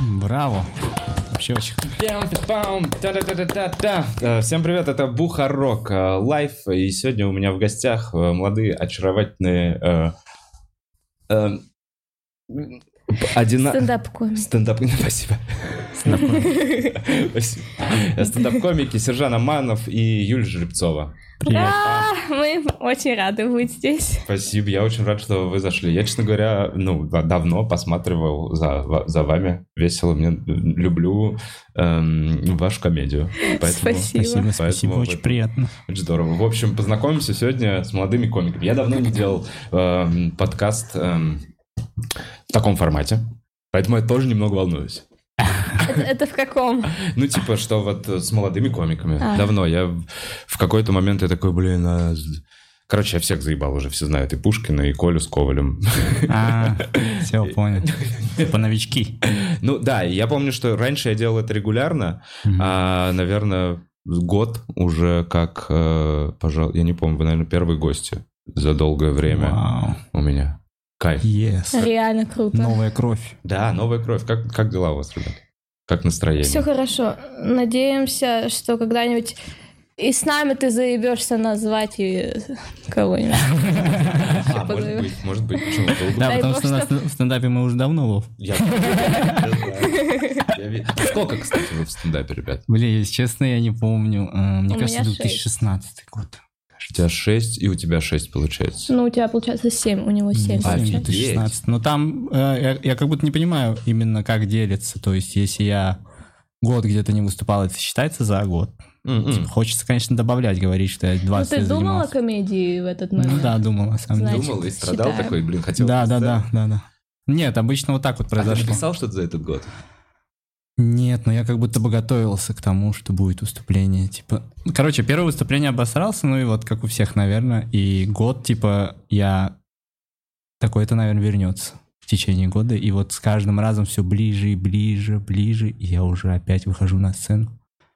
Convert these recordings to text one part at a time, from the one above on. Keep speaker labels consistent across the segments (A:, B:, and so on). A: Браво. Вообще очень.
B: Пям-пам, та-да-да-да-да. Э, Всем привет, это Бухарок э, Лайф, и сегодня у меня в гостях э, молодые, очаровательные... э, э, м, одина-
C: Стендап-комик.
B: Стендап... Спасибо. Спасибо. Э, Стендап-комики Сержан Аманов и Юль Жеребцова.
A: Привет.
C: А, Мы очень рады быть здесь.
B: Спасибо, я очень рад, что вы зашли. Я, честно говоря, ну, да- давно посматривал за, ва- за вами. Весело, мне э, люблю эм, вашу комедию. Поэтому-
C: Спасибо.
A: Спасибо, спасибо.
B: Поэтому
A: Очень
B: вы-
A: приятно.
B: Очень здорово. В общем, познакомимся сегодня с молодыми комиками. Я давно не делал эм, подкаст эм, в таком формате, поэтому я тоже немного волнуюсь.
C: Это, это в каком?
B: Ну, типа, что вот э, с молодыми комиками.
C: А.
B: Давно. Я в в какой-то момент я такой, блин, а з- короче, я всех заебал уже, все знают и Пушкина, и Колю с Ковалем.
A: А, все, понял. Типа новички.
B: Ну да, и я помню, что раньше я делал это регулярно,
A: Мгм.
B: а, наверное, год уже как, э, пожалуй, я не помню, вы, наверное, первые гости за долгое время.
A: Вау.
B: у меня. Кайф.
A: Yes.
C: Реально круто.
A: Новая кровь.
B: Да, новая кровь. Как, как дела у вас, ребят? Как настроение?
C: Все хорошо. Надеемся, что когда-нибудь и с нами ты заебешься назвать и кого-нибудь.
B: А, может
C: подаю.
B: быть, может быть. Почему? Было бы-
A: Да,
C: Дай
A: потому
C: бог,
A: что у нас в стендапе мы уже давно лов.
B: Я- я знаю. Я ви- Сколько, кстати, вы в стендапе, ребят?
A: Блин, если честно, я не помню. Э, Мне
C: У
A: кажется,
C: меня
A: 2016 год.
B: У тебя 6 и у тебя 6 получается.
C: Ну, у тебя получается 7, у него 7.
B: А,
A: Семь,
B: офигеть.
A: 2016. Но там э, я, я как будто не понимаю именно как делится. То есть, если я год где-то не выступал, это считается за год. Типа,
B: М-м.
A: Хочется, конечно, добавлять, говорить, что я 20
C: Ну, ты
A: лет
C: думал о
A: занимался.
C: комедии в этот момент?
A: Ну да, думал, на самом деле.
C: Значит,
B: Думал и страдал
C: считаю.
B: такой, блин, хотел.
A: Да, да,
B: бы
A: да, да, да. Нет, обычно вот так вот
B: А ты
A: произошло.
B: написал что-то за этот год?
A: Нет, но я как будто бы готовился к тому, что будет выступление. Типа, короче, первое выступление обосрался, ну и вот как у всех, наверное, и год, типа, я такой-то, наверное, вернется в течение года, и вот с каждым разом все ближе и ближе, ближе, и я уже опять выхожу на сцену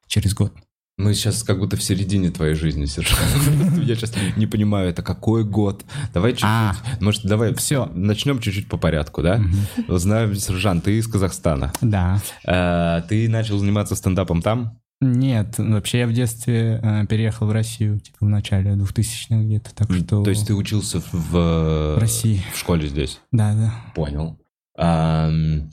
A: через год.
B: Мы сейчас как будто в середине твоей жизни, Серж. Я сейчас не понимаю, это какой год? Давай чуть-чуть.
A: А.
B: Может, давай
A: Всё.
B: начнем чуть-чуть по порядку, да? Знаем, Сержан, ты из Казахстана.
A: Да.
B: Э, Ты начал заниматься стендапом там?
A: Нет, вообще я в детстве э, переехал в Россию, типа, в начале 2000-х где-то, так что...
B: То есть ты учился в- в
A: В России.
B: В школе здесь.
A: Да, да.
B: Понял. Ам,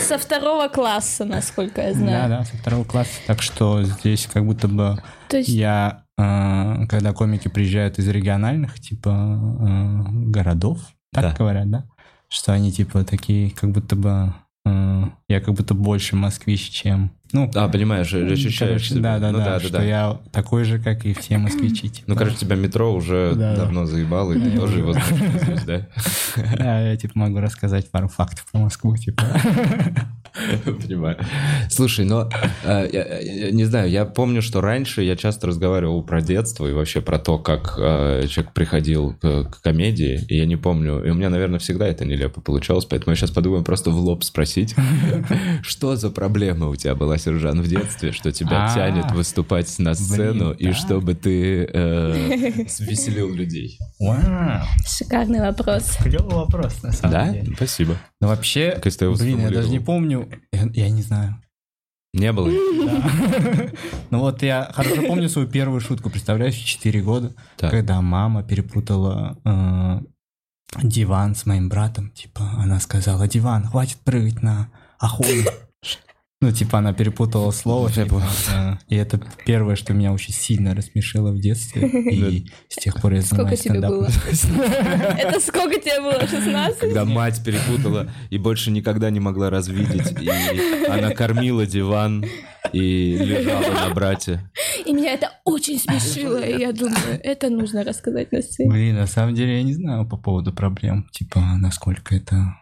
C: Со второго класса, насколько я
A: Да,
C: знаю.
A: да, со второго класса. Так что здесь как будто бы
C: То есть
A: я, э, когда комики приезжают из региональных, типа, э, городов, так
B: Да.
A: говорят, да? Что они, типа, такие, как будто бы... э, я как будто больше москвич, чем... Ну,
B: А, понимаешь, ощущаешь
A: короче,
B: себя.
A: да, да,
B: ну,
A: да,
B: да, да,
A: что
B: да.
A: я такой же, как и все москвичи. типа.
B: Ну, короче, тебя метро уже
A: Да, да.
B: давно заебало, и ты тоже его знаешь наизусть, да?
A: Да, я, типа, могу рассказать пару фактов про Москву, типа.
B: Понимаю. Слушай, но э, я- я не знаю, я помню, что раньше я часто разговаривал про детство и вообще про то, как э, человек приходил к, к комедии, и я не помню. И у меня, наверное, всегда это нелепо получалось, поэтому я сейчас подумаю просто в лоб спросить, что за проблема у тебя была, Сержан, в детстве, что тебя
A: А,
B: тянет выступать на сцену, и
A: да.
B: чтобы ты э, веселил людей.
A: Вау,
C: шикарный вопрос.
A: клевый вопрос, на самом
B: Да?
A: деле.
B: Спасибо.
A: Ну, вообще,
B: Как если я его
A: блин, я даже
B: сформулировал.
A: не помню, я- я не знаю.
B: Не было?
A: Ну вот я хорошо помню свою первую шутку, представляешь, 4 года,
B: Так.
A: когда мама перепутала э, диван с моим братом. Типа, она сказала, диван, хватит прыгать на охоту. Ну, типа, она перепутала слово.
B: Я
A: типа,
B: понял.
A: да. И это первое, что меня очень сильно рассмешило в детстве. И с тех пор я
C: Сколько
A: занимаюсь
C: тебе было?
A: стендапом.
C: Это сколько тебе было? 16?
B: Когда мать перепутала и больше никогда не могла развидеть. И она кормила диван и лежала на брате.
C: И меня это очень смешило, и я думаю, это нужно рассказать на сцене.
A: Блин, на самом деле я не знаю по поводу проблем. Типа, насколько это...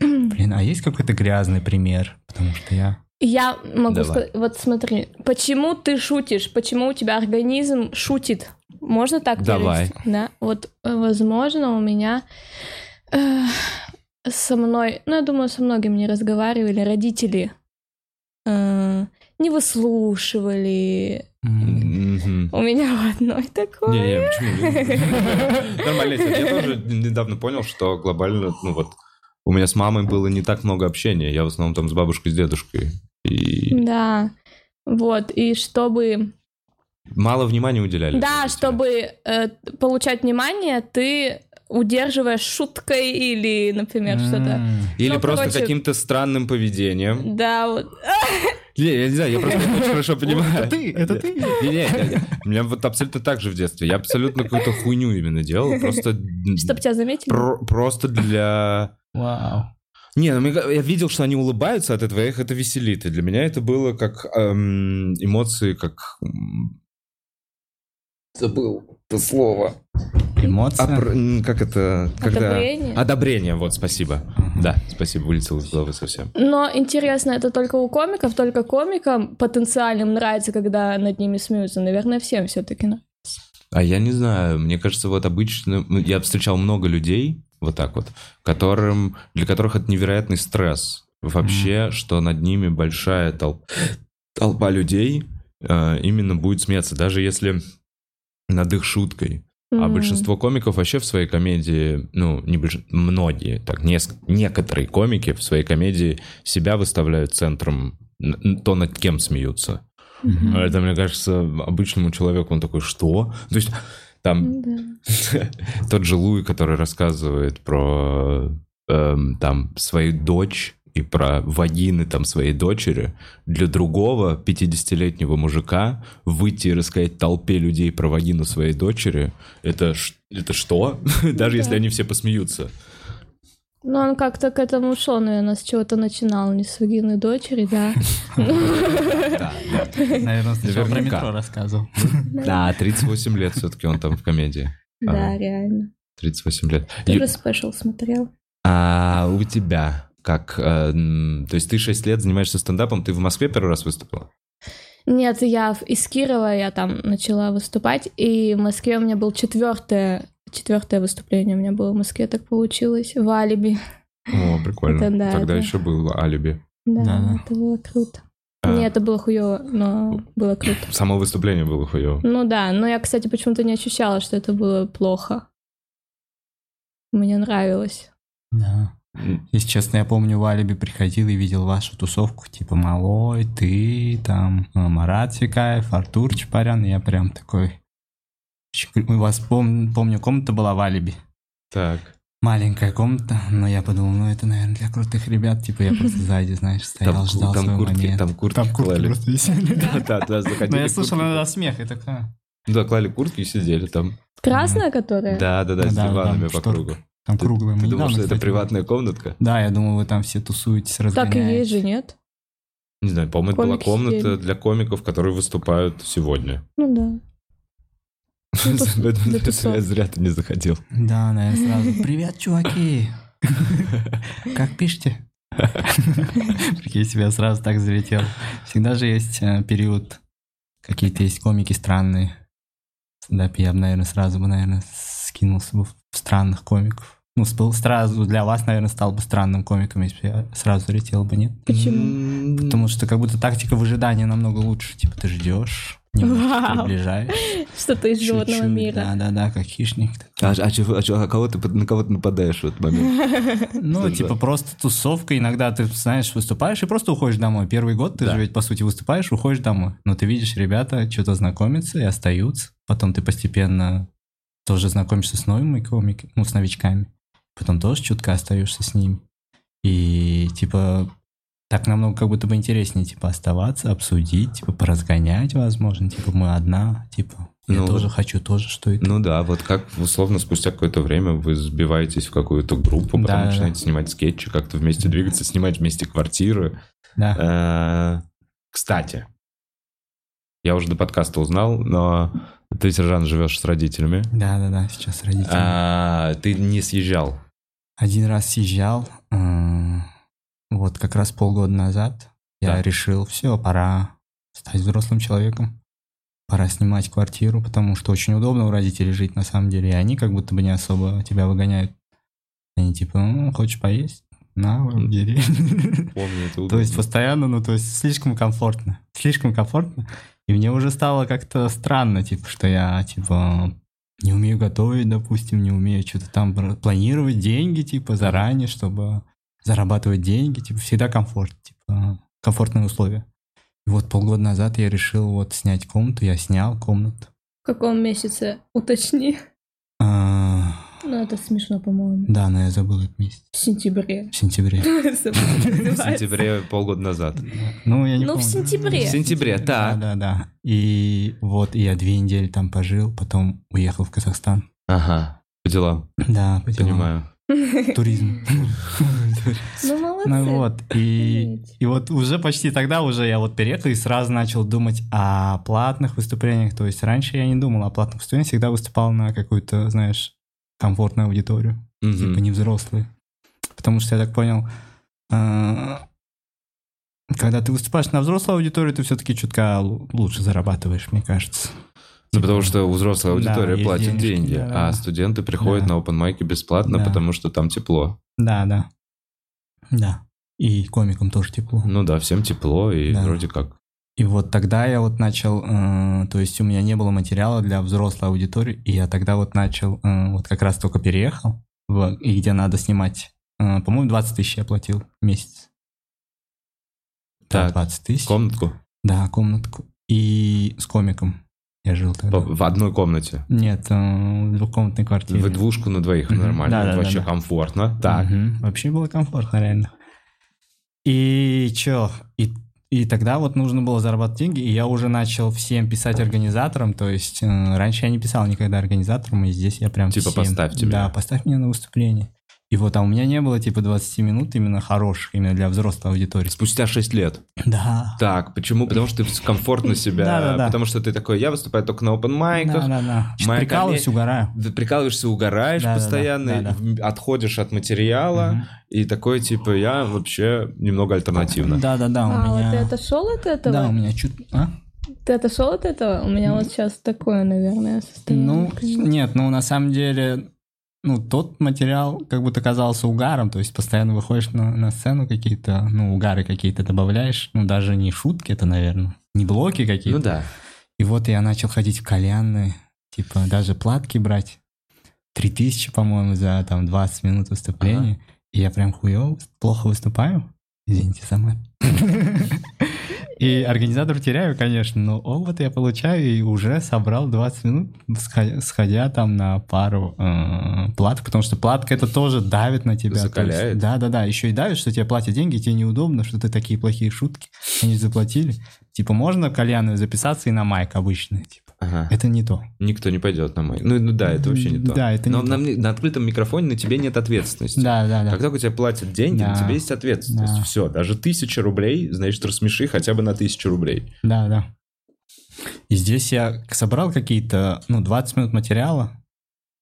A: Блин, а есть какой-то грязный пример? Потому что я...
C: Я могу
B: Давай.
C: сказать, вот смотри, почему ты шутишь, почему у тебя организм шутит? Можно так
B: Давай.
C: перевести? Да, вот, э, возможно, у меня э, со мной, ну, я думаю, со многими не разговаривали родители, э, не выслушивали.
A: м,
B: Мгм.
C: У меня у одной такое.
B: Не, не, почему? Нормально, Лиза, я тоже недавно понял, что глобально, ну вот, У меня с мамой было не так много общения. Я в основном там с бабушкой, с дедушкой. И
C: Да. Вот, и чтобы...
B: мало внимания уделяли.
C: Да,
B: родители.
C: чтобы э, получать внимание, ты удерживаешь шуткой или, например, что-то.
A: М.
B: Или
C: Ну,
B: просто
C: короче-
B: каким-то странным поведением.
C: Да, вот.
B: Не, я не знаю, я просто это очень хорошо понимаю.
A: Это ты, это ты.
B: Не, не, я- у меня вот абсолютно так же в детстве. Я абсолютно какую-то хуйню именно делал, просто
C: Чтоб тебя заметили.
B: про- просто для.
A: Вау.
B: Не, ну мне ка- я видел, что они улыбаются от этого, их это веселит. И для меня это было как эм, эмоции, как м, забыл это слово.
A: Эмоции.
B: Опр- А м, Как это? когда- А
C: Одобрение?
B: Одобрение, вот, спасибо. Да, спасибо, вылетело из головы совсем.
C: Но интересно, это только у комиков, только комикам потенциальным нравится, когда над ними смеются. Наверное, всем все-таки.
B: А я не знаю, мне кажется, вот обычно ну, я встречал много людей, вот так вот, которым, для которых это невероятный стресс. Вообще, что над ними большая тол- толпа людей э, именно будет смеяться, даже если над их шуткой. А большинство комиков вообще в своей комедии, ну, не больш- многие, так, неск- некоторые комики в своей комедии себя выставляют центром н- н- то, над кем смеются. А Это, мне кажется, обычному человеку он такой, что? То есть там
C: Ну
B: тот же Луи, который рассказывает про эм, там свою дочь и про вагины там своей дочери, для другого 50-летнего мужика выйти и рассказать толпе людей про вагину своей дочери, это, ш- это что? Даже если
C: Ну да.
B: они все посмеются.
C: Ну, он как-то к этому шел, наверное, с чего-то начинал, не с Вагины дочери, да.
A: Наверное, сначала про
B: Наверняка.
A: метро рассказывал.
B: Да, 38 лет все-таки он там в комедии.
C: Да,
B: Ага.
C: реально.
B: 38 лет.
C: Ты
B: Ю-
C: же спешл смотрел.
B: А у тебя как? э, м, то есть ты 6 лет занимаешься стендапом, ты в Москве первый раз выступила?
C: Нет, я в- из Кирова, я там начала выступать, и в Москве у меня было четвертое, четвертое выступление у меня было в Москве, так получилось, в Алиби.
B: О, прикольно.
C: Это да,
B: Тогда
C: это-
B: еще было алиби.
C: Да,
A: Да-да.
C: это было круто.
B: А.
C: Не, это было хуево, но было круто.
B: Само выступление было хуево.
C: Ну да, но я, кстати, почему-то не ощущала, что это было плохо. Мне нравилось.
A: Да.
B: М,
A: Если честно, я помню, в Алиби приходил и видел вашу тусовку, типа Малой, ты, там, э, Марат Фикаев, Артур Чапарян, и я прям такой... Чик- У вас, пом- помню, комната была в Алиби.
B: Так.
A: Маленькая комната, но я подумал, ну это, наверное, для крутых ребят, типа я просто сзади, знаешь, стоял,
B: Там, ку-
A: ждал
B: там
A: свой
B: куртки,
A: момент.
B: там куртки
A: куртки
B: клали.
A: просто висели.
B: Да, да, да, заходили.
A: Но я слышал
B: куртки.
A: иногда смех, и так, а,
B: Ну Да, клали куртки и сидели там.
C: Красная, которая?
B: Да, да, да, с
A: Да,
B: диванами
A: там
B: по
A: шторка.
B: кругу.
A: там
B: Ты-
A: круглый.
B: Ты
A: мы
B: думал,
A: недавно,
B: что это
A: кстати,
B: приватная комнатка?
A: Да, я думал, вы там все тусуетесь,
C: Так и есть
A: разгоняетесь.
C: же, нет?
B: Не знаю, по-моему, это была
C: Комики
B: комната
C: сидели.
B: для комиков, которые выступают сегодня.
C: Ну да. Ну, тус- для
B: Зря
C: тусовки.
B: зря ты не заходил.
A: Да, наверное, сразу. Привет, чуваки! Как пишете? Прикинь, себя сразу так залетел. Всегда же есть э, период, какие-то есть комики странные. Да, я бы, наверное, сразу бы, наверное, скинулся бы в странных комиков. Ну, спыл- сразу для вас, наверное, стал бы странным комиком, если бы я сразу залетел бы, нет?
B: М,
C: Почему?
A: Потому что как будто тактика выжидания намного лучше. Типа ты ждешь, немножко
C: Вау.
A: приближаешь.
C: Что-то из животного
A: чуть-чуть,
C: мира.
A: Да-да-да, как хищник.
B: А, а чё- а чё- а кого ты, под- на кого ты нападаешь в этот момент?
A: Ну,
B: Слушай.
A: типа просто тусовка, иногда ты, знаешь, выступаешь и просто уходишь домой. Первый год ты
B: Да.
A: же ведь, по сути, выступаешь, уходишь домой. Но ты видишь, ребята что-то знакомятся и остаются. Потом ты постепенно тоже знакомишься с новыми комиками, ну, с новичками. Потом тоже чутка остаешься с ними. И, типа, так намного как будто бы интереснее, типа, оставаться, обсудить, типа, поразгонять, возможно. Типа, мы одна, типа, я
B: Ну,
A: тоже
B: вот-
A: хочу, тоже что это.
B: Ну да, вот как условно спустя какое-то время вы сбиваетесь в какую-то группу, потом
A: Да.
B: начинаете снимать скетчи, как-то вместе двигаться, снимать вместе квартиры.
A: Да.
B: Э, Кстати, я уже до подкаста узнал, но ты, Сержан, живешь с родителями.
A: Да-да-да, сейчас родители.
B: А, Ты не съезжал.
A: Один раз съезжал, э, вот как раз полгода назад. Я
B: Да.
A: решил, все, пора стать взрослым человеком. Пора снимать квартиру, потому что очень удобно у родителей жить на самом деле. И они как будто бы не особо тебя выгоняют. Они типа, «Ну, хочешь поесть? На, вот, бери.
B: Помню, это
A: То
B: удобно.
A: есть постоянно, ну то есть слишком комфортно. Слишком комфортно. И мне уже стало как-то странно, типа, что я, типа, не умею готовить, допустим, не умею что-то там бра- планировать деньги, типа, заранее, чтобы зарабатывать деньги, типа всегда комфорт, типа комфортные условия. И вот полгода назад я решил вот снять комнату, я снял комнату.
C: В каком месяце? Уточни.
A: А,
C: Ну, это смешно, по-моему.
A: да, но я забыл этот месяц.
C: В сентябре.
A: В сентябре.
B: В
C: Называется.
B: сентябре полгода назад.
A: Ну, я не
C: Ну, в
A: помню.
C: сентябре.
B: В сентябре,
A: Да,
B: да.
A: да, да. И вот я две недели там пожил, потом уехал в Казахстан.
B: Ага, по делам,
A: Да, по делам.
B: понимаю.
A: Туризм.
C: Ну, молодцы.
A: Ну вот, и,
C: Охренеть.
A: и вот уже почти тогда уже я вот переехал и сразу начал думать о платных выступлениях. То есть раньше я не думал о платных выступлениях, всегда выступал на какую-то, знаешь, комфортную аудиторию,
B: Мгм.
A: типа не взрослые. Потому что я так понял, э, когда ты выступаешь на взрослую аудиторию, ты все-таки чутка лу- лучше зарабатываешь, мне кажется. Типа.
B: Ну, потому что у взрослой
A: Да,
B: аудитории
A: есть
B: платят
A: денежки,
B: деньги,
A: да.
B: а студенты приходят
A: Да.
B: на open майки бесплатно,
A: Да.
B: потому что там тепло.
A: Да, да. Да. И комикам тоже тепло.
B: Ну да, всем тепло, и
A: Да.
B: вроде как.
A: И вот тогда я вот начал, э, то есть у меня не было материала для взрослой аудитории, и я тогда вот начал, э, вот как раз только переехал, в- и где надо снимать. Э, По-моему, 20 тысяч я платил в месяц. Да,
B: Так,
A: 20 тысяч.
B: Комнатку?
A: Да, комнатку. И с комиком я жил тогда.
B: По- В одной комнате.
A: Нет, э, в двухкомнатной квартире.
B: Вы двушку на двоих,
A: Мгм. Да,
B: нормально,
A: да,
B: это
A: да,
B: вообще
A: да.
B: комфортно. Так,
A: Мгм. Вообще было комфортно, реально. И чё? И, и тогда вот нужно было зарабатывать деньги, и я уже начал всем писать организаторам, то есть э, раньше я не писал никогда организаторам, и здесь я прям
B: Типа,
A: всем-
B: «Поставьте меня».
A: Да, поставь меня на выступление. И вот, а у меня не было типа 20 минут именно хороших, именно для взрослой аудитории.
B: спустя 6 лет.
A: Да.
B: Так, почему? Потому что ты комфортно себя,
A: Да-да-да.
B: потому что ты такой, я выступаю только на
A: Да,
B: open майках,
A: да, да. Чё-то
B: Моя
A: Прикалываюсь,
B: комедия-
A: угораю.
B: Ты прикалываешься, угораешь
A: Да-да-да,
B: постоянно,
A: да-да.
B: в- отходишь от материала,
A: Мгм.
B: и такой, типа, я вообще немного альтернативно.
A: Да, да, да, у
C: А, вот
A: меня...
C: ты отошел от
A: Да, у
C: этого?
A: меня чуть... А?
C: Ты отошел от этого? У меня вот сейчас такое, наверное,
A: Ну,
C: состояние.
A: нет, ну на самом деле, ну тот материал как будто казался угаром, то есть постоянно выходишь на, на сцену какие-то, ну угары какие-то добавляешь, ну даже не шутки это, наверное, не блоки какие-то.
B: Ну да.
A: И вот я начал ходить в кальянные, типа даже платки брать. 3000, по-моему, за там 20 минут выступления. И я прям хуёво, плохо выступаю. Извините, сама. И организатору теряю, конечно, но опыт я получаю и уже собрал 20 минут, сходя, сходя там на пару э, платок, потому что платка это тоже давит на тебя.
B: Закаляет.
A: Да-да-да, еще и давит, что тебе платят деньги, тебе неудобно, что ты такие плохие шутки, они же заплатили. Типа можно кальяную записаться и на майк обычный, типа.
B: Ага.
A: Это не то.
B: Никто не пойдет на мой. Ну, ну да, это вообще не то.
A: Да, это не
B: Но
A: то.
B: на, мне- на открытом микрофоне на тебе нет ответственности.
A: Да, да, да.
B: Как только тебе платят деньги, на
A: Да.
B: тебе есть ответственность.
A: Да.
B: Все, даже тысяча рублей, значит, рассмеши хотя бы на тысячу рублей.
A: Да, да. И здесь я собрал какие-то, ну, 20 минут материала,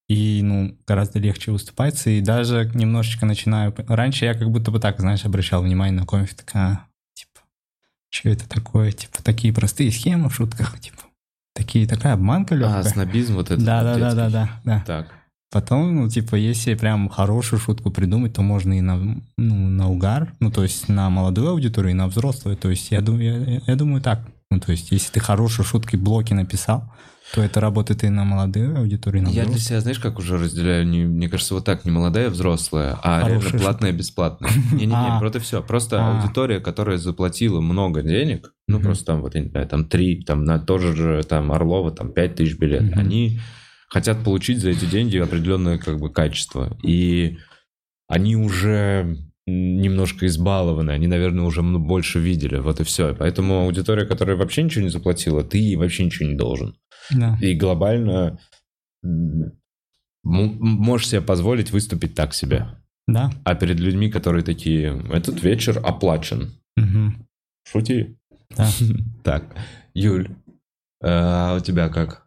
A: и, ну, гораздо легче выступать, и даже немножечко начинаю... Раньше я как будто бы так, знаешь, обращал внимание на комик, так, а, типа, что это такое? Типа, такие простые схемы в шутках, типа, такие, такая обманка
B: А,
A: легкая.
B: снобизм вот этот.
A: да, да, да,
B: детский.
A: да, да, да.
B: Так.
A: Потом, ну, типа, если прям хорошую шутку придумать, то можно и на, ну, на угар, ну, то есть на молодую аудиторию, и на взрослую. То есть я, думаю, я, я думаю так. Ну, то есть если ты хорошие шутки, блоки написал, то это работает и на молодую аудиторию, и на
B: Я для
A: взрослую.
B: себя, знаешь, как уже разделяю, не- мне кажется, вот так, не молодая, а взрослая, а
A: Хорошая
B: реально
A: шутка.
B: платная, бесплатная. Не-не-не,
A: А.
B: просто все. Просто
A: А.
B: аудитория, которая заплатила много денег, ну
A: Мгм.
B: просто там, вот, я не знаю, там три, там на тоже же, там Орлова, там пять тысяч билет,
A: Мгм.
B: они хотят получить за эти деньги определенное как бы качество. И они уже немножко избалованы, они, наверное, уже м- больше видели, вот и все. Поэтому аудитория, которая вообще ничего не заплатила, ты ей вообще ничего не должен.
A: Да.
B: И глобально м, м- можешь себе позволить выступить так себе.
A: Да.
B: А перед людьми, которые такие, этот вечер оплачен.
A: Мгм.
B: Шути.
A: Да.
B: Так, Юль, э, а у тебя как?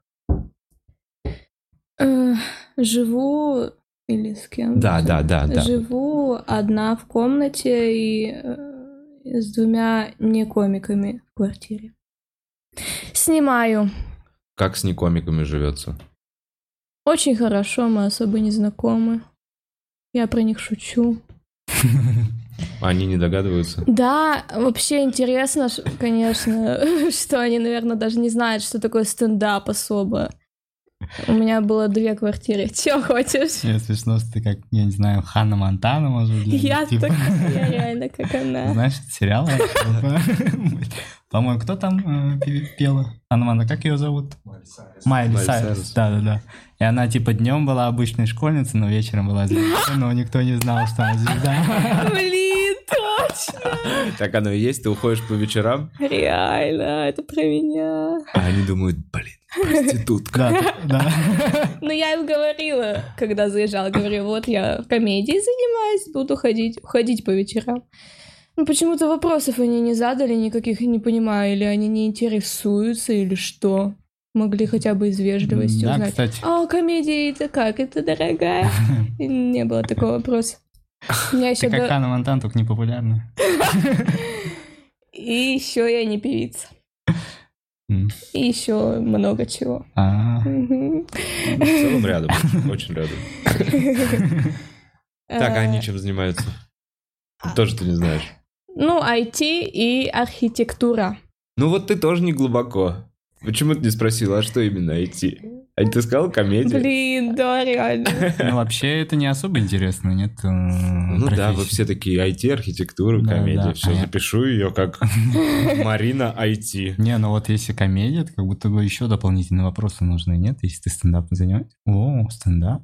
C: Э, Живу или с кем?
B: Да, да, да, да.
C: Живу одна в комнате и э, с двумя не комиками в квартире. Снимаю.
B: Как с некомиками живется?
C: Очень хорошо, мы особо не знакомы. Я про них шучу.
B: Они не догадываются?
C: Да, вообще интересно, ш- конечно, что они, наверное, даже не знают, что такое стендап особо. У меня было две квартиры. Чего хочешь?
A: Я смешно, что ты как, я не знаю, Ханна Монтана, может быть. для них,
C: Я
A: типа.
C: так, я реально как она.
A: Знаешь, сериал? э, По-моему, кто там э, пе- пела? Ханна Монтана, как ее зовут? Майли
B: Майли
A: Сайрус.
B: Сайрус.
A: Да, да, да. И она типа днем была обычной школьницей, но вечером была звездой, но никто не знал, что она звезда.
C: Блин, точно!
B: Так оно и есть, ты уходишь по вечерам,
C: Реально, это про меня.
B: а они думают, блин, проститутка.
A: Да, т- да.
C: Ну, я им говорила, когда заезжала, говорю, вот я комедией занимаюсь, буду ходить, ходить по вечерам. Ну, почему-то вопросов они не задали, никаких я не понимаю, или они не интересуются, или что. Могли хотя бы из вежливости
A: Да,
C: узнать.
A: кстати.
C: А, комедия, это как это, дорогая? И Не было такого вопроса. У меня еще
A: Ты как Ханна Монтана, только не популярна.
C: И еще я не певица.
A: М.
C: И еще много чего.
A: А,
C: Мгм.
B: В целом рядом, очень рядом. Так, а
C: Э,
B: они чем занимаются? Тоже ты не знаешь.
C: Ну, IT и архитектура.
B: Ну вот ты тоже не глубоко. Почему ты не спросила, а что именно идти? А ты сказал комедия?
C: Блин, да, реально.
A: Ну, вообще, это не особо интересно, нет?
B: Ну
A: Ну
B: да, вы все такие IT, архитектура,
A: Да,
B: комедия.
A: да,
B: Все,
A: понятно.
B: запишу ее как Марина IT.
A: Не, ну вот если комедия, то как будто бы еще дополнительные вопросы нужны, нет? Если ты стендапом занимаешься. О, стендап.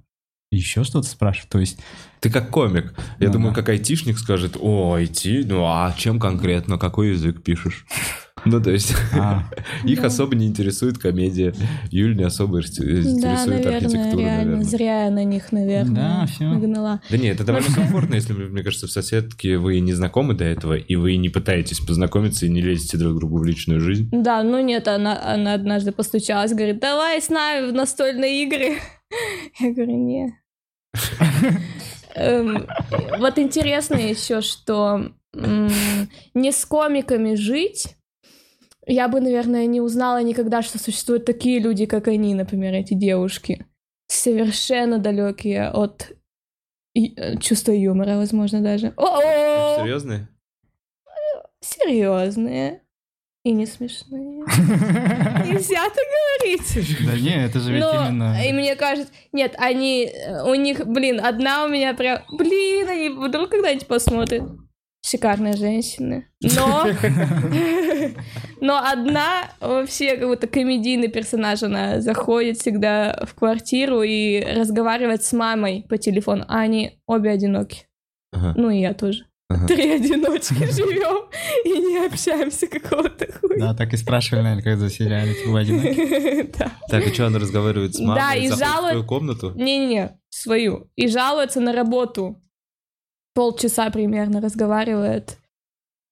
A: Еще что-то спрашивают. То есть,
B: Ты как комик. Я
A: Ну
B: думаю,
A: да.
B: как айтишник скажет, о, IT, ну а чем конкретно, какой язык пишешь? Ну, то есть,
A: а,
B: их
C: Да.
B: особо не интересует комедия. Юль не особо ирти-
C: Да,
B: интересует
C: наверное,
B: архитектура,
C: реально.
B: наверное.
C: Зря я на них, наверное,
A: Да, всё.
C: нагнала.
B: Да нет, это довольно
C: Вообще-
B: комфортно, если, мне кажется, в соседке вы не знакомы до этого, и вы не пытаетесь познакомиться и не лезете друг другу в личную жизнь.
C: Да, ну нет, она, она однажды постучалась, говорит, давай с нами в настольные игры. Я говорю, не. Эм, Вот интересно еще, что м, не с комиками жить. Я бы, наверное, не узнала никогда, что существуют такие люди, как они, например, эти девушки. Совершенно далекие от и- э, чувства юмора, возможно, даже. О-о-о!
B: Серьезно?
C: серьезные и не смешные. Нельзя так говорить.
A: да не, это же ведь
C: Но, и
A: именно...
C: мне кажется, нет, они, э, у них, блин, одна у меня прям, блин, они вдруг когда-нибудь посмотрят. Шикарные женщины. Но, но одна вообще как будто комедийный персонаж, она заходит всегда в квартиру и разговаривает с мамой по телефону, а они обе одиноки.
B: Ага,
C: Ну и я тоже.
B: ага.
C: Три одиночки живем и не общаемся какого-то хуя.
A: Да, так и спрашивали, наверное, как за сериал. Типа, вы одинаки?
C: Да.
B: Так, и что, она разговаривает с
C: Да,
B: мамой?
C: и
B: заходит в
C: жалует-
B: твою комнату?
C: Не-не-не, свою. И жалуется на работу. Полчаса примерно разговаривает.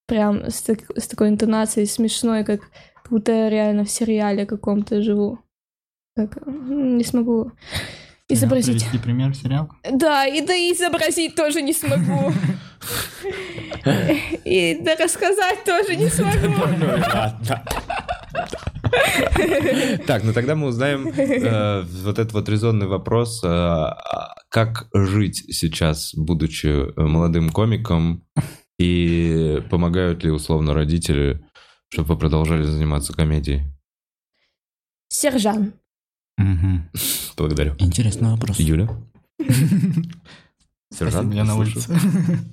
C: Прям с, так- с такой интонацией смешной, как будто я реально в сериале каком-то живу. Как, м, не смогу изобразить.
A: Привести пример в сериал?
C: Да, и да и изобразить тоже не смогу. И да рассказать тоже не смогу.
B: Ладно. Так, ну тогда мы узнаем э, вот этот вот резонный вопрос, э, а как жить сейчас, будучи э, молодым комиком, и помогают ли условно родители, чтобы вы продолжали заниматься комедией?
C: Сержан.
A: Мгм.
B: Благодарю.
A: Интересный вопрос.
B: Юля?
A: Спасибо, я на
B: послушаю.
A: улице.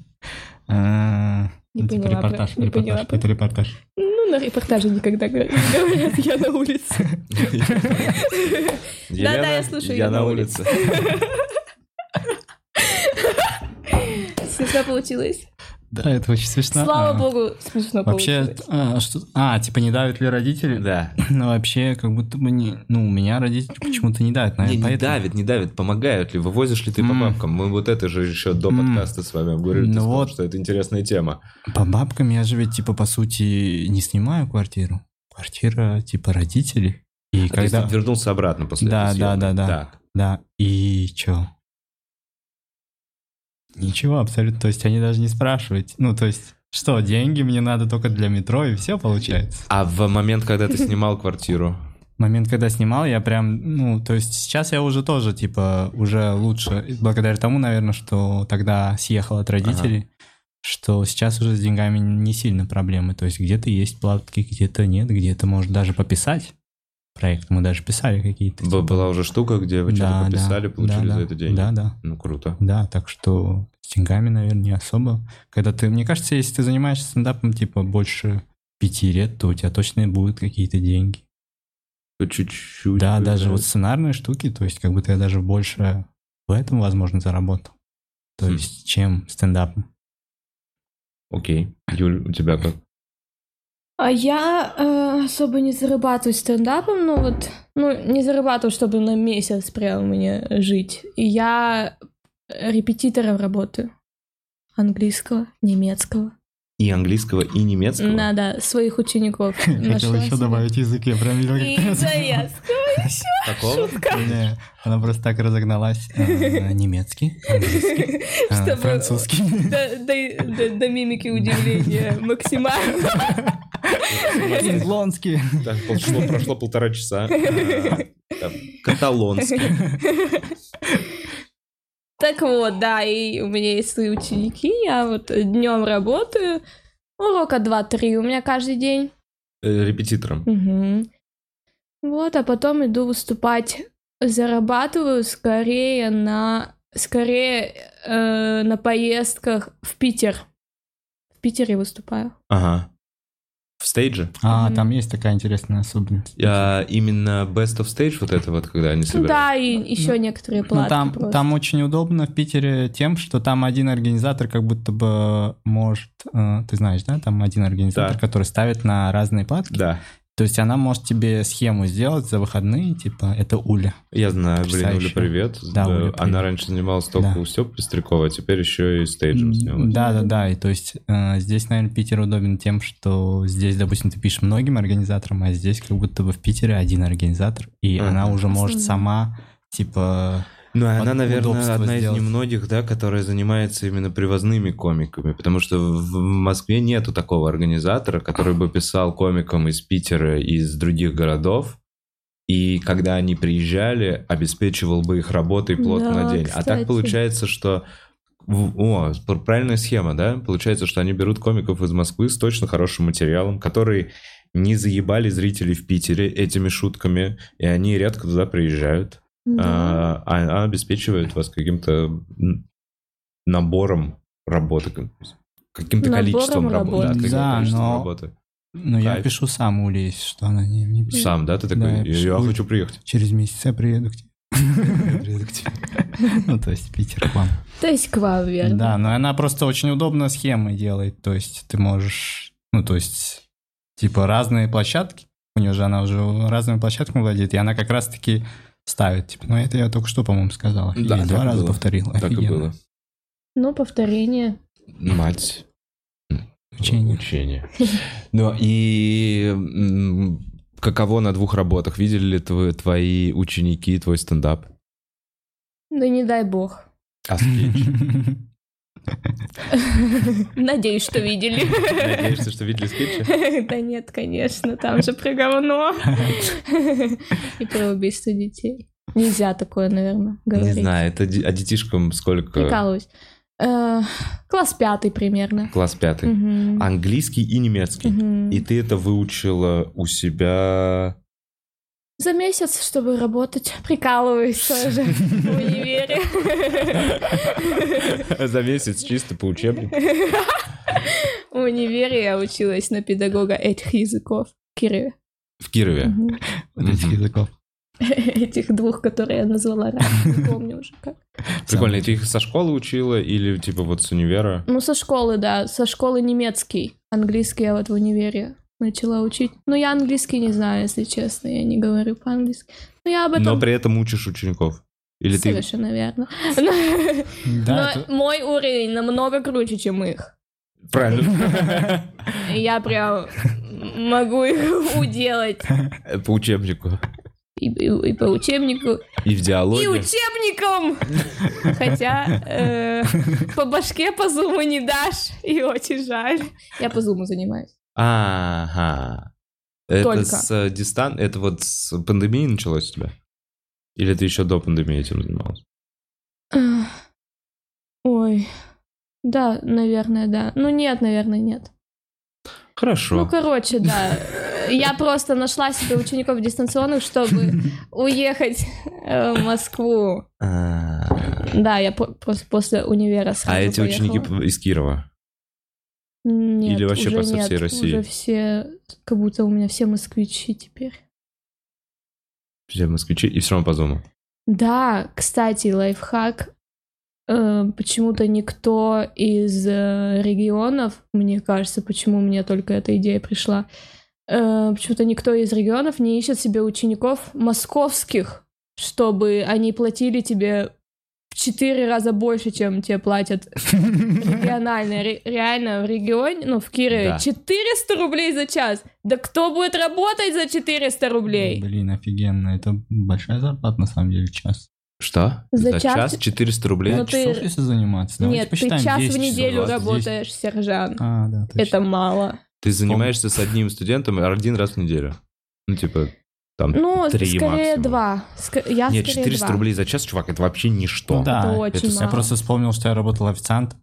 A: А,
C: Не
A: ну, типа
C: поняла, про-
A: репортаж,
C: не поняла,
A: репортаж,
C: про-
A: это репортаж.
C: Ну, на репортаже никогда говор- не говорят, я на улице.
B: Елена,
C: Да-да, я слушаю,
B: Я на улице.
C: Смешно получилось.
A: Да, это очень смешно.
C: Слава
A: А,
C: богу, смешно
A: Вообще,
C: получилось.
A: а, что... а, типа не давят ли родители?
B: Да.
A: Ну, вообще, как будто бы не... Ну, у меня родители почему-то не давят,
B: Не,
A: наверное,
B: не
A: поэтому...
B: давит, не давит, помогают ли, вывозишь ли ты по
A: М.
B: бабкам? Мы вот это же еще до
A: М.
B: подкаста с вами обговорили, ты
A: Ну
B: сказал,
A: вот.
B: что это интересная тема.
A: По бабкам я же ведь, типа, по сути, не снимаю квартиру. Квартира, типа, родителей. И
B: А, то есть
A: когда...
B: ты вернулся обратно после
A: Да,
B: этой
A: да,
B: съемки.
A: да, да.
B: Так.
A: Да, и чё? Ничего, абсолютно. То есть они даже не спрашивают. Ну, то есть, что, деньги мне надо только для метро, и все получается.
B: А в момент, когда ты снимал квартиру,
A: Момент, когда снимал, я прям, ну, то есть сейчас я уже тоже, типа, уже лучше. И Благодаря тому, наверное, что тогда съехал от родителей, что сейчас уже с деньгами не сильно проблемы. То есть где-то есть платки, где-то нет, где-то может даже пописать. проект. Мы даже писали какие-то. типа.
B: Б- Была уже штука, где вы
A: Да,
B: что-то
A: да,
B: пописали, получили
A: да,
B: за
A: да,
B: это деньги.
A: Да, да.
B: Ну, круто.
A: Да, так что с деньгами, наверное, не особо. Когда ты, мне кажется, если ты занимаешься стендапом, типа, больше пяти лет, то у тебя точно будут какие-то деньги. Ну,
B: По Чуть-чуть.
A: Да, даже вот
B: появляется.
A: сценарные штуки, то есть как будто я даже больше в этом, возможно, заработал. То
B: Хм.
A: есть чем стендапом.
B: Окей. Юль, у тебя как?
C: А я э, особо не зарабатываю стендапом, но вот, ну, не зарабатываю, чтобы на месяц прям мне жить. И я репетитором работаю. Английского, немецкого.
B: И английского, и немецкого?
C: Надо своих учеников. нашла себе.
A: язык, я прям видел,
C: И заездка.
B: Какого?
A: Она просто так разогналась. А, Немецкий, английский, а,
C: Чтобы-
A: французский.
C: До, до- до- до мимики удивления максимально.
A: Лондонский.
B: Так, прошло, прошло полтора часа. А, там, Каталонский.
C: Так вот, да, и у меня есть свои ученики, я вот днем работаю, урока 2-3 у меня каждый день.
B: Э, Репетитором.
C: Мгм. Вот, а потом иду выступать. Зарабатываю скорее на... Скорее э, на поездках в Питер. В Питере выступаю.
B: Ага. В стейдже?
A: А,
C: Мгм.
A: там есть такая интересная особенность.
B: А, именно best of stage, вот это вот, когда они собирают.
C: Ну Да, и еще некоторые
A: Ну,
C: платки
A: там,
C: просто.
A: там очень удобно в Питере тем, что там один организатор как будто бы может, э, ты знаешь, да, там один организатор,
B: Да.
A: который ставит на разные платки.
B: Да.
A: То есть она может тебе схему сделать за выходные, типа, это Уля.
B: Я знаю, блин, Уля,
A: Потрясающе.
B: привет. Э,
A: Да, Уля,
B: Она
A: привет.
B: раньше занималась только
A: Да.
B: у Степы Пестрякова, а теперь еще и стейджем
A: М,
B: снялась.
A: Да, да, да. И то есть э, здесь, наверное, Питер удобен тем, что здесь, допустим, ты пишешь многим организаторам, а здесь как будто бы в Питере один организатор, и
B: Мгм.
A: она уже может
C: Основная.
A: сама, типа,
B: Ну, и она,
A: Под
B: наверное,
A: удобство
B: одна
A: сделать.
B: из немногих, да, которая занимается именно привозными комиками, потому что в в Москве нету такого организатора, который бы писал комикам из Питера и из других городов, и когда они приезжали, обеспечивал бы их работой плотно
C: Да,
B: на день. А так
C: кстати.
B: получается, что... в- О, пр- правильная схема, да? Получается, что они берут комиков из Москвы с точно хорошим материалом, которые не заебали зрителей в Питере этими шутками, и они редко туда приезжают
A: э,
C: Да.
B: а, а- а обеспечивает вас каким-то м, набором работы, как- каким-то
C: Набором
B: количеством
C: работы.
B: работы. Да, каким-то
A: Да,
B: количеством
A: но-
B: работы.
A: ну, я
B: Кайф.
A: пишу сам Уле, если что, она не, не пишет.
B: Сам, да, ты такой,
A: Да, я
B: я,
A: пишу.
B: я
A: Ой.
B: хочу приехать.
A: Через месяц я приеду к тебе. Ну, то есть Питер к вам.
C: То есть к вам, верно?
A: Да, но она просто очень удобно схемы делает. То есть ты можешь, ну, то есть, типа разные площадки. У нее же она уже разными площадками владеет, и она как раз-таки ставит. Типа, ну, это я только что, по-моему, сказала.
B: Да,
A: Или
B: так
A: два
B: и
A: раза
B: было.
A: повторила.
B: Так и
A: Офигенно.
B: было.
C: Ну, повторение.
B: Мать.
A: Учение.
B: Учение. Ну и м, каково на двух работах? Видели ли твои, твои ученики твой стендап?
C: Да не дай бог.
B: А скетч?
C: Надеюсь, что видели.
B: Надеешься, что видели скетчи?
C: Да нет, конечно, там же про говно. И про убийство детей. Нельзя такое, наверное,
B: Не
C: говорить.
B: знаю, это де- а детишкам сколько?
C: Прикалываюсь. Э, Класс пятый примерно.
B: Класс пятый.
C: Мгм.
B: Английский и немецкий.
C: Мгм.
B: А, И ты это выучила у себя...
C: За месяц, чтобы работать, прикалываюсь тоже в универе.
B: За месяц чисто по учебнику.
C: В универе я училась на педагога этих языков. в Кирове.
B: В Кирове.
C: Мгм.
A: Вот этих
B: Мгм.
A: языков.
C: Этих двух, которые я назвала раньше, не помню уже как.
B: Прикольно. И ты их со школы учила или типа вот с универа?
C: Ну, со школы, да. Со школы немецкий. Английский я вот в универе начала учить. Но я английский не знаю, если честно. Я не говорю по-английски. Но я об
B: Но
C: этом
B: при этом учишь учеников? Или ты...
C: совершенно верно. Но-
A: Да, это-
C: Но мой уровень намного круче, чем их.
B: Правильно.
C: И Я прям могу их уделать
B: По учебнику.
C: и, и- и по учебнику,
B: И в
C: и
B: диалоге.
C: учебником! Хотя э, по башке по зуму не дашь, и очень жаль. Я по зуму занимаюсь.
B: Ага. Это
C: Только.
B: с э, дистан... Это вот с пандемии началось у тебя? Или ты еще до пандемии этим занималась?
C: Эх. Ой. Да, наверное, да. Ну нет, наверное, нет.
B: Хорошо.
C: Ну, короче, да. Я просто нашла себе учеников дистанционных, чтобы уехать э, в Москву.
B: А
C: Да, я по- просто после универа сразу
B: а эти
C: поехала.
B: ученики из Кирова?
C: Нет,
B: Или вообще
C: уже
B: просто
C: нет,
B: всей России?
C: Уже все, как будто у меня все москвичи теперь.
B: Все москвичи и все равно по зуму.
C: Да, кстати, лайфхак. Э, Почему-то никто из э, регионов, мне кажется, почему мне только эта идея пришла, э, почему-то никто из регионов не ищет себе учеников московских, чтобы они платили тебе в четыре раза больше, чем тебе платят региональные. Ре- реально в регионе, ну в Кирове,
B: Да.
C: 400 рублей за час. Да кто будет работать за 400 рублей?
A: Блин, офигенно. Это большая зарплата, на самом деле, час.
B: Что?
C: За
B: За
C: час?
B: час 400 рублей?
C: Ну,
A: Пять
C: ты-
A: часов, если заниматься. Давайте
C: Нет, ты
A: посчитаем.
C: час
A: 10
C: в
A: часов,
C: неделю
A: 20, 10.
C: работаешь, сержант.
A: А, да, точно.
C: Это мало.
B: Ты занимаешься с одним студентом один раз в неделю. Ну, типа, там
C: Ну,
B: три
C: скорее
B: максимум.
C: два. Ск- Я
B: Нет,
C: скорее
B: 400
C: два.
B: рублей за час, чувак, это вообще ничто.
A: Ну да,
C: Это очень
A: Я
C: мало.
A: просто вспомнил, что я работал официант.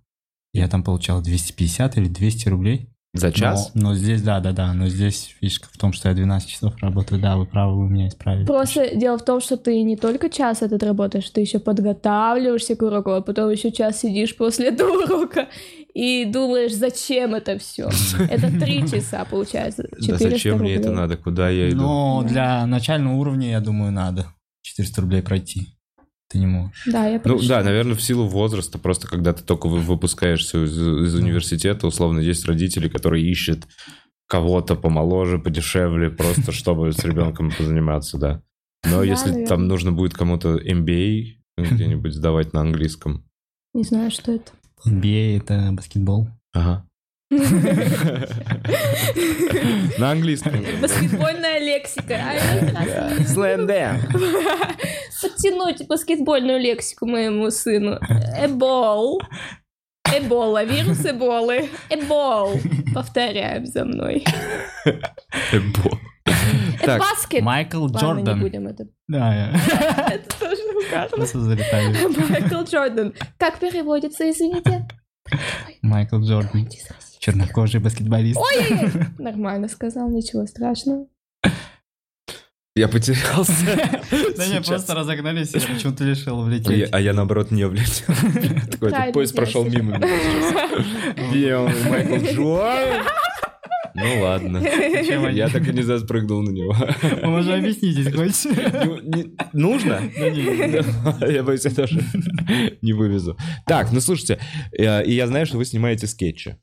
A: Я там получал 250 или 200 рублей.
B: За час?
A: Но, но здесь, да, да, да. Но здесь фишка в том, что я 12 часов работаю. Да, вы правы, вы меня исправили.
C: Просто дело в том, что ты не только час этот работаешь, ты еще подготавливаешься к уроку, а потом еще час сидишь после этого урока и думаешь, зачем это все. Это три часа, получается.
B: Да
C: 400
B: зачем мне это
C: рублей.
B: надо? Куда я иду?
A: Но
C: Да.
A: для начального уровня, я думаю, надо 400 рублей пройти. Ты не можешь.
C: Да, я
B: Ну
C: прошла.
B: да, наверное, в силу возраста, просто когда ты только вы- выпускаешься из, из университета, условно, есть родители, которые ищут кого-то помоложе, подешевле, просто чтобы с ребенком позаниматься, да. Но
C: Да,
B: если
C: наверное.
B: там нужно будет кому-то MBA ну, где-нибудь сдавать на английском.
C: Не знаю, что это.
A: NBA — А это баскетбол.
B: Ага. На английском.
C: Баскетбольная лексика. А я прекрасно не
B: Slam
C: Подтянуть баскетбольную лексику моему сыну. Эбол. Эбола. Вирус эболы. Эбол. Повторяем за мной.
B: Так,
C: Баскет.
A: Майкл
C: Ладно, не
A: Джордан.
C: будем это.
A: Да, я
C: Это тоже угарно.
A: просто залетаю.
C: Майкл Джордан. Как переводится, извините?
A: Майкл Джордан.
C: Ой, из России.
A: Чернокожий баскетболист.
C: Ой-ой-ой. Нормально сказал, ничего страшного.
B: я потерялся.
A: Да не,
B: Сейчас.
A: просто разогнались, я почему-то решил
B: А я-
A: влететь.
B: А я, наоборот, не влетел. Такой, этот
C: Правильно
B: поезд прошел
C: сделал.
B: мимо. меня. Где он, Майкл Джордан? Ну ладно.
A: Чем они?
B: Я так и не запрыгнул на него.
A: Вы уже объяснитесь хоть.
B: Ну, не- Нужно?
A: Да не, не, не.
B: Я боюсь, я даже не вывезу. Так, ну слушайте, э, и я знаю, что вы снимаете скетчи.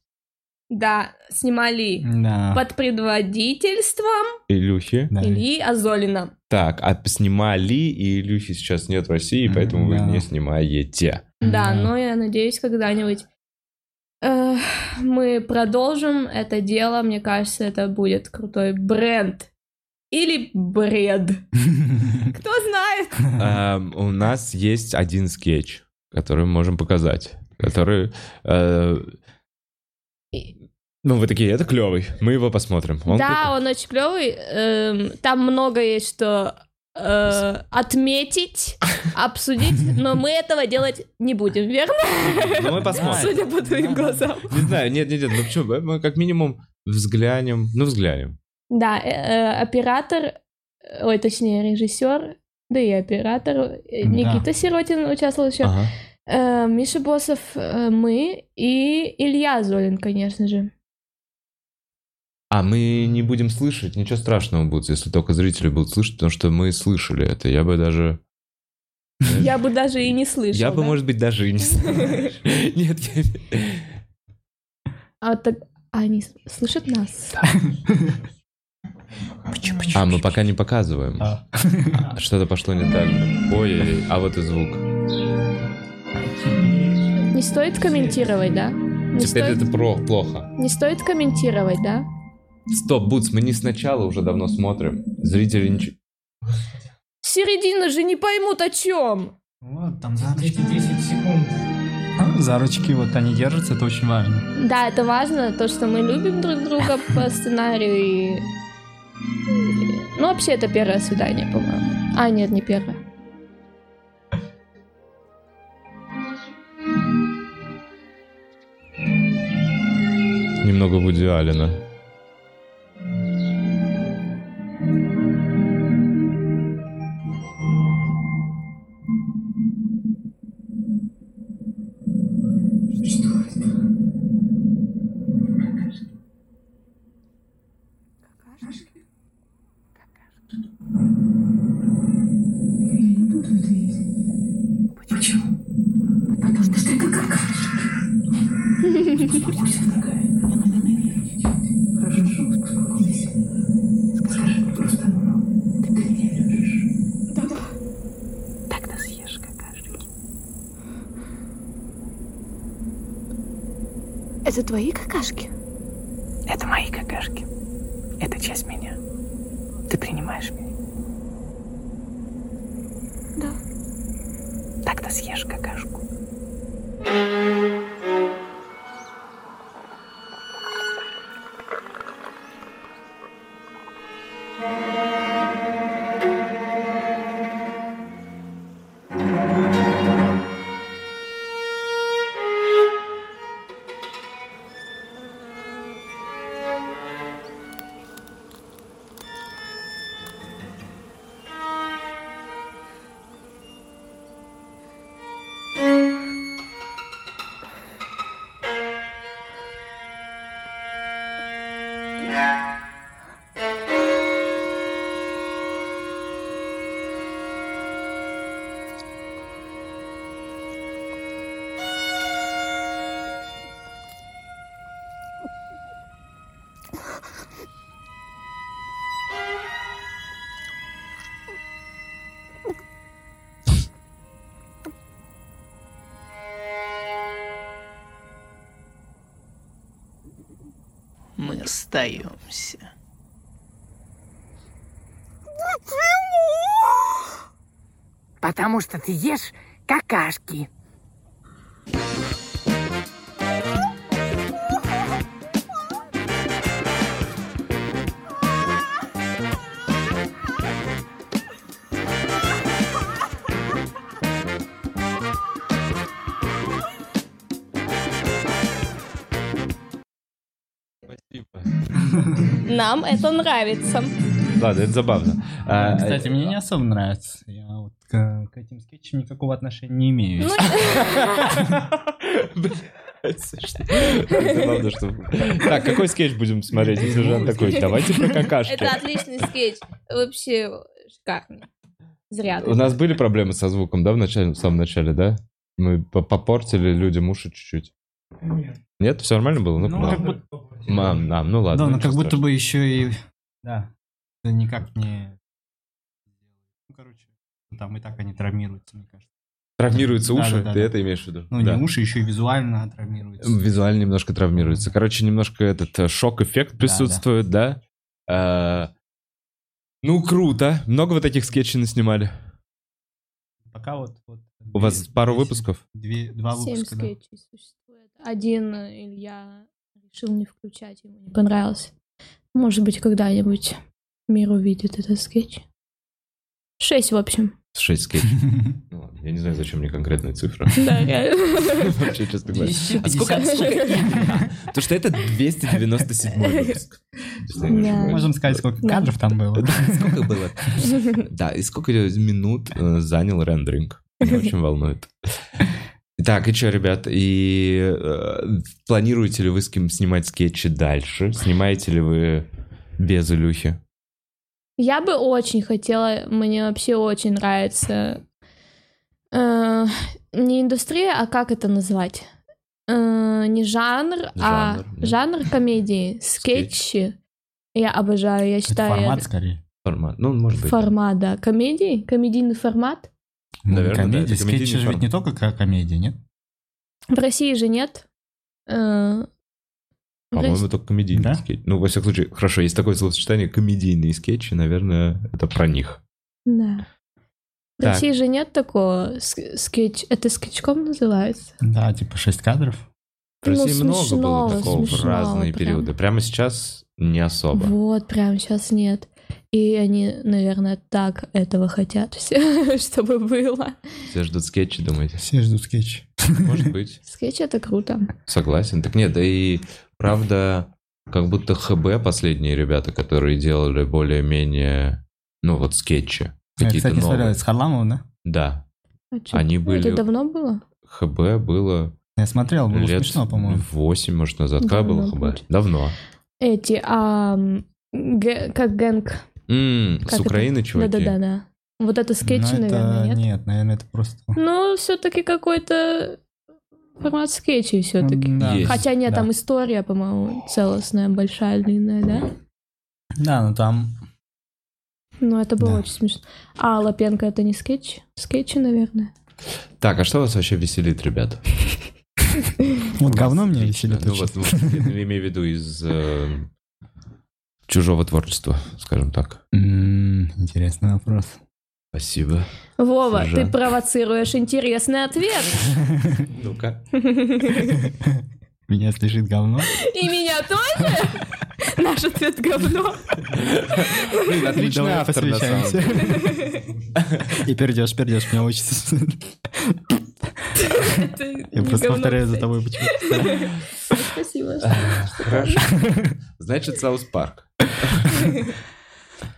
C: Да, снимали
A: Да.
C: под предводительством
B: Илюхи.
A: Да.
C: Ильи Азолина.
B: Так, а снимали, и Илюхи сейчас нет в России, поэтому вы
A: Да.
B: не снимаете.
C: Да,
A: Да.
C: но я надеюсь, когда-нибудь э, мы продолжим это дело. Мне кажется, это будет крутой бренд. Или бред. Кто знает?
B: Эм, У нас есть один скетч, который мы можем показать, который... э, Ну, вы такие, это клевый, мы его посмотрим. Он
C: да,
B: прикольный.
C: он очень клевый. там много есть что э, отметить, обсудить, но мы этого делать не будем, верно?
B: Ну, мы посмотрим.
C: Судя по твоим глазам.
B: Не знаю, нет, нет, нет, ну почему, мы как минимум взглянем, ну взглянем.
C: Да, э, э, оператор, э, ой, точнее, режиссер, да и оператор э,
A: Да.
C: Никита Сиротин участвовал еще.
B: Ага.
C: Э, Миша Босов, э, мы и Илья Золин, конечно же.
B: А мы не будем слышать, ничего страшного будет, если только зрители будут слышать, потому что мы слышали это. Я бы даже...
C: Я бы даже и не слышал.
B: я бы,
C: да?
B: может быть, даже и не слышал. Нет, я-
C: А вот так... а они с- слышат нас?
B: А, мы пока не показываем.
A: А.
B: Что-то пошло не так. Ой, а вот и звук.
C: Не стоит комментировать, да? Не,
B: Теперь
C: стоит...
B: это про- плохо.
C: не стоит комментировать, да?
B: Стоп, Буц, мы не сначала уже давно смотрим. Зрители ничего...
C: Середина же не поймут о чем.
A: Вот, там за 10 секунд.
B: Ну,
A: За ручки вот они держатся, это очень важно.
C: Да, это важно, то, что мы любим друг друга по сценарию и... и- Ну, вообще, это первое свидание, по-моему. А, нет, не первое.
B: Немного Вуди Алина.
D: не буду ответить. Почему? Потому что ты какашка. Успокойся, дорогая. Не надо мне верить. Хорошо, успокойся. Скажи мне просто одно. Ты мне веришь? Да. Тогда съешь какашки.
E: Это твои какашки?
D: Это мои какашки. Это часть меня. Ты принимаешь меня?
E: Да.
D: Тогда съешь какашку.
F: мы остаемся.
G: Потому что ты ешь какашки.
B: Спасибо.
C: Нам это нравится.
B: Ладно, это забавно. А,
A: Кстати,
B: э,
A: мне не особо нравится. Я вот к, к этим скетчам никакого отношения не имею.
C: Ну,
B: Блядь, слушай, это забавно, что... Так, какой скетч будем смотреть? Если Жан такой, давайте про какашки.
C: это отличный скетч. Вообще шикарно. Зря.
B: У нас были проблемы со звуком, да, в начале, в самом начале, да? Мы по- попортили людям уши чуть-чуть. Нет. Нет, все нормально было? Ну,
A: Ну,
B: ладно.
A: как будто...
B: Мам, нам, ну ладно.
A: да, ну
B: ничего
A: как будто
B: страшного.
A: бы еще и... Да. Это никак не... Ну, короче, там и так они травмируются, мне кажется.
B: Травмируются
A: Да,
B: уши,
A: да, да,
B: ты
A: да.
B: это имеешь в виду?
A: Ну,
B: Да.
A: не уши, еще и визуально травмируются.
B: Визуально немножко травмируется. Короче, немножко этот э, шок-эффект
A: Да,
B: присутствует, да? Э, Ну, круто. Много вот таких скетчей наснимали.
A: Пока вот... вот
B: У вас
A: две-
B: пару
A: две-
B: выпусков?
A: Две, два
C: Семь
A: выпуска, да.
C: скетчей существует. Один э, Илья решил не включать, ему не понравился. Может быть, когда-нибудь мир увидит этот скетч. Шесть, в общем.
B: Шесть скетчей. Ну ладно, я не знаю, зачем мне конкретная цифра.
C: Да, реально.
B: Вообще, честно говоря. А сколько? Потому что это 297 выпуск. Если я не
C: Да.
B: ошибаюсь.
A: Можем сказать, сколько
C: Да.
A: кадров там было.
B: Да, сколько было? Да, и сколько минут э, занял рендеринг? Меня очень волнует. Так, и что, ребят, и э, планируете ли вы с кем снимать скетчи дальше? Снимаете ли вы без Илюхи?
C: Я бы очень хотела, мне вообще очень нравится э, не индустрия, а как это назвать? Э, не жанр, а
B: Жанр, да.
C: жанр комедии,
B: Скетч.
C: скетчи. Я обожаю, я
A: Это
C: считаю.
A: формат
C: это-
A: скорее.
B: Формат? Ну, может быть. да.
C: формат, да. Комедии, комедийный формат.
A: Ну,
B: Наверное, да,
A: комедия.
B: это комедийный
A: Скетчи же ведь
B: формат.
A: не только ко- комедия, нет?
C: В России же нет. Э, в
B: По-моему,
C: Рос-
B: только комедийные
A: Да?
B: скетчи. Ну, во всяком случае, хорошо, есть такое словосочетание комедийные скетчи, наверное, это про них.
C: Да. В
B: Так.
C: России же нет такого ск- скетч. Это скетчком называется?
A: Да, типа шесть кадров.
B: В России
C: Ну,
B: много было
C: смешного,
B: такого в
C: смешного
B: разные
C: прям.
B: периоды. Прямо сейчас не особо.
C: Вот, прям сейчас нет. И они, наверное, так этого хотят все, чтобы было.
B: Все ждут скетчи, думаете?
A: Все ждут скетч.
B: Может быть.
C: Скетч это круто.
B: Согласен. Так нет, да и правда, как будто ХБ последние ребята, которые делали более-менее, ну вот скетчи.
A: Я,
B: Какие-то
A: кстати, не смотрел,
B: новые.
A: это с Харламовым, да?
B: Да.
C: А чё?
B: Они
C: Ну, Это
B: были-
C: давно было?
B: ХБ было
A: Я смотрел, было
B: лет
A: смешно, по-моему.
B: 8, может, назад. Когда
C: Давно,
B: было ХБ?
C: получается.
B: Давно.
C: Эти, а... м, Гэ- как гэнг.
B: М,
C: Как
B: С
C: это?
B: Украины, чуваки?
C: Да-да-да-да. Вот это скетчи,
A: Ну, это-
C: наверное, нет?
A: Нет, наверное, это просто...
C: Ну, все-таки какой-то формат скетчей все-таки.
A: Да.
B: Есть.
C: Хотя нет,
A: Да.
C: там история, по-моему, целостная, большая, длинная, да?
A: Да, ну там...
C: Но Ну, это было
A: Да.
C: очень смешно. А Лапенко это не скетч? Скетчи, наверное.
B: Так, а что вас вообще веселит, ребят?
A: Вот говно меня
B: Отлично.
A: веселит.
B: Ну,
A: очень.
B: вот, вот, я имею в виду из э, чужого творчества, скажем так.
A: М, Интересный вопрос.
B: Спасибо.
C: Вова,
B: Слушай.
C: ты провоцируешь интересный ответ.
B: Ну-ка.
A: Меня слежит говно.
C: И меня тоже? Наш ответ говно.
B: Отличный
A: Давай
B: автор, на самом
A: посвящаемся. И пердешь, пердешь, меня очень...
C: Это
A: Я
C: не
A: просто
C: говно,
A: повторяю за
C: кстати.
A: тобой почему
C: Спасибо.
B: Хорошо. Значит, Саус Парк.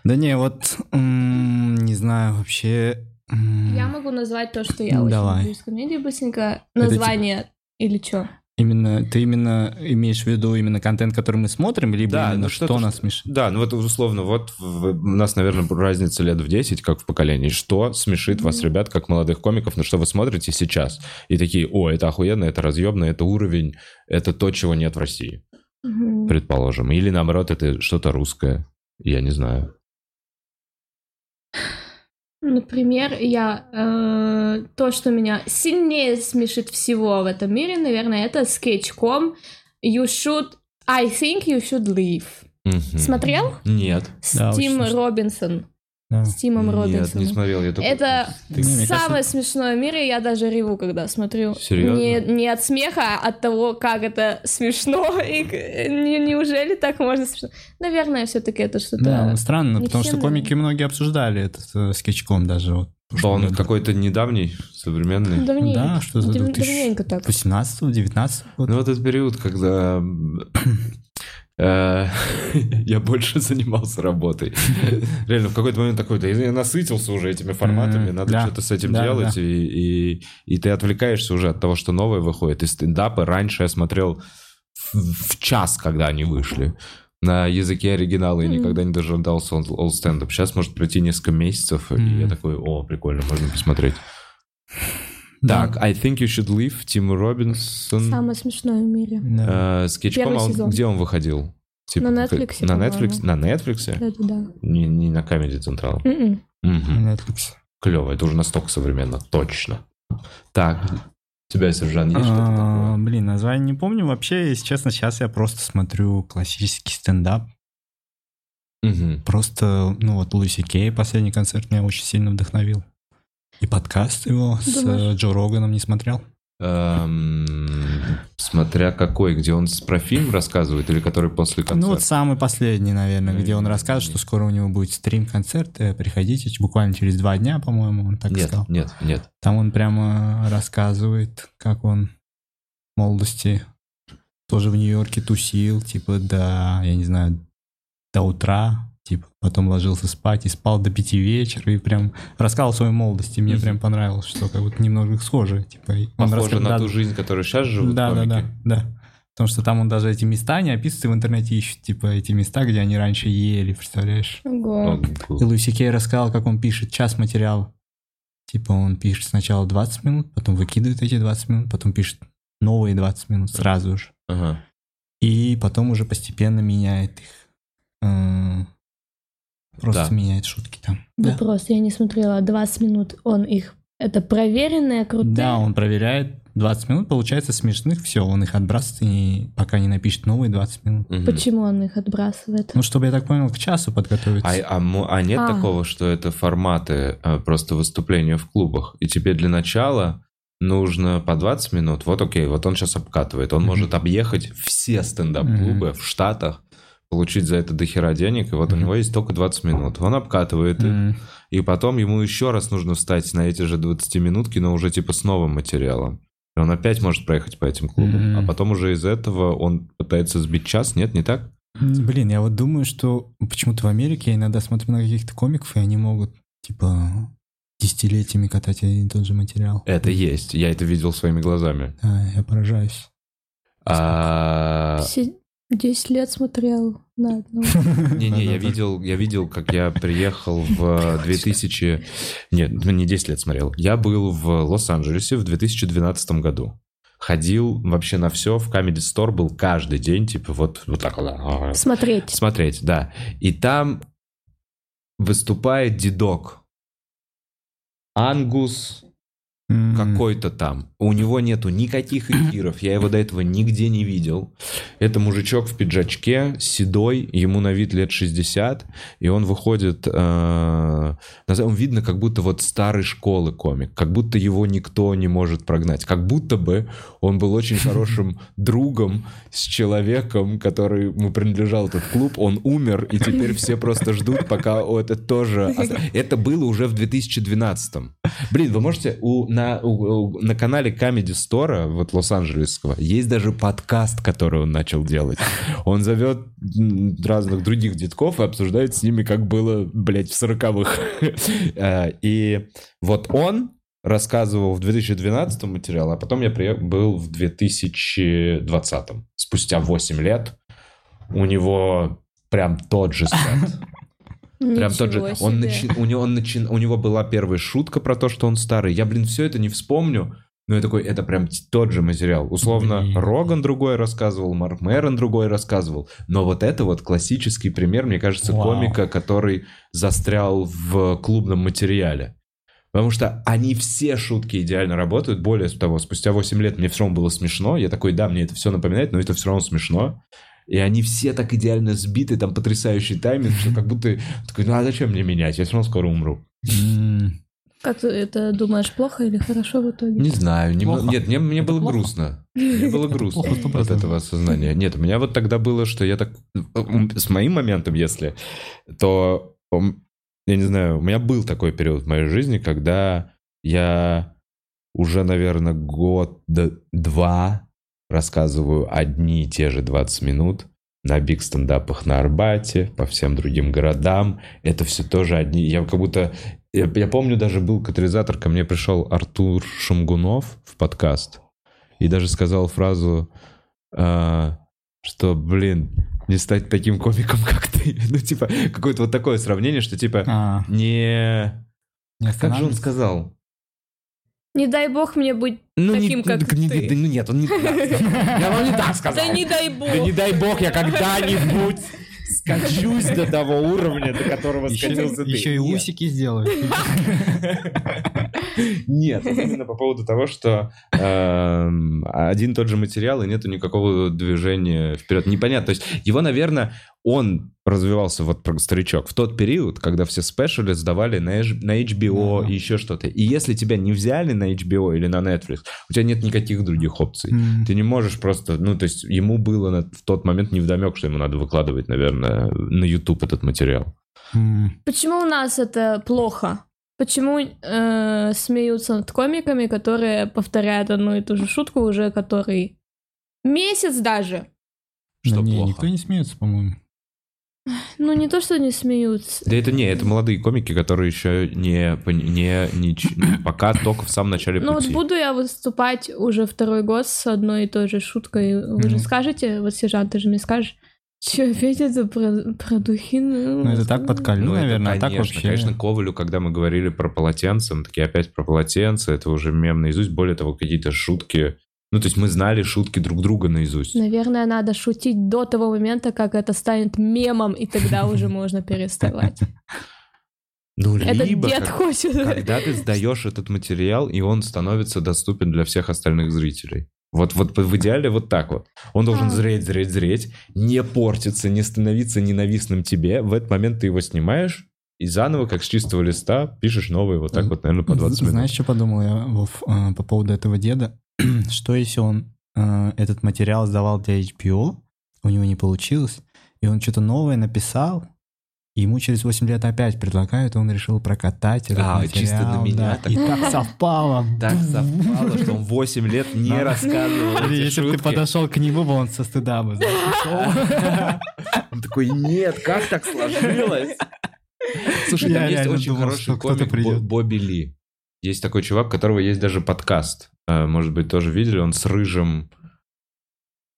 A: Да не, вот... м, Не знаю, вообще... м,
C: Я могу назвать то, что я очень
A: Давай.
C: люблю из комедии быстренько.
A: Это типа-
C: Название или что?
A: Именно, ты именно имеешь в виду именно контент, который мы смотрим, либо
B: Да,
A: именно
B: ну
A: что,
B: что-то,
A: нас смешит?
B: Да, ну вот условно, вот в- у нас, наверное, разница лет в 10, как в поколении. Что смешит вас, ребят, как молодых комиков, на что вы смотрите сейчас? И такие, о, это охуенно, это разъемно, это уровень, это то, чего нет в России, предположим. Или наоборот, это что-то русское, я не знаю.
C: Например, я э, то, что меня сильнее смешит всего в этом мире, наверное, это скетчком You should I think you should leave.
B: Мгм.
C: Смотрел?
B: Нет.
C: С
A: Да, очень
C: Тим
A: смешно.
C: Робинсон.
A: Да.
C: С Тимом
B: Нет,
C: Робинсоном.
B: не смотрел. Я только...
C: Это
A: Ты- мне
C: самое
A: кажется-
C: смешное в мире, я даже реву, когда смотрю.
B: Серьезно?
C: Не, не от смеха, а от того, как это смешно. И к- не- неужели так можно смешно? Наверное, все-таки это что-то...
A: Да, ну, странно,
C: Не
A: потому что
C: всем
A: комики многие обсуждали это с э, скетчком даже. Вот,
B: Да, он какой-то недавний, современный.
C: Давненько.
A: Да, что за
C: Дав-
A: 2000?
C: Давненько так.
A: 18-19
B: Ну, вот этот период, когда м, э, я больше занимался работой. Реально, в какой-то момент такой, да я насытился уже этими форматами,
A: М,
B: надо
A: да.
B: что-то с этим
A: Да,
B: делать,
A: да.
B: И, и- и ты отвлекаешься уже от того, что новое выходит. И стендапы раньше я смотрел в, в час, когда они вышли. На языке оригинала и
C: Мгм.
B: никогда не дожидался ол- олдстендап. Сейчас может пройти несколько месяцев, и я
A: Мгм.
B: такой, о, прикольно, можно посмотреть.
A: Да.
B: Так, I think you should leave, Тим Робинсон.
C: Самое смешное в мире.
A: Да.
B: Э, С Кичком,
C: Первый
B: а он
C: сезон.
B: где он выходил? Типа,
C: На
B: как-
C: Netflixе,
B: На
C: по-моему.
B: Netflix? На Netflix?
C: Да-да-да.
B: Не, не на Comedy Central.
C: М-м.
A: Netflix.
B: Клево, это уже настолько современно, точно. Так, у тебя, Сержан, есть что-то
A: А,
B: такое?
A: Блин, название не помню. Вообще, если честно, сейчас я просто смотрю классический стендап.
B: Мгм.
A: Просто, ну вот, Луиси Кей последний концерт меня очень сильно вдохновил. И подкаст его с э,
C: Думаешь?
A: Джо Роганом не смотрел.
B: Эм, Смотря какой, где он с- про фильм рассказывает или который после
A: Ну вот
B: концерта?
A: самый последний, наверное, где он
B: М.
A: рассказывает, что скоро у него будет стрим-концерт. э, Приходите, ч- буквально через два дня, по-моему, он так
B: Нет,
A: сказал.
B: нет, нет.
A: Там он прямо рассказывает, как он в молодости тоже в Нью-Йорке тусил, типа до, я не знаю, до утра, типа потом ложился спать и спал до пяти вечера и прям рассказывал о своей молодости. Мне
B: Мгм.
A: прям понравилось, что как будто немного схоже. Типа, и он
B: Похоже
A: рассказывал-
B: на
A: да,
B: ту жизнь, которую сейчас живут
A: да, да,
B: комики.
A: да, да. Потому что там он даже эти места не описывает, и в интернете ищут, типа, эти места, где они раньше ели, представляешь?
C: Ого.
A: И
B: Ого.
A: Луиси Кей рассказал, как он пишет час материала. Типа он пишет сначала 20 минут, потом выкидывает эти 20 минут, потом пишет новые 20 минут сразу же.
B: Ага.
A: И потом уже постепенно меняет их. Э, Просто
B: Да.
A: меняет шутки там.
C: Да просто я не смотрела. 20 минут он их... Это проверенные, крутые.
A: Да, он проверяет 20 минут, получается смешных, все, он их отбрасывает, и пока не напишет новые 20 минут.
B: Мгм.
C: Почему он их отбрасывает?
A: Ну, чтобы, я так понял, к часу подготовиться.
B: А, а мо- а нет
C: А.
B: такого, что это форматы а, просто выступления в клубах? И тебе для начала нужно по 20 минут. Вот окей, вот он сейчас обкатывает. Он
A: Мгм.
B: может объехать все стендап-клубы в Штатах, получить за это дохера денег, и вот у
A: Мгм.
B: него есть только 20 минут. Он
A: а
B: обкатывает их,
A: М.
B: и потом ему еще раз нужно встать на эти же 20 минутки, но уже типа с новым материалом. И он опять может проехать по этим клубам.
A: Мгм.
B: А потом уже из этого он пытается сбить час. Нет, не так?
A: М, Блин, я вот думаю, что почему-то в Америке я иногда смотрю на каких-то комиков, и они могут, типа, десятилетиями катать один и тот же материал.
B: Это есть. Я это видел своими глазами.
A: Да, я поражаюсь.
B: А,
C: Си- Десять лет смотрел на одну.
B: Не-не, я
A: Да-да-да.
B: видел, я видел, как я приехал в 2000... Нет, ну, не 10 лет смотрел. Я был в Лос-Анджелесе в 2012 году. Ходил вообще на все, в Comedy Store был каждый день, типа вот, вот так вот. а,
C: Смотреть.
B: Смотреть, да. И там выступает дедок. Ангус
A: М,
B: какой-то там. У него нету никаких эфиров. Я его до этого нигде не видел. Это мужичок в пиджачке, седой, ему на вид лет 60. И он выходит... э, на самом видно, как будто вот старой школы комик. Как будто его никто не может прогнать. Как будто бы он был очень хорошим другом с человеком, который ему принадлежал этот клуб. Он умер, и теперь все просто ждут, пока это тоже... ост- Это было уже в 2012 Блин, вы можете у, на, у- у- на канале Comedy Store, вот Лос-Анджелесского, есть даже подкаст, который он начал делать. Он зовет м, разных других детков и обсуждает с ними, как было, блядь, в сороковых. Э, И вот он рассказывал в 2012 материал, а потом я прие- был в 2020. Спустя 8 лет у него прям тот же сет. Прям тот же.
C: Ничего
B: Он
C: себе.
B: начи- у, него, он начи- у него была первая шутка про то, что он старый. Я, блин, все это не вспомню. Но я такой, это прям т- тот же материал. Условно,
A: Блин.
B: Роган другой рассказывал, Марк Мэрон другой рассказывал. Но вот это вот классический пример, мне кажется,
A: Вау.
B: комика, который застрял в клубном материале. Потому что они все шутки идеально работают. Более того, спустя 8 лет мне все равно было смешно. Я такой, да, мне это все напоминает, но это все равно смешно. И они все так идеально сбиты, там потрясающий тайминг, что как будто такой, ну а зачем мне менять? Я все равно скоро умру.
A: м.
C: Как ты это думаешь, плохо или хорошо в итоге?
B: Не знаю. не
A: Плохо.
B: м- нет, мне, мне
A: Это
B: было
A: плохо?
B: грустно. Мне было
A: Это
B: грустно
A: плохо, сто
B: от
A: процентов.
B: этого осознания. Нет, у меня вот тогда было, что я так... э, С моим моментом, если, то... м, Я не знаю, у меня был такой период в моей жизни, когда я уже, наверное, год, д- два рассказываю одни и те же 20 минут на биг стендапах на Арбате, по всем другим городам. Это все тоже одни... Я как будто... Я, я помню, даже был катализатор, ко мне пришел Артур Шамгунов в подкаст и даже сказал фразу, а, что, блин, не стать таким комиком, как ты. Ну, типа, какое-то вот такое сравнение, что, типа,
A: А,
B: не...
A: не
B: Как же он
A: останавливайся.
B: сказал?
C: Не дай бог мне быть
B: Ну, не-
C: таким, как
B: так не-
C: ты.
B: да ну, нет, он не так сказал. Я вам не так сказал.
C: Да не дай
B: Да не
C: бог.
B: дай бог, я когда-нибудь скачусь до того уровня, до которого скатился
A: Еще,
B: ты.
A: еще и
B: Нет.
A: усики сделаю.
B: Нет, вот именно по поводу того, что эм, один и тот же материал, и нету никакого движения вперед. Непонятно. То есть его, наверное, он развивался, вот про старичок, в тот период, когда все спешили сдавали на, H- на HBO и еще что-то. И если тебя не взяли на HBO или на Netflix, у тебя нет никаких других опций.
A: М.
B: Ты не можешь просто, ну, то есть ему было на- в тот момент невдомек, что ему надо выкладывать, наверное, на YouTube этот материал.
A: М.
C: Почему у нас это плохо? Почему э, смеются над комиками, которые повторяют одну и ту же шутку уже который месяц даже?
B: Что
A: Да не,
B: плохо.
A: Никто не смеется, по-моему.
C: Ну не то, что не смеются.
B: Да это не, это молодые комики, которые еще не, пон- не, не ч- пока только в самом начале
C: Ну вот
B: пути.
C: буду я выступать уже второй год с одной и той же шуткой. Вы же
A: Мгм.
C: скажете, вот сержант, ты же мне скажешь, че опять это про, про духи?
A: Ну, это так под кольну,
B: Ну, это,
A: наверное, а так
B: конечно,
A: вообще.
B: Конечно, Ковалю, когда мы говорили про полотенце, мы такие опять про полотенце, это уже мем наизусть, более того, какие-то шутки. Ну, то есть мы знали шутки друг друга наизусть.
C: Наверное, надо шутить до того момента, как это станет мемом, и тогда уже можно переставать.
B: Ну,
C: Этот
B: либо
C: дед
B: как-
C: хочет.
B: когда ты сдаешь этот материал, и он становится доступен для всех остальных зрителей. Вот, вот в идеале вот так вот. Он должен
C: А.
B: зреть, зреть, зреть, не портиться, не становиться ненавистным тебе. В этот момент ты его снимаешь и заново, как с чистого листа, пишешь новый вот так вот, наверное, по 20 минут.
A: Знаешь, что подумал я, Вов, э, по поводу этого деда? что если он э, этот материал сдавал для HBO, у него не получилось, и он что-то новое написал, и ему через 8 лет опять предлагают, и он решил прокатать этот
B: А,
A: материал,
B: чисто на меня
A: да. И так совпало.
B: Так совпало, что он 8 лет не
A: Надо.
B: рассказывал
A: Блин,
B: эти
A: Если бы ты
B: шутки.
A: подошел к нему, бы он со стыда бы зашел.
B: Он такой, нет, как так сложилось? Слушай,
A: Я
B: там есть
A: реально
B: очень
A: думал,
B: хороший
A: что кто-то
B: комик Бо-
A: придет.
B: Бобби Ли. Есть такой чувак, у которого есть даже подкаст. Э, Может быть, тоже видели. Он с рыжим...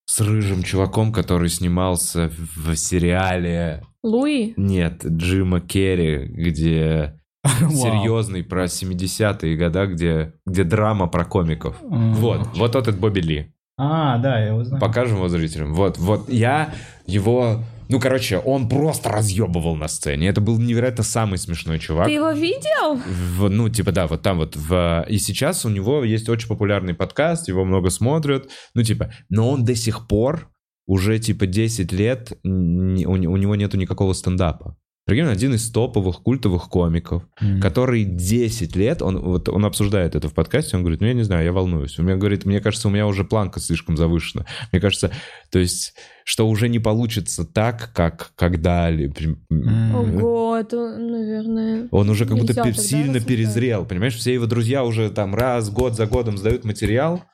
B: с рыжим чуваком, который снимался в сериале...
C: Луи?
B: Нет, Джима Керри, где... Серьезный, про 70-е года, где, где драма про комиков.
A: М.
B: Вот, вот этот Бобби Ли.
A: А, да, я его знаю.
B: Покажем его зрителям. Вот, вот я его... Ну, короче, он просто разъебывал на сцене. Это был невероятно самый смешной чувак.
C: Ты его видел?
B: В- ну, типа, да, вот там вот. В, и сейчас у него есть очень популярный подкаст, его много смотрят. Ну, типа, но он до сих пор уже, типа, 10 лет, н- у, у него нету никакого стендапа. Прикинь, он один из топовых культовых комиков который 10 лет, он, вот, он обсуждает это в подкасте, он говорит, ну я не знаю, я волнуюсь. У меня, говорит, мне кажется, у меня уже планка слишком завышена. Мне кажется, то есть, что уже не получится так, как когда... ли- при-
A: М.
C: Ого, это, наверное...
B: Он уже как будто
C: Нельзя
B: пер-
C: тогда
B: сильно
C: рассуждать.
B: перезрел, понимаешь? Все его друзья уже там раз, год за годом сдают материал,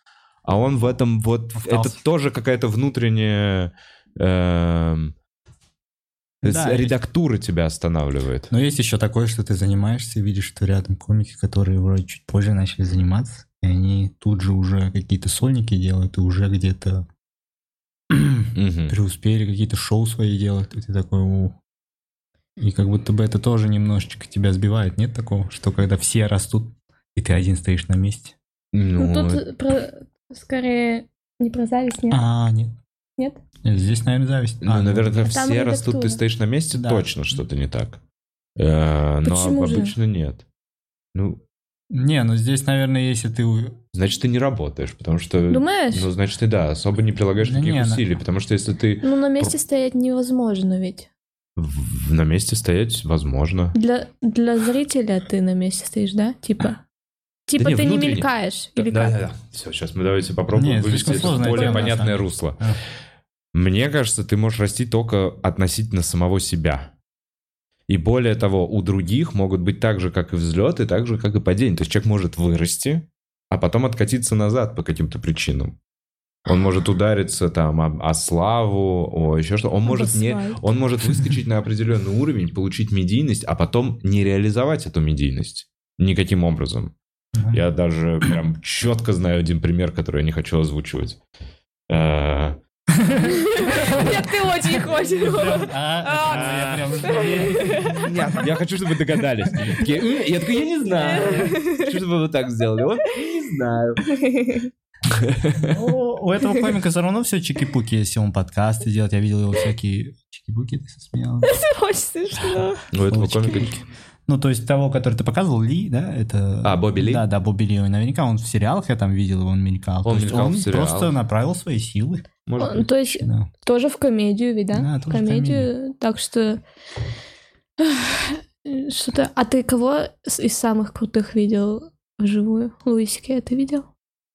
B: а он в этом вот...
A: Остался.
B: Это тоже какая-то внутренняя... эм,
A: Да,
B: с-
A: есть.
B: редактура тебя останавливает.
A: Но есть еще такое, что ты занимаешься и видишь, что рядом комики, которые вроде чуть позже начали заниматься, и они тут же уже какие-то сольники делают, и уже где-то Ну,
B: Мгм.
A: преуспели, какие-то шоу свои делают, и ты такой, у. И как будто бы это тоже немножечко тебя сбивает, нет такого, что когда все растут, и ты один стоишь на месте?
C: Ну,
B: Ну,
C: тут про- скорее не про зависть, нет.
A: А, нет.
C: Нет?
A: Здесь, наверное, зависть.
B: Ну,
A: А,
B: наверное,
C: там
B: все
C: редактура.
B: растут, ты стоишь на месте,
A: Да.
B: точно что-то не так. Э, Но
C: Почему же?
B: обычно нет. Ну,
A: Не, ну здесь, наверное, если ты... у-
B: значит, ты не работаешь, потому что...
C: Думаешь?
B: Ну, значит, ты, да, особо не прилагаешь
A: Да
B: никаких
A: не, ну. на-
B: усилий, потому что если ты
C: Ну, на месте стоять невозможно ведь.
B: в- на месте стоять, возможно.
C: Для, для зрителя ты на месте стоишь, да? Типа. Типа
B: не,
C: ты не
B: внутренне.
C: мелькаешь. Или
B: да,
C: как?
B: да, да. Все, сейчас мы давайте попробуем
A: Не,
B: вывести
A: слишком
B: это в
A: сложная
B: более
A: тема, на
B: понятное
A: самом деле.
B: русло.
A: А.
B: Мне кажется, ты можешь расти только относительно самого себя. И более того, у других могут быть так же, как и взлеты, так же, как и падения. То есть человек может вырасти, а потом откатиться назад по каким-то причинам. Он может удариться там об- о, славу, о еще что. Он может не,
C: асфальт.
B: он может выскочить на определенный уровень, получить медийность, а потом не реализовать эту медийность никаким образом.
A: Мгм.
B: Я даже прям четко знаю один пример, который я не хочу озвучивать. Э,
C: Нет, ты очень хочешь.
A: А, это я прям-
B: Нет, я хочу, чтобы вы догадались. Такие, «М, Я такой, я не знаю. Хочу, чтобы вы вот так сделали. Он, не знаю.
A: Ну, У этого комика все равно все чики-пуки, если он подкасты делает. Я видел его всякие чики-пуки, ты смеялась.
C: Очень смешно.
B: У этого комика...
A: Ну, то есть того, который ты показывал, Ли, да, это...
B: А, Бобби Ли?
A: Да, да, Бобби Ли. Он Наверняка он в сериалах, я там видел, его, он мелькал.
B: Он
A: То есть
B: мелькал
A: он
B: в сериалах.
A: просто направил свои силы.
B: Может
C: Он,
B: быть.
C: То есть
A: Да.
C: тоже в комедию, ведь, да?
A: Да,
C: в
A: тоже в
C: комедию. Так что... Что-то... А ты кого с- из самых крутых видел вживую? Луисике ты видел?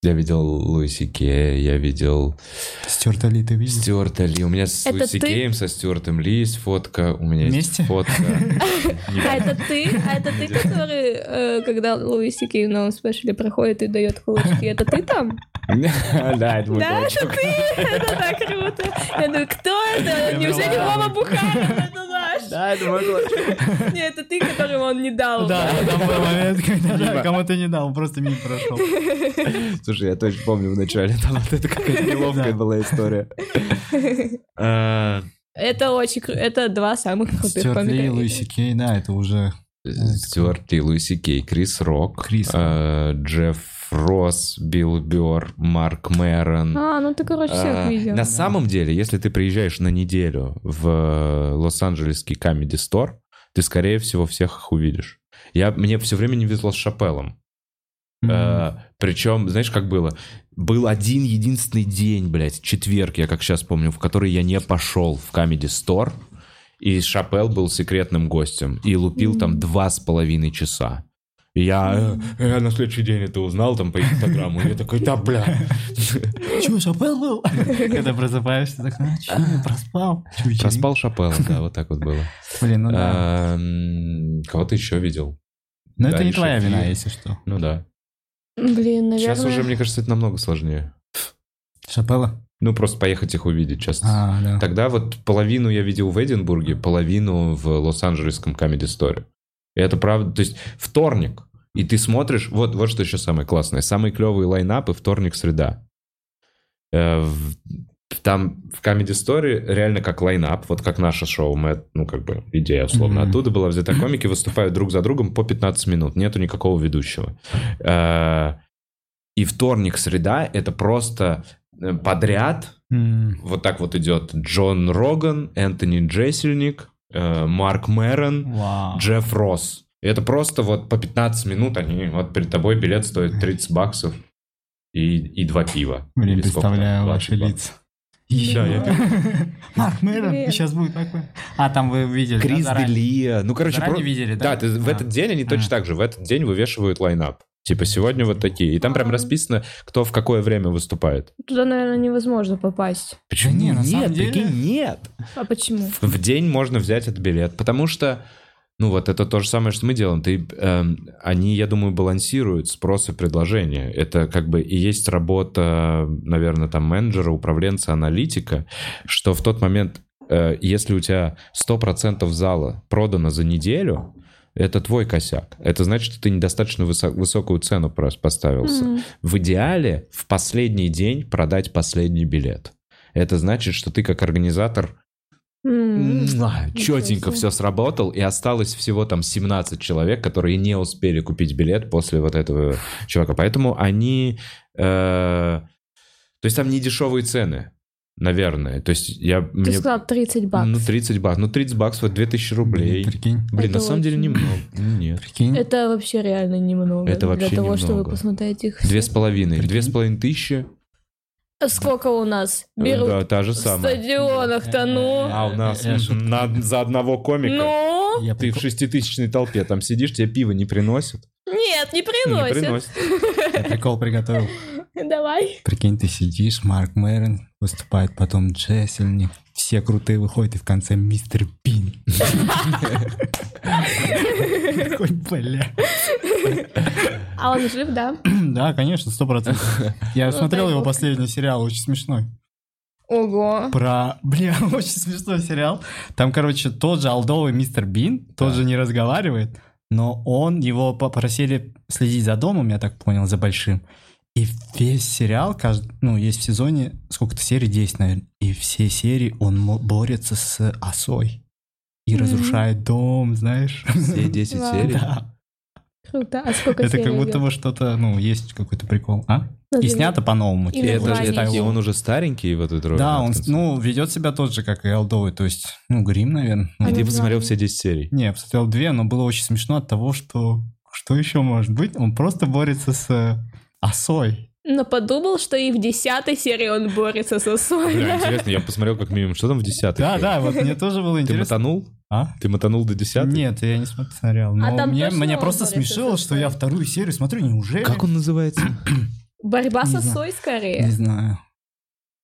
B: Я видел Луиси Кея, я видел
A: Стюарта Ли ты видел?
B: Стюарта Ли. У меня с
C: Это
B: Луиси
C: ты?
B: Кеем, со Стюартом Ли есть фотка. У меня есть
A: Вместе?
B: фотка. Не
C: А
B: важно.
C: это ты? А это ты, который, э, когда Луисики в новом спешле проходит и дает кулачки? Это ты там?
B: Да, это мой
C: Да,
B: чувак.
C: это ты? Это так круто. Я думаю, кто это? Неужели Вова Бухарин? Это наш.
B: Да, это мой чувак.
C: Нет, это ты, которому он не дал.
A: Да, там был момент, когда
B: Мимо.
A: да, кому-то не дал, он просто мимо прошел.
B: Слушай, я точно помню в начале, там вот это какая-то неловкая
A: Да.
B: была история. А,
C: Это очень круто. Это два самых крутых
A: Стюарт Ли,
C: комика.
A: Луиси Кей, да, это уже...
B: Стюарт Ли, Луиси Кей, Крис Рок,
A: Крис Рок.
B: э, Джефф Росс, Билл Бёрр, Марк Мэрон.
C: А, ну ты, короче, всех
B: Э,
C: видел.
B: На самом деле, если ты приезжаешь на неделю в э, Лос-Анджелесский Comedy Store, ты, скорее всего, всех их увидишь. Я, мне все время не везло с Шапеллом. А. Причем, Э, знаешь, как было? Был один единственный день, блядь, четверг, я как сейчас помню, в который я не пошел в Comedy Store, и Шапел был секретным гостем, и лупил там два с половиной часа. И я, э, э, на следующий день это узнал там по Инстаграму, и я такой, да, бля,
A: Чего, Шапел был? Когда просыпаешься, так, а, чё, я проспал? Чё, вечеринка?
B: проспал А, Шапела, да, вот так вот было.
A: Блин, ну да.
B: Эм, Кого ты еще видел?
A: Но Ну, это не
B: дальше
A: твоя
B: ты-
A: вина, если что.
B: Ну да.
C: Блин,
A: Ну,
C: наверное...
B: Сейчас уже, мне кажется, это намного сложнее.
A: Шапелла?
B: Ну, просто поехать их увидеть часто.
A: А, да.
B: Тогда вот половину я видел в Эдинбурге, половину в Лос-Анджелесском Comedy Store. И это правда, то есть вторник, и ты смотришь, вот, вот что еще самое классное, самые клевые лайнапы вторник, среда. Э, в- Там в Comedy Story реально как лайнап, вот как наше шоу, мы, ну, как бы, идея условно
A: Мгм.
B: оттуда была взята. Комики выступают друг за другом по 15 минут, нету никакого ведущего. Э, И вторник, среда, это просто э, подряд
A: М,
B: вот так вот идет Джон Роган, Энтони Джессельник, э, Марк Мэрон,
A: Вау.
B: Джефф Росс. И это просто вот по 15 минут они, вот перед тобой билет стоит 30 баксов и, и два пива.
A: Блин,
B: Или сколько там,
A: представляю
B: два
A: ваши
B: пива.
A: лица.
B: Да, я
A: Марк Мэрон,
C: Привет.
A: и сейчас будет такое. А, там вы видели, да,
B: Крис
A: заранее?
B: Делия. Ну, короче,
A: Заранее
B: про-
A: видели, да?
B: да, ты в
A: А.
B: этот день они
A: А.
B: точно так же, в этот день вывешивают лайнап. Типа сегодня вот такие. И там
A: А.
B: прям расписано, кто в какое время выступает.
C: Туда, наверное, невозможно попасть.
B: Почему?
A: не, на
B: нет,
A: самом деле-
B: прикинь, нет.
C: А почему?
B: в день можно взять этот билет, потому что, ну вот это то же самое, что мы делаем. Ты, эм, они, я думаю, балансируют спрос и предложение. Это как бы и есть работа, наверное, там менеджера, управленца, аналитика, что в тот момент, э, если у тебя 100% зала продано за неделю, это твой косяк. Это значит, что ты недостаточно высо- высокую цену прос- поставился.
C: М.
B: В идеале в последний день продать последний билет. Это значит, что ты как организатор
C: М.
B: Муа,
C: Ничего
B: Четенько
C: себе.
B: все сработал, и осталось всего там 17 человек, которые не успели купить билет после вот этого чувака. Поэтому они... э, то есть там не дешевые цены, наверное. То есть я...
C: Ты
B: мне-
C: сказал 30
B: Ну,
C: баксов.
B: 30 баксов. Ну, 30 баксов, вот 2000 рублей.
A: Блин,
B: Блин,
A: прикинь.
B: на
C: Это
B: самом деле
C: очень.
B: немного. Нет.
A: Прикинь.
C: Это вообще реально немного.
B: Это вообще
C: Для того,
B: немного.
C: что вы посмотрите их
B: Две с
C: всех.
B: половиной.
A: Прикинь.
B: Две с половиной тысячи. э,
C: А Сколько у нас берут
B: Да, та же
C: в
B: самая.
C: стадионах-то, ну?
B: А у нас
A: Я
B: м,
A: шутка.
B: на- за одного комика.
C: Ну?
A: Я
B: Ты
A: прикол-
B: в шеститысячной толпе там сидишь, тебе пиво не приносят. Ну,
C: Нет, не
B: Не
C: приносит.
B: приносят.
A: я прикол приготовил.
C: Давай.
A: Прикинь, ты сидишь, Марк Мэрон выступает, потом Джессельник, все крутые выходят, и в конце мистер Бин. Такой, бля.
C: А он жив, да?
A: Да, конечно, сто процентов. Я
C: Ну,
A: смотрел
C: дай
A: его
C: бог.
A: последний сериал, очень смешной.
C: Ого.
A: Про, бля, очень смешной сериал. Там, короче, тот же алдовый мистер Бин, тот
B: Да.
A: же не разговаривает, но он, его попросили следить за домом, я так понял, за большим. И весь сериал, кажд- ну, есть в сезоне сколько-то серий, 10, наверное, и все серии он мо- борется с осой. И
C: Мгм.
A: разрушает дом, знаешь.
B: Все 10
C: Вау.
B: серий.
A: Да.
C: Круто. А сколько
A: Это как
C: серий
A: будто
C: идет?
A: бы что-то, ну, есть какой-то прикол, а? И
C: Назови.
A: снято по-новому.
C: И
B: И
A: типа,
B: это,
A: очень
C: название.
B: это- и
A: стайлово.
B: он уже старенький в этот роли.
A: Да, он,
B: Аткинсон.
A: ну, ведет себя тот же, как и Алдовый, то есть, ну, грим, наверное.
C: А
B: И ты
C: название?
B: посмотрел все 10 серий.
A: Не, я посмотрел две, но было очень смешно от того, что что еще может быть? Он просто борется с э, осой.
C: Но подумал, что и в десятой серии он борется со
B: Бля,
C: Соней.
B: интересно, я посмотрел как минимум, что там в 10
A: Да, да, вот мне тоже было
B: Ты
A: интересно.
B: мотанул?
A: А?
B: Ты мотанул до 10
A: Нет, я не смотрел. Но
C: А там
A: мне,
C: точно
A: меня
C: он
A: просто
C: борется
A: смешило,
C: со
A: что я
C: осой?
A: вторую серию смотрю, неужели?
B: Как он называется?
C: Борьба
A: Не
C: со
A: знаю.
C: Сой
A: Не
C: скорее.
A: знаю.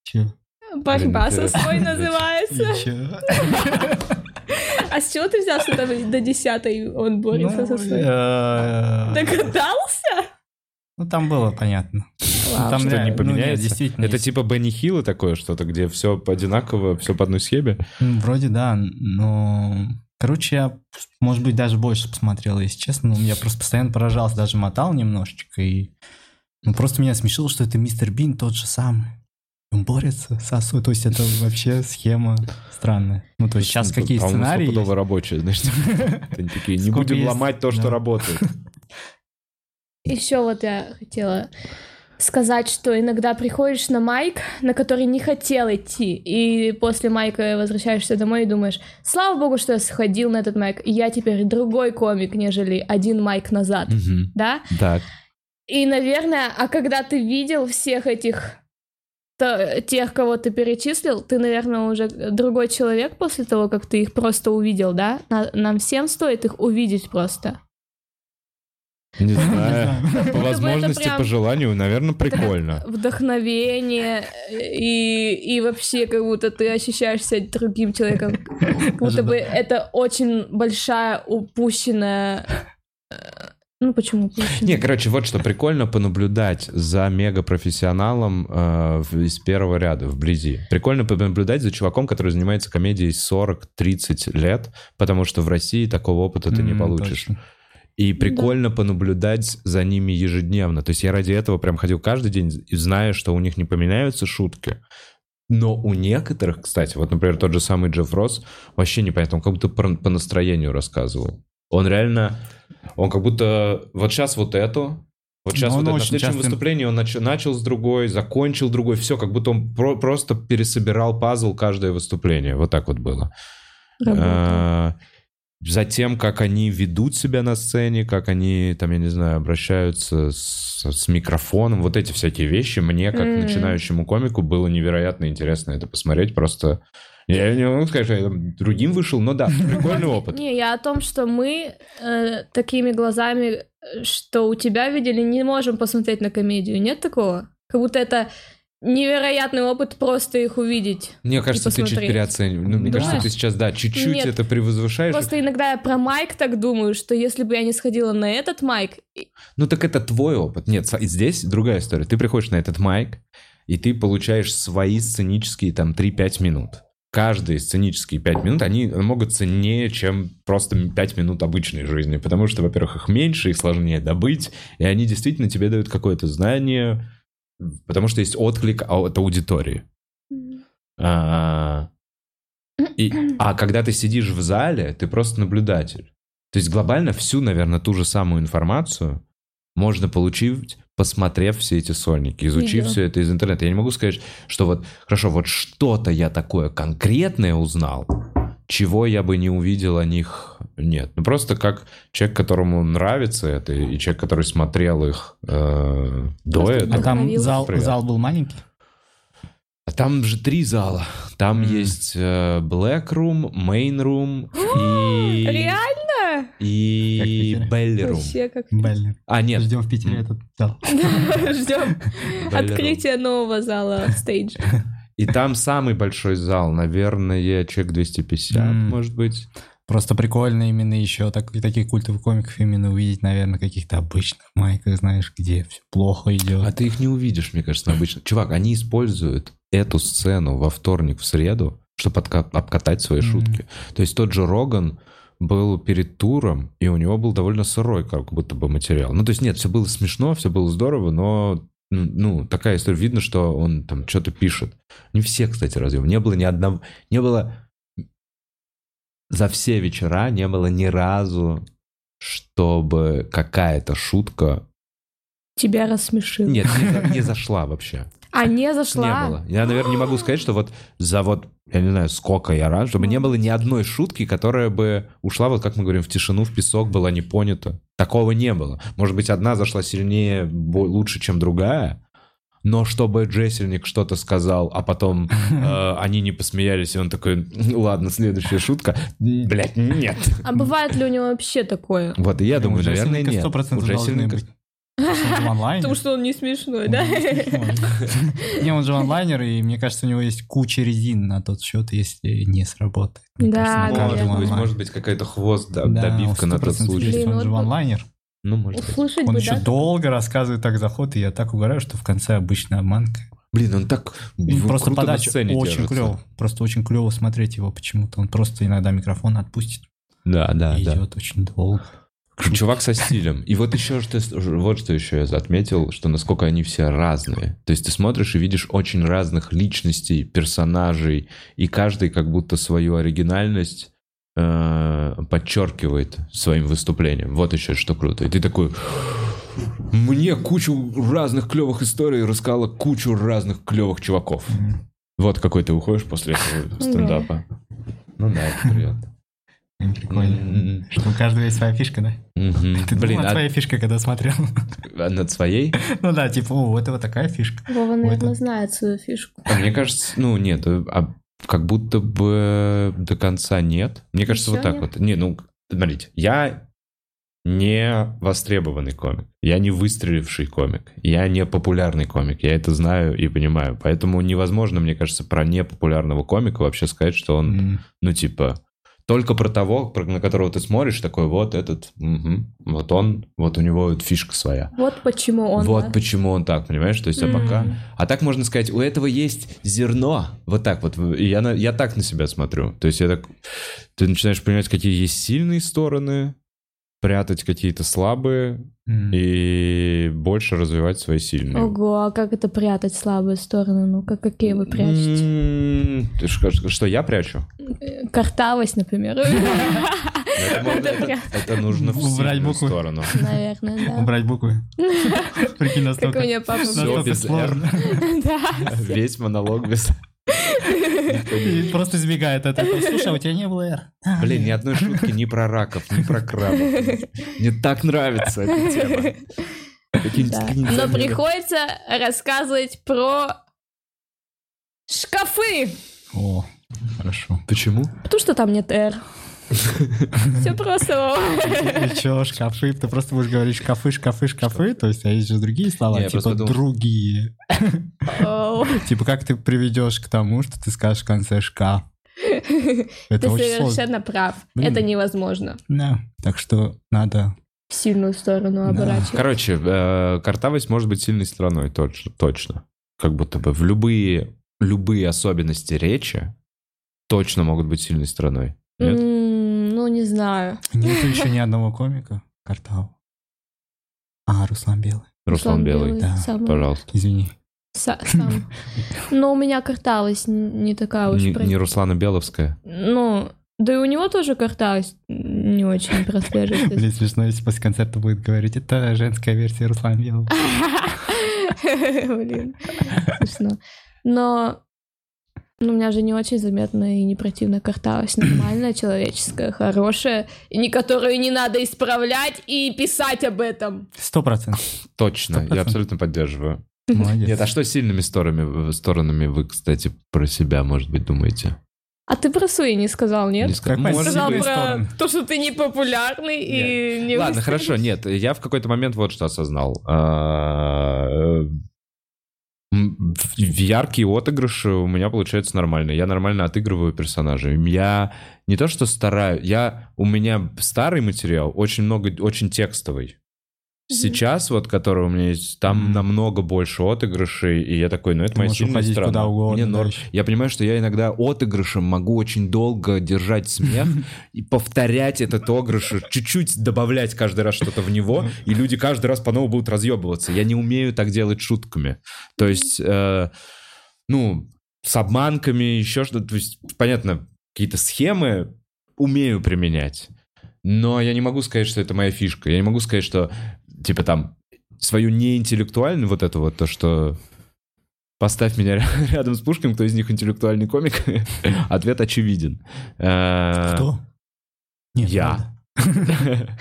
A: Че?
C: Борьба
B: Блин,
C: со
B: интересно.
C: Сой называется. А с чего ты взял, что там до десятой он борется со Сой? Догадался?
A: э, Ну, там было понятно.
C: Вау.
A: Там
B: Что, не
A: реально- ну, нет,
B: поменяется?
A: действительно.
B: Это
A: есть.
B: типа Бенни Хилла такое что-то, где все одинаково, все по одной схеме.
A: Ну, Вроде да, но... Короче, я, может быть, даже больше посмотрел, если честно. но Я просто постоянно поражался, даже мотал немножечко. И... Ну, просто меня смешило, что это мистер Бин тот же самый. Он борется с осой. То есть это вообще схема странная. Ну, то есть сейчас какие
B: По-моему,
A: сценарии есть?
B: стопудово рабочие, значит. Они такие, не
A: Сколько
B: будем
A: есть?
B: ломать то, что
A: Да.
B: работает.
C: Еще вот я хотела сказать, что иногда приходишь на майк, на который не хотел идти, и после майка возвращаешься домой и думаешь, слава богу, что я сходил на этот майк, я теперь другой комик, нежели один майк назад,
B: Мгм.
C: да?
B: Так.
C: И, наверное, а когда ты видел всех этих, то- тех, кого ты перечислил, ты, наверное, уже другой человек после того, как ты их просто увидел, да? На- нам всем стоит их увидеть просто.
B: Не
A: знаю.
B: знаю.
C: будто
B: По
C: бы это
B: возможности,
C: прям-
B: по желанию, наверное, прикольно.
C: вдохновение э, и, и вообще как будто ты ощущаешься другим человеком. Как будто бы это очень большая упущенная... э, Ну почему
B: Не,
C: упущенная?
B: короче, вот что прикольно понаблюдать за мегапрофессионалом э, в- из первого ряда, вблизи. Прикольно понаблюдать за чуваком, который занимается комедией 40-30 лет, потому что в России такого опыта ты не
A: М,
B: получишь.
A: точно.
B: И прикольно понаблюдать за ними ежедневно. То есть я ради этого прям ходил каждый день, и зная, что у них не поменяются шутки. Но у некоторых, кстати, вот, например, тот же самый Джефф Росс, вообще непонятно, он как будто по, по настроению рассказывал. Он реально, он как будто вот сейчас вот эту, вот сейчас
A: Но
B: вот
A: он
B: это. на
A: очень
B: следующем
A: часто-
B: выступлении он нач- начал с другой, закончил другой, все, как будто он про- просто пересобирал пазл каждое выступление. Вот так вот было.
C: Работа.
B: Э, за тем, как они ведут себя на сцене, как они, там, я не знаю, обращаются с, с микрофоном, вот эти всякие вещи, мне, как
C: М.
B: начинающему комику, было невероятно интересно это посмотреть, просто... Я не могу сказать, что я там другим вышел, но да, прикольный опыт.
C: Не, я о том, что мы э, такими глазами, э, что у тебя видели, не можем посмотреть на комедию. Нет такого? Как будто это невероятный опыт просто их увидеть.
B: Мне кажется, ты чуть
C: посмотреть.
B: переоцениваешь. Ну, мне
A: Да.
B: кажется, ты сейчас, да, чуть-чуть
C: Нет.
B: это превозвышаешь.
C: Просто иногда я про Майк так думаю, что если бы я не сходила на этот Майк, и-
B: Ну так это твой опыт. Нет, со- здесь другая история. Ты приходишь на этот майк, и ты получаешь свои сценические там 3-5 минут. Каждые сценические 5 минут, они могут ценнее, чем просто 5 минут обычной жизни. Потому что, во-первых, их меньше, их сложнее добыть, и они действительно тебе дают какое-то знание, потому что есть отклик а- от аудитории. А, и- а когда ты сидишь в зале, ты просто наблюдатель. То есть глобально всю, наверное, ту же самую информацию можно получить, посмотрев все эти сольники, изучив
C: Видео.
B: все это из интернета. Я не могу сказать, что вот, хорошо, вот что-то я такое конкретное узнал, чего я бы не увидел о них, нет. Ну просто как человек, которому нравится это, и человек, который смотрел их э, до
C: Просто
B: этого.
A: А там
C: Вдохновило.
A: зал,
B: Привет.
A: зал был маленький?
B: А Там же три зала. Там
A: М.
B: есть э, Black Room, Main Room и,
C: реально?
B: и
A: Как Питер.
B: Belly Room.
C: Вообще как
A: Блин.
B: А, нет.
A: Ждем в Питере этот зал.
C: ждем
B: Belly Room.
C: открытия нового зала стейдж.
B: И там самый большой зал, наверное, человек 250,
A: М.
B: может быть.
A: Просто прикольно именно еще так- таких культовых комиков именно увидеть, наверное, каких-то обычных майках, знаешь, где все плохо
B: А
A: идет.
B: ты их не увидишь, мне кажется, обычно. Чувак, они используют эту сцену во вторник, в среду, чтобы отка- обкатать свои
A: Мгм.
B: шутки. То есть тот же Роган был перед туром, и у него был довольно сырой как будто бы материал. Ну, то есть нет, все было смешно, все было здорово, но м, ну, такая история. Видно, что он там что-то пишет. Не все, кстати, разъем. Не было ни одного... Не было... За все вечера не было ни разу, чтобы какая-то шутка...
C: Тебя рассмешил.
B: Нет, не за- не зашла вообще.
C: А не
B: Не
C: зашла?
B: было. Я, наверное, не могу сказать, что вот за вот, я не знаю, сколько я рад, чтобы не было ни одной шутки, которая бы ушла, вот как мы говорим, в тишину, в песок, была не понята. Такого не было. Может быть, одна зашла сильнее, бо- лучше, чем другая, но чтобы Джессельник что-то сказал, а потом э, они не посмеялись, и он такой, «Ну ладно, следующая шутка. Блять, нет.
C: А бывает ли у него вообще такое?
B: Вот, и я думаю, наверное, нет.
A: Сто процентов
B: У
A: должны
B: Джессельника-
A: быть. Потому что он же в онлайне.
C: Потому что он не смешной,
A: Он
C: да?
A: же не смешной. Не, он же онлайнер, и мне кажется, у него есть куча резин на тот счет, если не сработает. Мне
C: Да,
A: кажется, на
C: да,
A: каждом
B: Может быть,
A: онлайн.
B: может быть, какая-то хвост да,
A: Да,
B: добивка на
A: 100%
B: тот случай.
A: есть, Он
C: Блин,
A: же в
C: вот-
A: онлайнер.
B: Ну, может быть.
C: Услышать
A: Он
C: бы,
A: еще
C: да?
A: долго рассказывает так заход, и я так угораю, что в конце обычно обманка.
B: Блин, он так
A: И
B: в-
A: просто
B: круто на
A: подача
B: сцене
A: очень
B: держится.
A: клево. Просто очень клево смотреть его почему-то. Он просто иногда микрофон отпустит
B: Да, да,
A: и
B: да.
A: идет очень долго.
B: Чувак со стилем. И вот еще что, вот что еще я отметил, что насколько они все разные. То есть ты смотришь и видишь очень разных личностей, персонажей, и каждый как будто свою оригинальность э, подчеркивает своим выступлением. Вот еще что круто. И ты такой, мне кучу разных клевых историй рассказала кучу разных клевых чуваков. Вот какой ты уходишь после этого стендапа. Ну да, это приятно. М-м-м.
A: Что у каждого есть своя фишка, да?
B: Мгм.
A: Ты
B: Блин,
A: думал,
B: а-
A: а твоя фишка, когда смотрел?
B: а над своей?
A: Ну да, типа, о, у этого такая фишка.
C: Вова,
A: этом.
C: наверное, знает свою фишку.
B: А Мне кажется, ну нет, э, а как будто бы до конца нет. Мне кажется,
C: Ещё
B: вот так
C: нет?
B: вот. Не, ну, смотрите, я не востребованный комик, я не выстреливший комик, я не популярный комик, я это знаю и понимаю. Поэтому невозможно, мне кажется, про непопулярного комика вообще сказать, что он
A: М.
B: ну, типа, только про того, про- на которого ты смотришь, такой вот этот, мгм, вот он, вот у него вот фишка своя.
C: Вот почему он...
B: вот
C: да?
B: почему он так, понимаешь? То есть, а пока... А так можно сказать, у этого есть зерно. Вот так вот. И я, на- я так на себя смотрю. То есть, я так... Ты начинаешь понимать, какие есть сильные стороны, прятать какие-то слабые
A: М.
B: и больше развивать свои сильные.
C: Ого, а как это прятать слабые стороны? Ну, как какие вы прячете?
B: М, ты ш- ш- Что я прячу?
C: Э, Картавость, например.
B: Это, можно-
C: Это
B: это- это нужно в
A: Убрать
B: сильную
A: буквы.
B: сторону.
C: Наверное, да.
A: Убрать буквы. Прикинь,
C: Как у
A: настолько...
C: меня папа
B: Всё.
A: настолько
B: без «Р».
A: сложно.
C: Да.
B: Весь монолог без...
A: И Просто избегает от этого. Слушай, а у тебя не было «Р».
B: Блин, ни одной шутки ни про раков, ни про крабов. Мне так нравится эта тема. Какие-нибудь
C: Да.
B: скринзамены.
C: Но приходится рассказывать про шкафы,
A: О, хорошо.
B: Почему?
C: потому что там нет R. Все просто.
A: А, И чё, шкафы? Ты просто будешь говорить шкафы, шкафы, шкафы. То есть, а есть же другие слова,
B: Не, я
A: типа
B: просто думал, что-
A: другие.
C: Оу.
A: Типа, как ты приведешь к тому, что ты скажешь в конце шкаф?
C: Ты
A: Это очень сложно.
C: совершенно прав.
A: Блин.
C: Это невозможно.
A: Да, так что надо...
C: В сильную сторону
A: Да.
C: оборачивать.
B: Короче, э, картавость может быть сильной стороной, точ- точно. Как будто бы в любые, любые особенности речи точно могут быть сильной стороной. Нет?
C: М, Ну, не знаю.
A: Нет еще ни одного комика. Картау. А, Руслан Белый.
B: Руслан Белый,
A: да,
C: самый-
B: пожалуйста.
A: Извини.
C: са- сам. Но у меня карталась н- не такая уж...
B: Не,
C: про-
B: не Руслана Беловская.
C: Ну, да и у него тоже карталась не очень прослеживается.
A: Блин, смешно, если после концерта будет говорить, это женская версия Руслана Белого.
C: Блин, смешно. Но ну, у меня же не очень заметно и не противно карталась нормальная, человеческая, хорошая, и не которую не надо исправлять и писать об этом.
A: Сто процентов.
B: Точно,
A: 100%.
B: я абсолютно поддерживаю.
A: Молодец.
B: Нет, а что с сильными сторонами, сторонами вы, кстати, про себя, может быть, думаете?
C: А ты про свои не сказал, нет?
B: Не ска-
A: Какая
B: Может
C: сказал
A: сильная
B: быть.
C: про
A: стороны.
C: то, что ты не популярный и не
B: Ладно,
C: выставишь.
B: хорошо, нет, я в какой-то момент вот что осознал. А, э, м, в- в Яркие отыгрыши у меня получаются нормально. Я нормально отыгрываю персонажей. Я не то что стараюсь, я у меня старый материал очень много, очень текстовый. Сейчас вот, который у меня есть, там
A: Мгм.
B: намного больше отыгрышей, и я такой, ну это
A: Ты
B: моя
A: можешь
B: сильная
A: уходить
B: сторона.
A: куда угодно
B: Мне норм.
A: дальше.
B: Я понимаю, что я иногда отыгрышем могу очень долго держать смех и повторять этот отыгрыш, чуть-чуть добавлять каждый раз что-то в него, и люди каждый раз по-новому будут разъебываться. Я не умею так делать шутками. То есть, э, ну, с обманками, еще что-то. То есть, понятно, какие-то схемы умею применять. Но я не могу сказать, что это моя фишка. Я не могу сказать, что, типа, там, свою неинтеллектуальную вот это вот, то, что поставь меня ря- рядом с Пушкиным, кто из них интеллектуальный комик, ответ очевиден. Э,
A: Кто? Нет,
B: Я.
A: правда.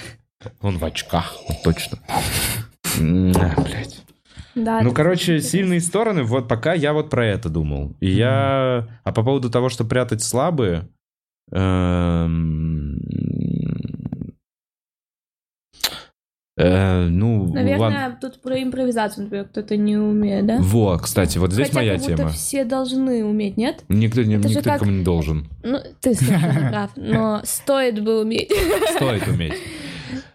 B: Он в очках, вот точно. М, а, блядь.
C: Да,
B: Ну,
C: это
B: короче,
C: интересно.
B: сильные стороны, вот пока я вот про это думал. И я... А по поводу того, что прятать слабые... эм, э, Ну,
C: Наверное,
B: ладно.
C: тут про импровизацию, например, кто-то не умеет, да?
B: Во, кстати, вот здесь
C: Хотя
B: моя
C: как будто
B: тема.
C: все должны уметь, нет?
B: Никто, не-
C: Это же
B: никто
C: как-
B: никому не должен.
C: Ну, ты совершенно прав, но стоит бы уметь.
B: Стоит уметь.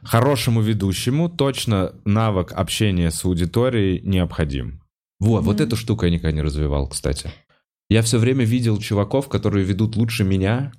B: Хорошему ведущему точно навык общения с аудиторией необходим. Вот, вот
C: Мгм.
B: эту штуку я никогда не развивал, кстати. Я все время видел чуваков, которые ведут лучше меня,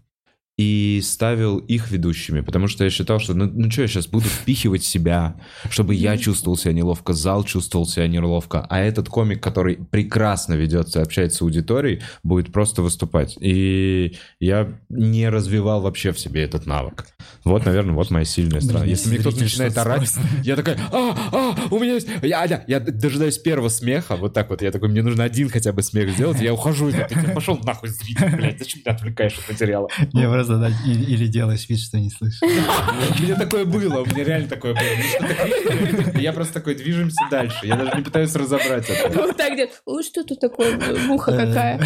B: и ставил их ведущими, потому что я считал, что ну, ну что я сейчас буду впихивать себя, чтобы я чувствовал себя неловко, зал чувствовал себя неловко, а этот комик, который прекрасно ведется, общается с аудиторией, будет просто выступать. И я не развивал вообще в себе этот навык. Вот, наверное, вот моя сильная сторона.
A: Блин,
B: Если мне кто-то
A: зритель
B: начинает
A: что-то
B: орать,
A: спросит.
B: я такой, а, а, у меня есть... Я, я, я дожидаюсь первого смеха, вот так вот. Я такой, мне нужно один хотя бы смех сделать, и я ухожу. И такой, пошел нахуй, зритель, блядь, зачем ты отвлекаешь от материала?
A: Не, просто да, и- или делаешь вид, что не слышишь.
B: У меня такое было, у меня реально такое было. Мне что-то крикнули, и Я просто такой, движемся дальше. Я даже не пытаюсь разобрать это.
C: Вот так делать. Ой, что тут такое? Муха какая.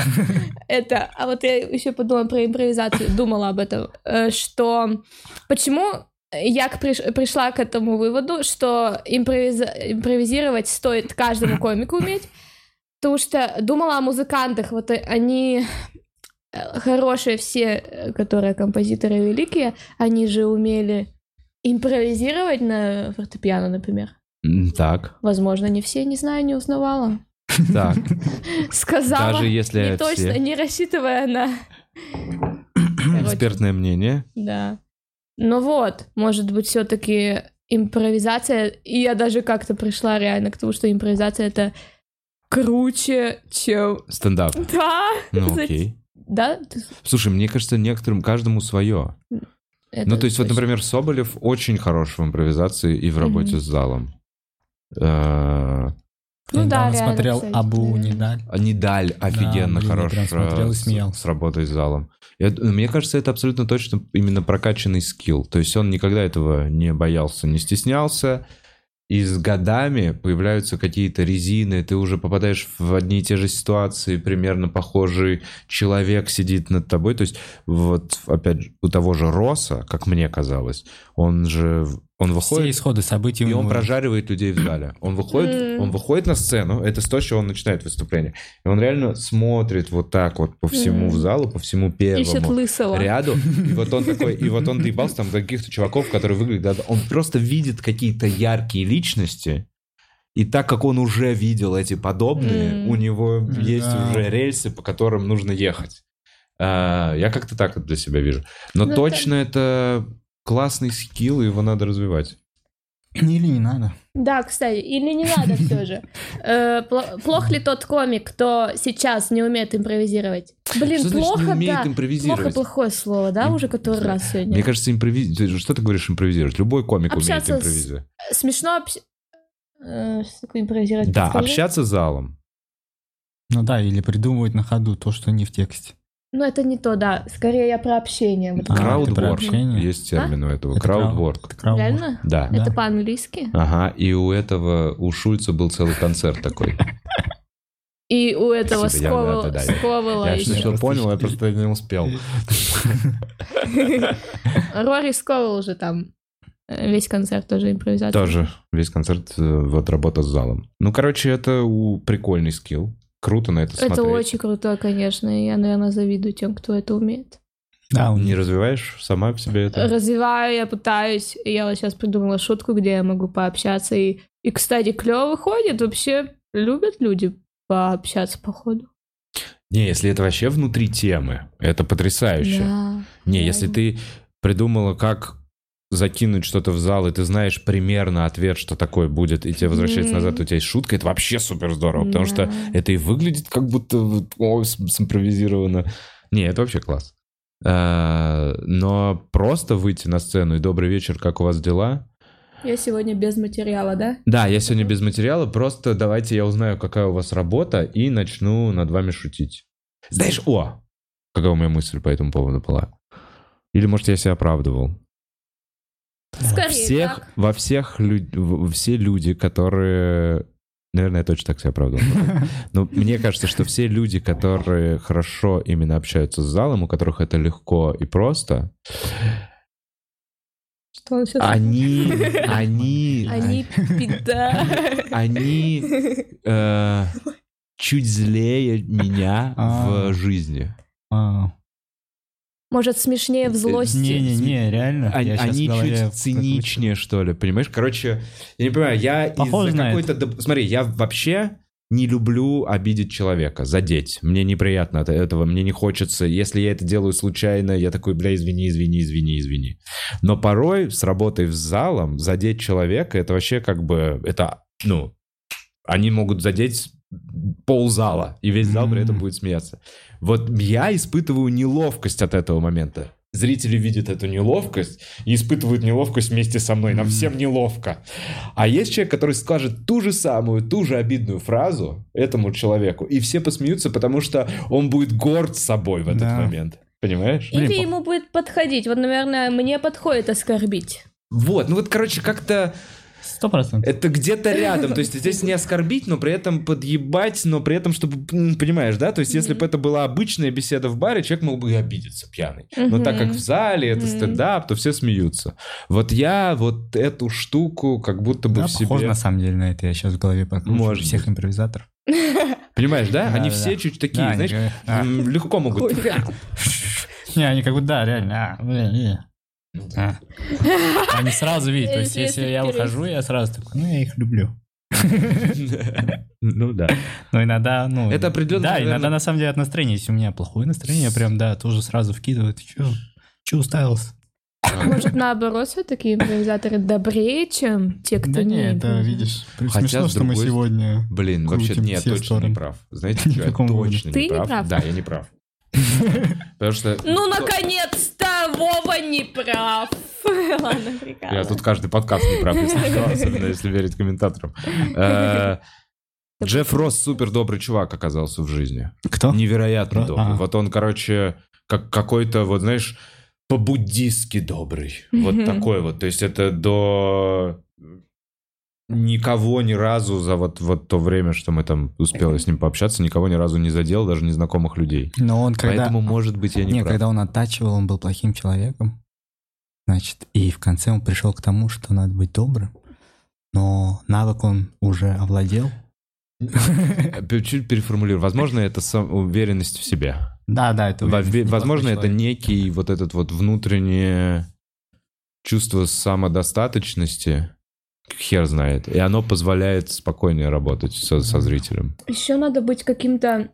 C: Это, а вот я еще подумала про импровизацию, думала об этом, э, что почему я к приш- пришла к этому выводу, что импровиза- импровизировать стоит каждому комику уметь, потому что думала о музыкантах, вот э, они э, хорошие все, э, которые композиторы великие, они же умели импровизировать на фортепиано, например.
B: Так,
C: Возможно, не все, не знаю, не узнавала.
B: так.
C: Сказала.
B: Даже
C: Не
B: если
C: точно,
B: все
C: не рассчитывая на... Короче,
B: экспертное мнение.
C: Да. Но вот, может быть, все-таки импровизация, и я даже как-то пришла реально к тому, что импровизация это круче, чем...
B: Стендап.
C: Да!
B: Ну
C: За-
B: окей.
C: Да? Ты-
B: Слушай, мне кажется, некоторым, каждому свое.
C: это
B: Ну, то есть, вот,
C: точно.
B: например, Соболев очень хорош в импровизации и в работе
C: Мгм.
B: с залом. Э,
C: Ну
A: Я
C: да,
A: недавно
C: реально,
A: смотрел
C: кстати,
A: Абу
C: наверное.
A: не дали.
B: А Нидаль офигенно
A: блин, я
B: хорош
A: прям смотрел и
B: э, с-
A: смеялся.
B: с работой с залом. Я д- ну, мне кажется, это абсолютно точно именно прокачанный скилл. То есть он никогда этого не боялся, не стеснялся. И с годами появляются какие-то резины, ты уже попадаешь в одни и те же ситуации, примерно похожий человек сидит над тобой. То есть вот, опять же, у того же Роса, как мне казалось, он же, в- он выходит...
A: Все исходы событий.
B: И
A: у
B: он
A: него-
B: прожаривает людей в зале. Он выходит,
C: М.
B: он выходит на сцену, это то, с чего он начинает выступление. И он реально смотрит вот так вот по всему
C: М.
B: в залу, по всему
C: Ищет
B: первому
C: лысого.
B: ряду. И вот он такой, и вот он доебался там до каких-то чуваков, которые выглядят... Он просто видит какие-то яркие личности, и так как он уже видел эти подобные,
C: М.
B: у него есть
A: Да.
B: уже рельсы, по которым нужно ехать. А, Я как-то так это для себя вижу. Но
C: Ну,
B: точно это классный скилл, и его надо развивать.
A: Или не надо.
C: Да, кстати, или не надо все же. Э, пло- Плох ли тот комик, кто сейчас не умеет импровизировать? Блин,
B: Что значит
C: плохо,
B: не умеет
C: да.
B: импровизировать?
C: Плохо плохое слово, да,
B: Им-
C: уже который раз сегодня.
B: Мне кажется, импровиз... ты же- Что ты говоришь импровизировать? Любой комик
C: Общаться с-
B: умеет импровизировать.
C: Смешно общ- э, что такое импровизировать?
B: Да,
C: подскажи?
B: общаться с залом.
A: Ну да, или придумывать на ходу то, что не в тексте.
C: Ну, это не то, да. Скорее я про общение. вот
A: А,
C: говорю.
A: ты про
B: Краудворк.
A: общение?
B: Есть термин у этого.
A: Это
B: Краудворк.
A: крау-
C: Реально?
B: Да.
A: Да.
C: А? Это по-английски.
B: Ага, и у этого, у Шульца был целый концерт такой.
C: И у этого
B: Спасибо, я-
C: сковал-
B: да, да, да.
C: сковала
B: Я
C: еще.
B: сначала понял, я просто не успел.
C: Рори сковал уже там. Э, Весь концерт тоже импровизация.
B: Тоже весь концерт, э, вот работа с залом. Ну, короче, это у- прикольный скилл. Круто на это смотреть.
C: Это очень круто, конечно. и Я, наверное, завидую тем, кто это умеет.
A: Да, у
B: Не
A: них
B: развиваешь сама в себе это?
C: Развиваю, я пытаюсь. И Я вот сейчас придумала шутку, где я могу пообщаться. И, и кстати, клево выходит. Вообще любят люди пообщаться, походу.
B: Не, если это вообще внутри темы, это потрясающе.
C: Да.
B: Не, если ты придумала, как закинуть что-то в зал, и ты знаешь примерно ответ, что такое будет, и тебе возвращается
C: Мгм.
B: назад, и у тебя есть шутка, это вообще супер здорово, потому что
C: Да.
B: это и выглядит как будто вот, о, с- симпровизировано. Не, это вообще класс. А, Но просто выйти на сцену и «Добрый вечер, как у вас дела?»
C: Я сегодня без материала, да?
B: Да, я сегодня без материала, просто давайте я узнаю, какая у вас работа, и начну над вами шутить. Знаешь, о! Какая у меня мысль по этому поводу была? Или, может, я себя оправдывал?
C: Скорее
B: всех,
C: так.
B: во всех люд- в- все люди, которые... Наверное, я точно так себя оправдывал. Но мне кажется, что все люди, которые хорошо именно общаются с залом, у которых это легко и просто,
C: Что он сейчас...
B: они... Они...
C: Они пида.
B: Они э, чуть злее меня
A: А.
B: в жизни.
A: А,
C: Может, смешнее в злости.
A: Не-не-не, реально.
B: Они,
A: я щас
B: они
A: в голове
B: чуть
A: как
B: циничнее, что ли, понимаешь? Короче, я не понимаю, я
A: Похоже
B: из-за
A: на
B: какой-то... доп- Смотри, я вообще не люблю обидеть человека, задеть. Мне неприятно от этого, мне не хочется. Если я это делаю случайно, я такой, бля, извини, извини, извини, извини. Но порой с работой в залом задеть человека, это вообще как бы... Это, ну, они могут задеть ползала, и весь зал при этом
A: М.
B: будет смеяться. Вот я испытываю неловкость от этого момента. Зрители видят эту неловкость и испытывают неловкость вместе со мной. Нам
A: М.
B: всем неловко. А есть человек, который скажет ту же самую, ту же обидную фразу этому человеку, и все посмеются, потому что он будет горд собой в этот
A: Да.
B: момент. Понимаешь?
C: Или
A: Блин,
C: ему будет подходить. Вот, наверное, мне подходит оскорбить.
B: Вот, ну вот, короче, как-то
A: Сто процентов.
B: это где-то рядом. То есть здесь не оскорбить, но при этом подъебать, но при этом, чтобы, м, понимаешь, да? То есть если бы
C: Мгм.
B: это была обычная беседа в баре, человек мог бы и обидеться пьяный. Но так как
C: Мгм.
B: в зале это
C: Мгм.
B: стендап, то все смеются. Вот я вот эту штуку как будто бы
A: Да,
B: в себе...
A: похоже на самом деле на это. Я сейчас в голове подкручиваю
B: Может
A: всех импровизаторов.
B: Понимаешь, да?
A: Да,
B: Они
A: да,
B: все
A: да.
B: чуть такие,
A: Да, они
B: знаешь,
A: говорят, а.
B: м, легко могут...
A: Не, они как бы, да, реально. а, блин, и, а. Они сразу видят. То есть,
C: Э, Если
A: если я
C: перес-
A: ухожу, я сразу такой, ну, я их люблю.
B: Ну да.
A: Но иногда, ну...
B: Это определенно,
A: Да,
B: наверное-
A: иногда на самом деле от настроения. Если у меня плохое настроение, я прям, да, тоже сразу вкидываю. Ты чё? Чё уставился?
C: Может, наоборот, все-таки импровизаторы добрее, чем те, кто
H: Да
C: не
H: не, это,
C: импровизирует?
H: видишь, прям
B: Хотя,
H: смешно,
B: с
H: что мы
B: другой-
H: сегодня...
B: Блин,
H: Крутим
B: вообще не, я
H: все
B: точно
H: стороны.
B: не прав. Знаете, что, я
H: каком выводе.
B: точно
C: Ты не
B: не прав.
C: прав.
B: Да, я не прав. Потому что...
C: Ну, наконец-то! Вова не прав! Ладно,
B: Я
C: прикалываюсь.
B: тут каждый подкаст не прав, если что, особенно если верить комментаторам. Э, Джефф Росс супер добрый чувак оказался в жизни.
A: Кто?
B: Невероятно
A: Ро-
B: добрый.
A: а.
B: Вот он, короче, как какой-то, вот знаешь, по-буддистски добрый. Вот
C: Мгм.
B: такой вот. То есть это до никого ни разу за вот, вот то время, что мы там успела с ним пообщаться, никого ни разу не задел, даже незнакомых людей.
A: Но он когда...
B: Поэтому, может быть, я не,
A: Не,
B: прав.
A: когда он оттачивал, он был плохим человеком. Значит, и в конце он пришел к тому, что надо быть добрым. Но навык он уже овладел.
B: Э, пе- Чуть переформулирую. Возможно, это сам- уверенность в себе.
A: Да, да, это...
B: Во-
A: уверенность,
B: Возможно, это
A: неплохой
B: некий вот этот вот внутреннее чувство самодостаточности, хер знает, и оно позволяет спокойнее работать со, со зрителем.
C: Еще надо быть каким-то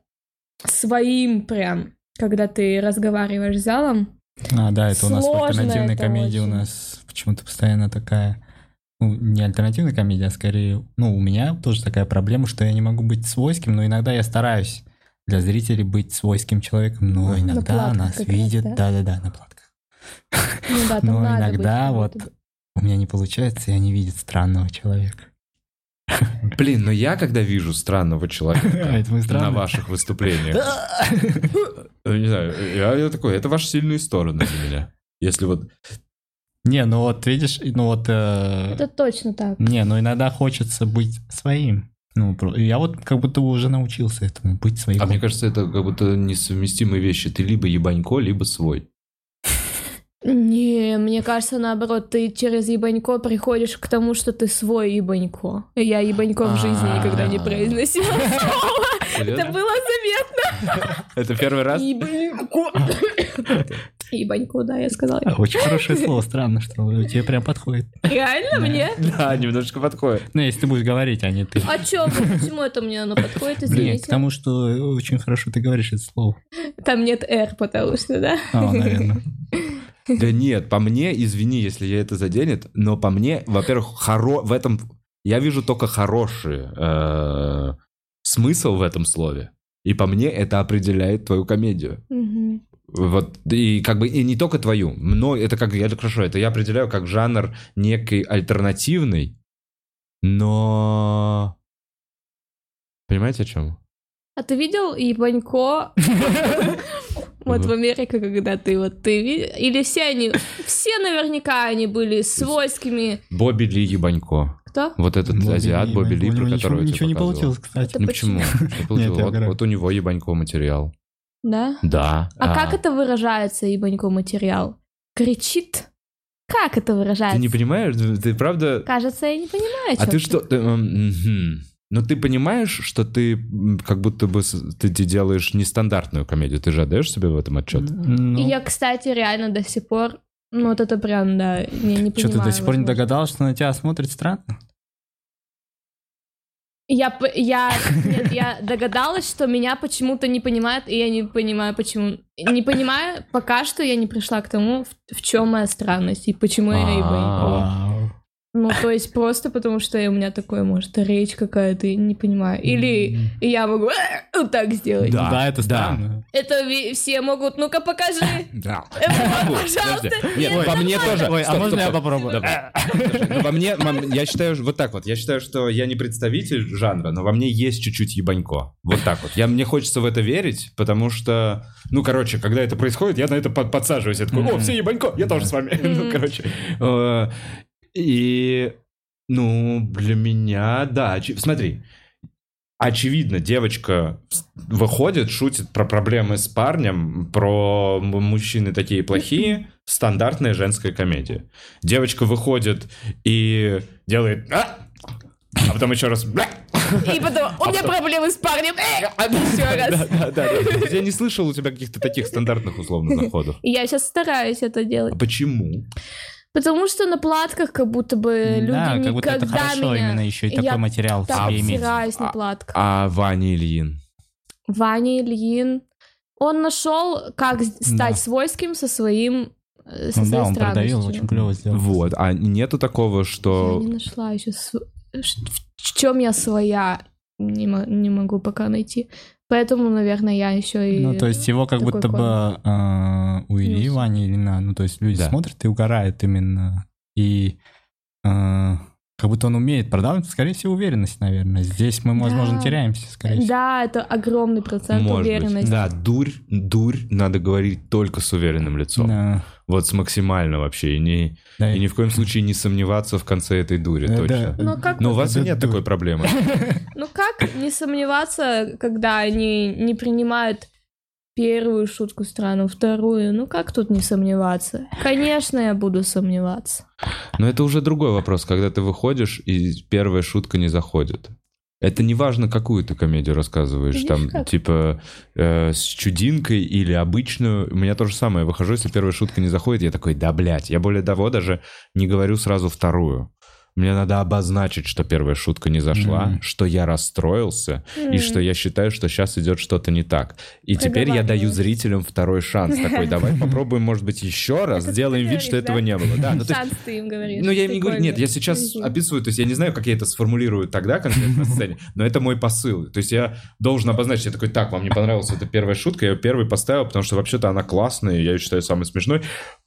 C: своим прям, когда ты разговариваешь с залом.
A: человек. А, да, это у нас в
C: Сложно
A: альтернативной
C: это
A: комедии у
C: очень.
A: нас почему-то постоянно такая... Ну, не альтернативная комедия, а скорее... Ну, у меня тоже такая проблема, что я не могу быть свойским, но иногда я стараюсь для зрителей быть свойским человеком, но иногда
C: платках
A: нас
C: как раз,
A: видят...
C: да?
A: Да-да-да, на платках.
C: Ну да, там
A: Но
C: надо быть
A: иногда
C: каким-то
A: вот у меня не получается, и они видят странного человека.
B: Блин, но я когда вижу странного
A: А,
B: человека
A: это вы
B: на
A: странные?
B: ваших выступлениях, э, не знаю, я, я такой, это ваши сильные стороны для меня. Если вот...
A: Не, ну вот видишь, и- ну вот... э,
C: Это точно так.
A: Не, ну иногда хочется быть своим. Ну, про- я вот как будто бы уже научился этому, быть своим.
B: А мне кажется, это как будто несовместимые вещи. Ты либо ебанько, либо свой.
C: Не, мне кажется, наоборот, ты через ебанько приходишь к тому, что ты свой ебанько. Я ебанько в жизни никогда не
B: А.
C: произносила. Это
B: Серьезно?
C: было заметно.
B: Это первый раз?
C: Ебанько. Ебанько, да, я сказала.
A: А, Очень хорошее слово, странно, что тебе прям подходит.
C: Реально мне?
B: Да, немножечко подходит.
A: Ну, если ты будешь говорить, а не ты.
C: А чё, почему это мне оно подходит,
A: Блин,
C: извините?
A: потому что очень хорошо ты говоришь это слово.
C: Там нет R, потому что, да?
A: А, наверное.
B: Да нет, по мне, извини, если я это заденет, но по мне, во-первых, хоро... в этом я вижу только хороший э, смысл в этом слове. И по мне это определяет твою комедию.
C: Мгм.
B: Вот, и как бы и не только твою, но это как, это хорошо, это я определяю как жанр некий альтернативный, но... Понимаете, о чем?
C: А ты видел ебанько? Вот в Америке, когда ты вот ты ви- Или все они, все наверняка они были свойскими.
B: Бобби Ли Ебанько.
C: Кто?
B: Вот этот
A: Бобби
B: азиат
A: Ли,
B: Бобби Ли,
A: Бобби
B: про
A: Ли. Ничего-
B: которого я тебе
A: Ничего не
B: показывал.
A: получилось, кстати.
C: Это
B: Ну почему? Не получилось.
A: я
B: Вот-
A: играю.
B: Вот у него Ебанько материал.
C: Да?
B: Да.
C: А как это выражается, ебанько материал? Кричит? Как
B: А.
C: это
B: Ты не
C: выражается?
B: понимаешь? Ты правда...
C: Кажется, я не понимаю, о
B: А
C: чём
B: ты что... ты, эм, мгм. Но ты понимаешь, что ты м, как будто бы с- ты, ты делаешь нестандартную комедию. Ты же отдаешь себе в этом отчет?
C: И
A: Ну,
C: я, кстати, реально до сих пор... Ну, вот это прям, да, я не
A: Что, ты
C: понимаю,
A: до сих пор не
C: возможно.
A: догадалась, что на тебя смотрит странно?
C: Я, п- я, нет, я догадалась, что меня почему-то не понимают, и я не понимаю, почему. Не понимаю, пока что я не пришла к тому, в, чем моя странность, и почему я ебанько.
B: А.
A: Вау.
C: Ну, то есть просто потому, что я- у меня такое, может, речь какая-то, и не понимаю. Или я могу вот так сделать.
A: Да,
B: Да,
A: это
B: да.
A: странно.
C: Это ви- все могут, ну-ка покажи.
B: Да.
C: Э, вот,
B: Подожди.
C: Пожалуйста.
B: Нет, по мне тоже.
A: Ой,
B: Стоп,
A: а можно
B: стоп,
A: я
B: стоп.
A: попробую?
B: Давай. Слушай, ну, Во мне, мам, я считаю, вот так вот, я считаю, что я не представитель жанра, но во мне есть чуть-чуть ебанько. Вот так вот. Я, мне хочется в это верить, потому что, ну, короче, когда это происходит, я на это под- подсаживаюсь. Я такой, о,
A: Мгм.
B: все ебанько, я тоже с вами. Ну,
C: Мгм.
B: короче. Э, И, ну, для меня, да, очи- смотри. Очевидно, девочка с- выходит, шутит про проблемы с парнем, про м- мужчины такие плохие, стандартная женская комедия. Девочка выходит и делает... «А!» А потом еще раз... «Бля!»
C: И потом, у меня проблемы с парнем. Еще раз.
B: Да, да, да. То есть Я не слышал у тебя каких-то таких стандартных условных заходов.
C: И Я сейчас стараюсь это делать.
B: А Почему?
C: Потому что на платках как будто бы Э, люди
A: Да, как будто
C: никогда
A: это хорошо
C: меня...
A: именно еще и такой
C: Я
A: материал в
C: так
A: себе иметь.
C: обсираюсь на платках.
B: А Ваня Ильин?
C: Ваня Ильин. Он нашел, как с- стать
A: Да.
C: свойским со своим э, со
A: Ну
C: своей
A: да, он продавил,
C: странностью.
A: очень клево сделал.
B: Вот, а нету такого,
C: Я
B: что...
C: не нашла еще, св- э, ш- в чем я своя, не, мо- не могу пока найти. Поэтому, наверное, я еще и...
A: Ну, то есть его как
C: такой
A: будто бы э, увели
C: Плюс.
A: Ваня Ильина. Ну, то есть люди
B: Да.
A: смотрят и угорают именно. И э, как будто он умеет продавать, скорее всего, уверенность, наверное. Здесь мы, возможно,
C: Да.
A: теряемся, скорее всего.
C: Да, это огромный процент
B: Может быть.
C: уверенности.
B: Да, дурь, дурь надо говорить только с уверенным лицом.
A: Да.
B: Вот с максимально вообще. И, не,
A: Да,
B: и ни в коем случае не сомневаться в конце этой дури,
A: э,
B: точно.
A: да.
C: Но Ну, а как
B: Но у
C: вот-
B: вас
A: Да,
B: нет
A: дурь.
B: такой проблемы.
C: Ну как не сомневаться, когда они не принимают первую шутку страну, вторую? Ну как тут не сомневаться? Конечно, я буду сомневаться.
B: Но это уже другой вопрос, когда ты выходишь, и первая шутка не заходит. Это не важно, какую ты комедию рассказываешь,
C: Видишь,
B: там,
C: как?
B: типа, э, с чудинкой или обычную. У меня то же самое, я выхожу, если первая шутка не заходит, я такой, да, блядь, я более того даже не говорю сразу вторую. Мне надо обозначить, что первая шутка не зашла,
A: Мгм.
B: что я расстроился, и что я считаю, что сейчас идет что-то не так. И теперь я даю
C: Проговариваешь.
B: зрителям второй шанс. Такой, давай попробуем, может быть, еще раз,
C: Это ты
B: сделаем вид,
C: говоришь,
B: что этого
C: да?
B: не было. Да, ну, то есть
C: Шанс ты им говоришь.
B: ну, я им не говорю, нет, я
C: прикольно.
B: сейчас
C: Мгм.
B: описываю, то есть я не знаю, как я это сформулирую тогда конкретно на сцене, но это мой посыл. То есть я должен обозначить, я такой, так, вам не понравилась эта первая шутка, я ее первой поставил, потому что вообще-то она классная, я ее считаю самой смешной.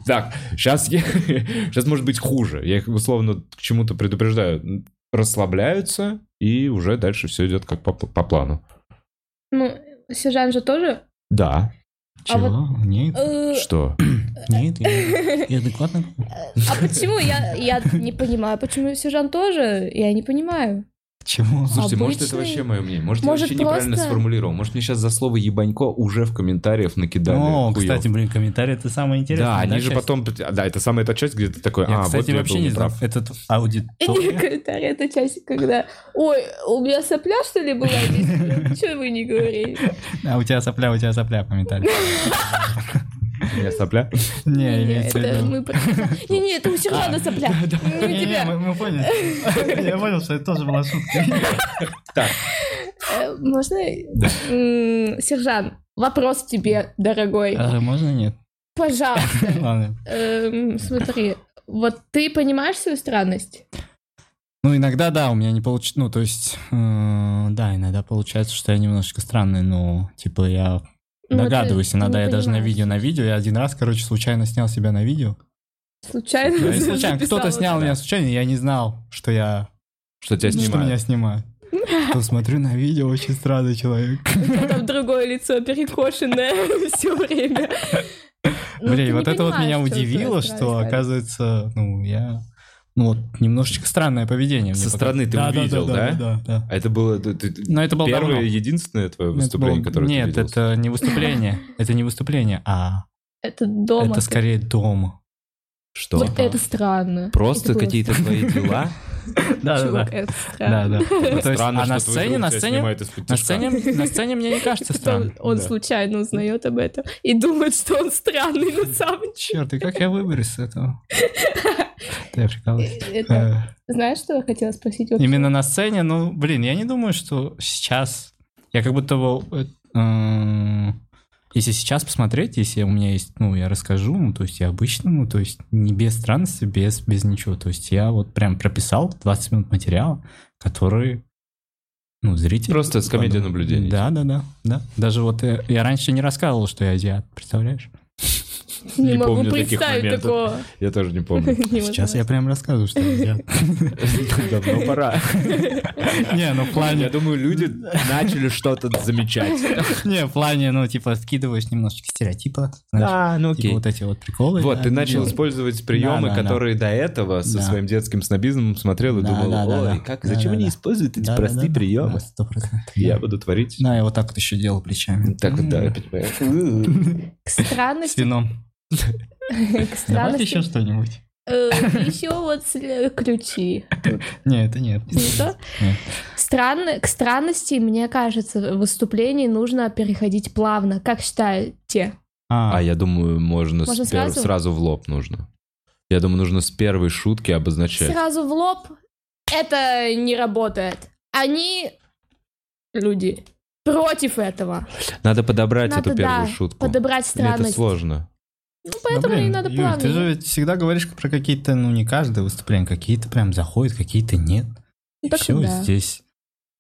B: Так, сейчас, я, сейчас может быть хуже. Я их условно к чему-то предупреждаю. Расслабляются, и уже дальше все идет как по, по плану.
C: Ну, Сержан же тоже...
B: Да,
A: Чего?
C: А
A: Нет,
C: э,
B: что?
A: нет, я, я адекватно.
C: А почему я, я не понимаю, почему Сержан тоже? Я не понимаю.
A: Чего?
B: Слушайте, может, это
C: Обычный-
B: вообще мое мнение? Может, я
C: Может,
B: вообще неправильно
C: просто-
B: сформулировал? Может, мне сейчас за слово ебанько уже в комментариях накидали.
A: О,
B: хуёв.
A: кстати, блин, комментарии это самое интересное.
B: Да, они же
A: часть?
B: потом... Да, это самая та часть, где ты такой,
A: Я,
B: а,
A: кстати,
B: вот я
A: вообще
B: был
A: не знаю,
B: неправ».
A: этот аудитория.
C: Комментарий это часть, когда... Ой, у меня сопля, что ли, была здесь? Чего вы не говорили?
A: А у тебя сопля, у тебя сопля комментарий.
B: У меня сопля.
A: Не, А.
C: Не-не,
A: имеется в
C: это
A: виду.
C: мы просто- Не-не, это у Сержана сопля. Не у
A: Не-не,
C: тебя.
A: мы- мы поняли. Я понял, что это тоже была шутка.
C: Э, Можно? М, Сержан, вопрос тебе, дорогой.
A: А, Можно нет?
C: Пожалуйста.
A: Ладно.
C: Эм, Смотри, вот ты понимаешь свою странность?
A: Ну, иногда, да, у меня не получается, ну, то есть, э, да, иногда получается, что я немножечко странный, но, типа, я
C: Ну,
A: догадываюсь,
C: ты не
A: иногда я даже на
C: понимаешь.
A: видео, на видео, я один раз, короче, случайно снял себя на видео.
C: Случайно?
A: Ну, не случайно,
C: записала.
A: кто-то снял меня случайно, и я не знал, что я,
B: Что тебя
A: Ну,
B: А
A: что меня
B: снимают?
A: снимают. То смотрю на видео, очень странный человек.
C: Там другое лицо перекошенное все время. Ну, ты
A: Блин,
C: не
A: вот это вот
C: понимаешь,
A: меня
C: в чём твоя
A: удивило,
C: странность,
A: что,
C: Алекс.
A: оказывается, ну, я... Ну, вот, немножечко странное поведение.
B: Со
A: мне пока-
B: стороны ты увидел, да?
A: Да, да, да.
B: А Это было... ты- ты-
A: Но Ну, это было
B: Первое,
A: давно.
B: единственное твое
A: Это
B: выступление,
A: было-
B: которое ты
A: Нет,
B: видел?
A: это не выступление. Это не выступление, а
C: Это дома.
A: это скорее дома.
B: Что?
C: Вот это странно.
B: Просто
C: Это было
B: какие-то твои дела?
A: Да, да,
C: Чувак,
A: да.
C: это
A: Да,
C: странно.
A: да. Ну, то есть,
B: Странно,
A: А на
B: что твой
A: сцене,
B: друг
A: на
B: тебя
A: сцене,
B: снимает из-под
A: на
B: тишка.
A: сцене, на сцене мне не кажется
C: Потом
A: странно.
C: он
B: да.
C: случайно узнает об этом и думает, что он странный на самом деле.
A: Черт, и как я выберусь с этого? Да, я прикалываюсь.
C: Это-
A: Э,
C: Знаешь, что я хотела спросить? вообще?
A: Именно на сцене, ну, блин, я не думаю, что сейчас... Я как будто бы... э, э, Если сейчас посмотреть, если у меня есть, ну, я расскажу, ну, то есть я обычному, то есть не без странности, без, без ничего. То есть я вот прям прописал 20 минут материала, который, ну, зритель...
B: Просто с комедией наблюдений.
A: Да, да, да, да. Даже вот э, я раньше не рассказывал, что я азиат, представляешь?
C: Не,
B: не
C: могу
B: помню таких
C: представить
B: моментов.
C: такого.
B: Я тоже не помню.
A: Сейчас я прям рассказываю, что я азиат.
B: Давно Ну, пора.
A: Не, ну в плане...
B: Я думаю, люди начали что-то замечать.
A: Не, в плане, ну, типа, скидываешь немножечко стереотипа. знаешь,
B: А, ну
A: типа вот эти вот приколы.
B: Вот,
A: да,
B: ты
A: они
B: начал
A: делают.
B: использовать приемы,
A: Да, да, да.
B: которые до этого со
A: Да.
B: своим детским снобизмом смотрел и
A: Да,
B: думал,
A: да, да, да.
B: ой, как,
A: Да,
B: зачем
A: да,
B: они
A: да.
B: используют эти
A: Да, да,
B: простые
A: да,
B: приемы?
A: да, 100%.
B: Я буду творить.
A: Да, я вот так вот еще делал плечами.
B: Так вот, да, типа, я понимаю.
C: К
A: С
C: странности.
A: вином.
C: К
A: Давайте еще
C: странности.
A: что-нибудь.
C: Еще вот сл- ключи.
A: Не, это нет.
C: Не то?
A: Нет.
C: Странно, к странности, мне кажется, в выступлении нужно переходить плавно. Как считаете?
B: А я думаю, можно с
C: Можно
B: пер-
C: сразу?
B: сразу в лоб нужно. Я думаю, нужно с первой шутки обозначать.
C: Сразу в лоб это не работает. Они, люди, против этого.
B: Надо подобрать
C: Надо,
B: А эту первую
C: да,
B: шутку.
C: подобрать
B: Мне это
C: странность.
B: сложно.
C: Ну,
A: Да
C: поэтому и
A: блин,
C: надо
A: Юль,
C: плавно.
A: Ты же ведь всегда говоришь про какие-то, ну не каждое выступление, какие-то прям заходят, какие-то нет.
C: Ну,
A: И
C: так
A: все
C: да.
A: здесь.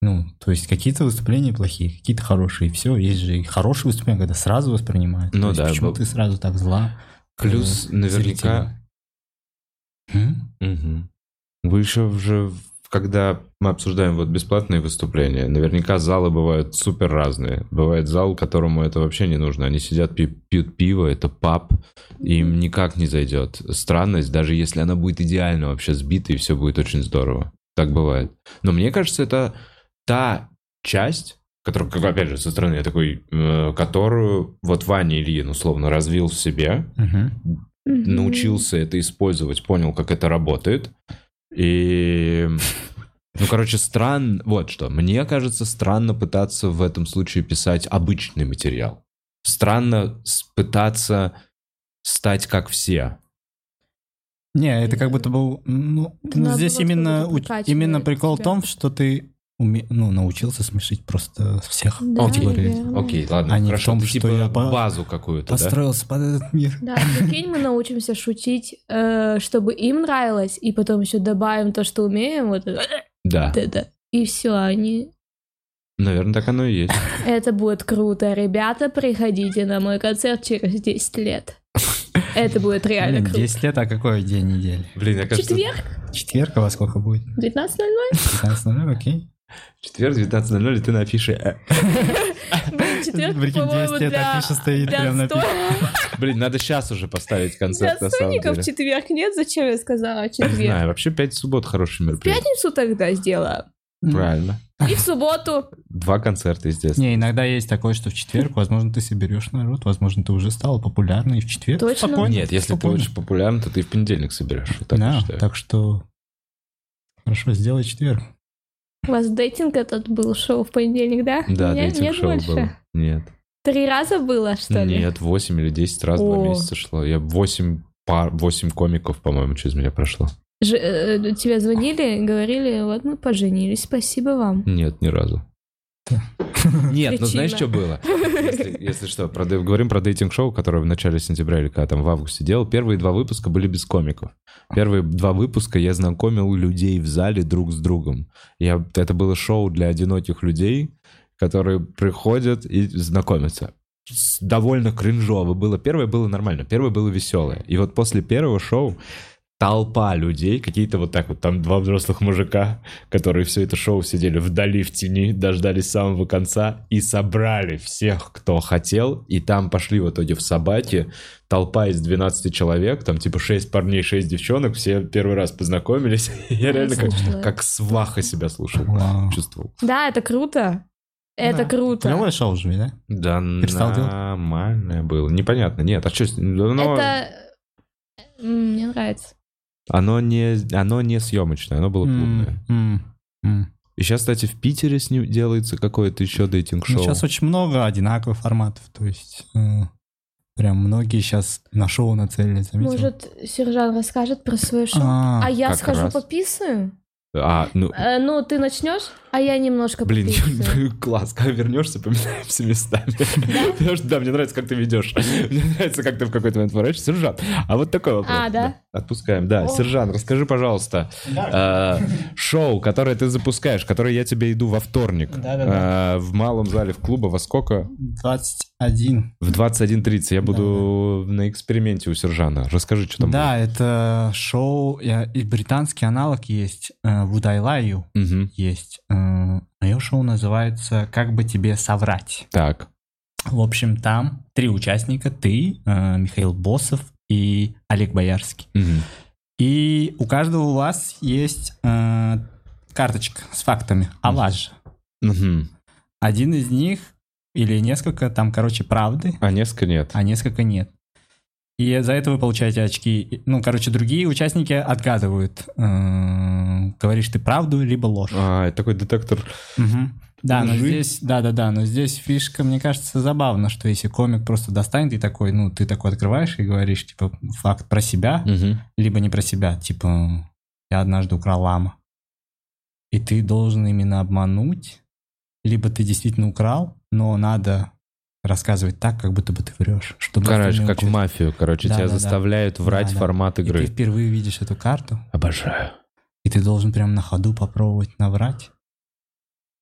A: Ну, то есть какие-то выступления плохие, какие-то хорошие, и все. Есть же и хорошие выступления, когда сразу воспринимают.
B: Ну
A: То есть
B: да,
A: Почему
B: б-
A: ты сразу так зла?
B: Плюс
A: э,
B: наверняка-
A: зрителя? М?
B: Мгм. Вы еще же, когда мы обсуждаем вот бесплатные выступления, наверняка залы бывают супер разные. Бывает зал, которому это вообще не нужно. Они сидят, пи- пьют пиво, это паб, и им никак не зайдет. Странность, даже если она будет идеально вообще сбита, и все будет очень здорово. Так бывает. Но мне кажется, это та часть, которую, как опять же, со стороны я такой, э, которую вот Ваня Ильин условно развил в себе,
A: Мгм.
C: Мгм.
B: научился это использовать, понял, как это работает. И... Ну, короче, странно... Вот что. Мне кажется, странно пытаться в этом случае писать обычный материал. Странно с- пытаться стать как все.
A: Не, это как будто был... Ну,
C: Это
A: ну,
C: наоборот,
A: здесь
C: как
A: именно,
C: будто
A: у-
C: прокачивает
A: именно прикол в
C: тебя.
A: том, что ты уме- ну, научился смешить просто всех.
C: Да,
A: категорий.
C: наверное.
B: Окей, ладно,
A: А не в
B: хорошо.
A: том,
B: ты,
A: что
B: типа
A: я по-
B: базу какую-то, да?
A: Построился под этот мир.
C: Да, прикинь, мы научимся шутить, э, чтобы им нравилось, и потом еще добавим то, что умеем, вот это,
B: Да.
C: это. и все, они...
B: Наверное, так оно и есть.
C: Это будет круто. Ребята, приходите на мой концерт через 10 лет. Это будет реально
A: Блин,
C: круто.
A: 10 лет, а какой день недели?
B: Блин, я кажется...
C: Четверг,
A: Четверг, а во сколько будет?
C: 19.00?
A: 15.00, окей.
B: Четверг, 19.00, и ты напиши... э.
C: Блин, четверг,
A: Прикинь,
C: по-моему,
A: 10 лет,
C: для-
A: Афиша стоит
C: для
A: прям на
C: отстой-
B: Блин, надо сейчас уже поставить
C: Для
B: концерт, на самом
C: отстойников
B: деле.
C: четверг нет, зачем я сказала
B: Не
C: четверг?
B: знаю, вообще 5 суббот хороший мероприятие.
C: Пятницу тогда сделаем.
B: Правильно.
C: И в субботу.
B: Два концерта, естественно.
A: Не, иногда есть такое, что в четверг, возможно, ты соберешь народ, возможно, ты уже стала популярной и в четверг.
C: Точно?
A: спокойно,
B: Нет, если ты
A: спокойно.
B: очень популярен, то ты и в понедельник соберешь. Вот так я
A: Да,
B: считаю.
A: так что... Хорошо, сделай четверг.
C: У вас дейтинг этот был шоу в понедельник, да?
B: Да,
C: Нет-
B: дейтинг
C: нет
B: шоу
C: больше?
B: было. Нет.
C: Три раза было, что ли?
B: Нет, 8 или 10 раз два
C: О.
B: месяца шло. Я 8 пар, 8 комиков, по-моему, через меня прошло.
C: Ж- э, тебе звонили, говорили, вот мы поженились, спасибо вам.
B: Нет, ни разу. Нет, ну
C: Причина.
B: знаешь, что было? Если, если что, про, дей- говорим про дейтинг-шоу, которое в начале сентября или когда там в августе делал. Первые два выпуска были без комиков. Первые два выпуска я знакомил людей в зале друг с другом. Я, это было шоу для одиноких людей, которые приходят и знакомятся. С- Довольно кринжово было. Первое было нормально, первое было веселое. И вот после первого шоу толпа людей, какие-то вот так вот, там два взрослых мужика, которые все это шоу сидели вдали в тени, дождались самого конца и собрали всех, кто хотел, и там пошли в итоге в собаке толпа из 12 человек, там типа 6 парней, 6 девчонок, все первый раз познакомились, я
C: Я
B: реально как,
C: слышала.
B: как сваха себя слушал,
A: Вау.
B: чувствовал.
C: Да, это круто. Это
A: Да.
C: круто.
A: Клевое шоу же, да?
B: Да
A: Перестал делать?
B: нормальное было, непонятно, нет, а что,
C: Это... М, Мне нравится.
B: оно не, оно не съемочное, оно было клубное.
A: М, м, м.
B: И сейчас, кстати, в Питере с ним делается какое-то еще
A: Ну,
B: дейтинг-шоу.
A: сейчас очень много одинаковых форматов, то есть... э, Прям многие сейчас на шоу нацелились, заметил?
C: Может, Сержан расскажет про свое шоу? А,
A: А,
C: я
B: как
C: схожу
B: раз.
C: пописаю?
B: А, ну,
C: Э, ну, ты начнешь, а я немножко
B: блин,
C: пописаю.
B: класс, когда вернешься, поменяемся местами. Потому что, да, мне нравится, как ты ведешь. Мне нравится, как ты в какой-то момент поворачиваешься. Сержант, а вот такой вопрос.
C: А, да?
B: Отпускаем, да.
C: О.
B: Сержант, расскажи, пожалуйста, э, шоу, которое ты запускаешь, которое я тебе иду во вторник
A: Да-да-да.
B: э, в малом зале в клуба во сколько?
A: 21.
B: В 21.30. Я буду на эксперименте у Сержана. Расскажи, что там
A: Да, это шоу, я- и британский аналог есть, э, Would I Lie You
B: будет. Мгм.
A: есть. Мое шоу называется «Как бы тебе соврать».
B: Так.
A: В общем, там три участника, ты, э, Михаил Босов и Олег Боярский.
B: Мгм.
A: И у каждого у вас есть э, карточка с фактами о вас же.
B: Мгм.
A: Один из них или несколько, там, короче, правды,
B: А несколько нет.
A: а несколько нет. И за это вы получаете очки. И, Ну, короче, другие участники отгадывают. э, Говоришь ты правду, либо ложь.
B: А, это такой детектор.
A: Мгм. Да, но
B: Лжи.
A: здесь, да, да, да, но здесь фишка, мне кажется, забавно, что если комик просто достанет и такой, ну, ты такой открываешь и говоришь, типа, факт про себя, либо не про себя, типа, я однажды украл лама. И ты должен именно обмануть, либо ты действительно украл, но надо, рассказывать так, как будто бы ты врешь. Чтобы
B: Короче,
A: остальные
B: как в
A: учат.
B: мафию, короче,
A: Да,
B: тебя
A: да, да.
B: заставляют врать
A: Да, да.
B: формат
A: И
B: игры.
A: ты впервые видишь эту карту,
B: Обожаю.
A: и ты должен прям на ходу попробовать наврать.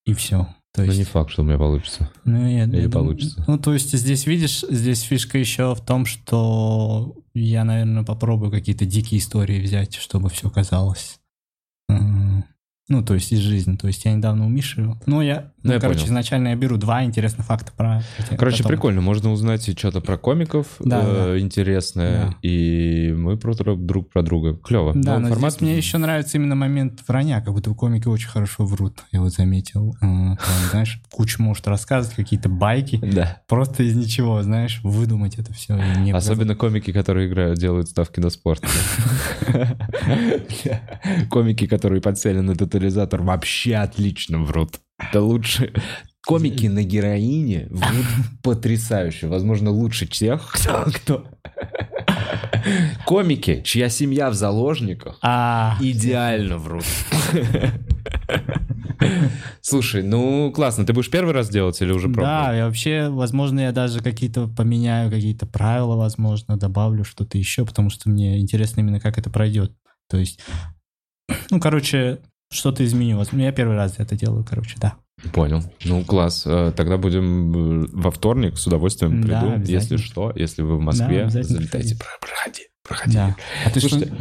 A: И все. То
B: Но
A: есть,
B: Ну, не факт, что у меня получится.
A: ну, я- я
B: Или
A: думаю-
B: получится.
A: Ну, то есть здесь, видишь, здесь фишка еще в том, что я, наверное, попробую какие-то дикие истории взять, чтобы все казалось. м, Ну, то есть из жизни. То есть я недавно у Миши... Ну, я...
B: Ну,
A: Ну,
B: я
A: короче,
B: понял.
A: изначально я беру два интересных факта про... эти-
B: Короче,
A: потом.
B: прикольно, можно узнать и что-то про комиков
A: Да,
B: э,
A: да.
B: интересное,
A: Да.
B: и мы про друг- друг про друга. Клево.
A: Да,
B: Ну,
A: но
B: формат
A: здесь мне еще нравится именно момент вранья, как будто бы комики очень хорошо врут, я вот заметил. Э, там, знаешь, кучу может рассказывать, какие-то байки,
B: Да.
A: просто из ничего, знаешь, выдумать это все. и не
B: Особенно комики, которые играют, делают ставки на спорт. Комики, которые подсели на тотализатор, вообще отлично врут. Это лучше. Комики на героине врут потрясающе. Возможно, лучше тех, кто- кто... Комики, чья семья в заложниках,
A: А,
B: идеально врут. Слушай, ну классно. Ты будешь первый раз делать или уже пробовал?
A: да, я вообще, возможно, я даже какие-то поменяю, какие-то правила, возможно, добавлю что-то еще, потому что мне интересно именно, как это пройдет. То есть, ну, короче, что-то изменю. Возможно, Я первый раз это делаю, короче, да.
B: Понял. Ну, класс. Э, Тогда будем э, во вторник, с удовольствием
A: Да,
B: приду.
A: обязательно.
B: если что, если вы в Москве,
A: обязательно
B: залетайте.
A: приходите.
B: Про- Проходи, проходи.
A: Да. А ты
B: Слушайте,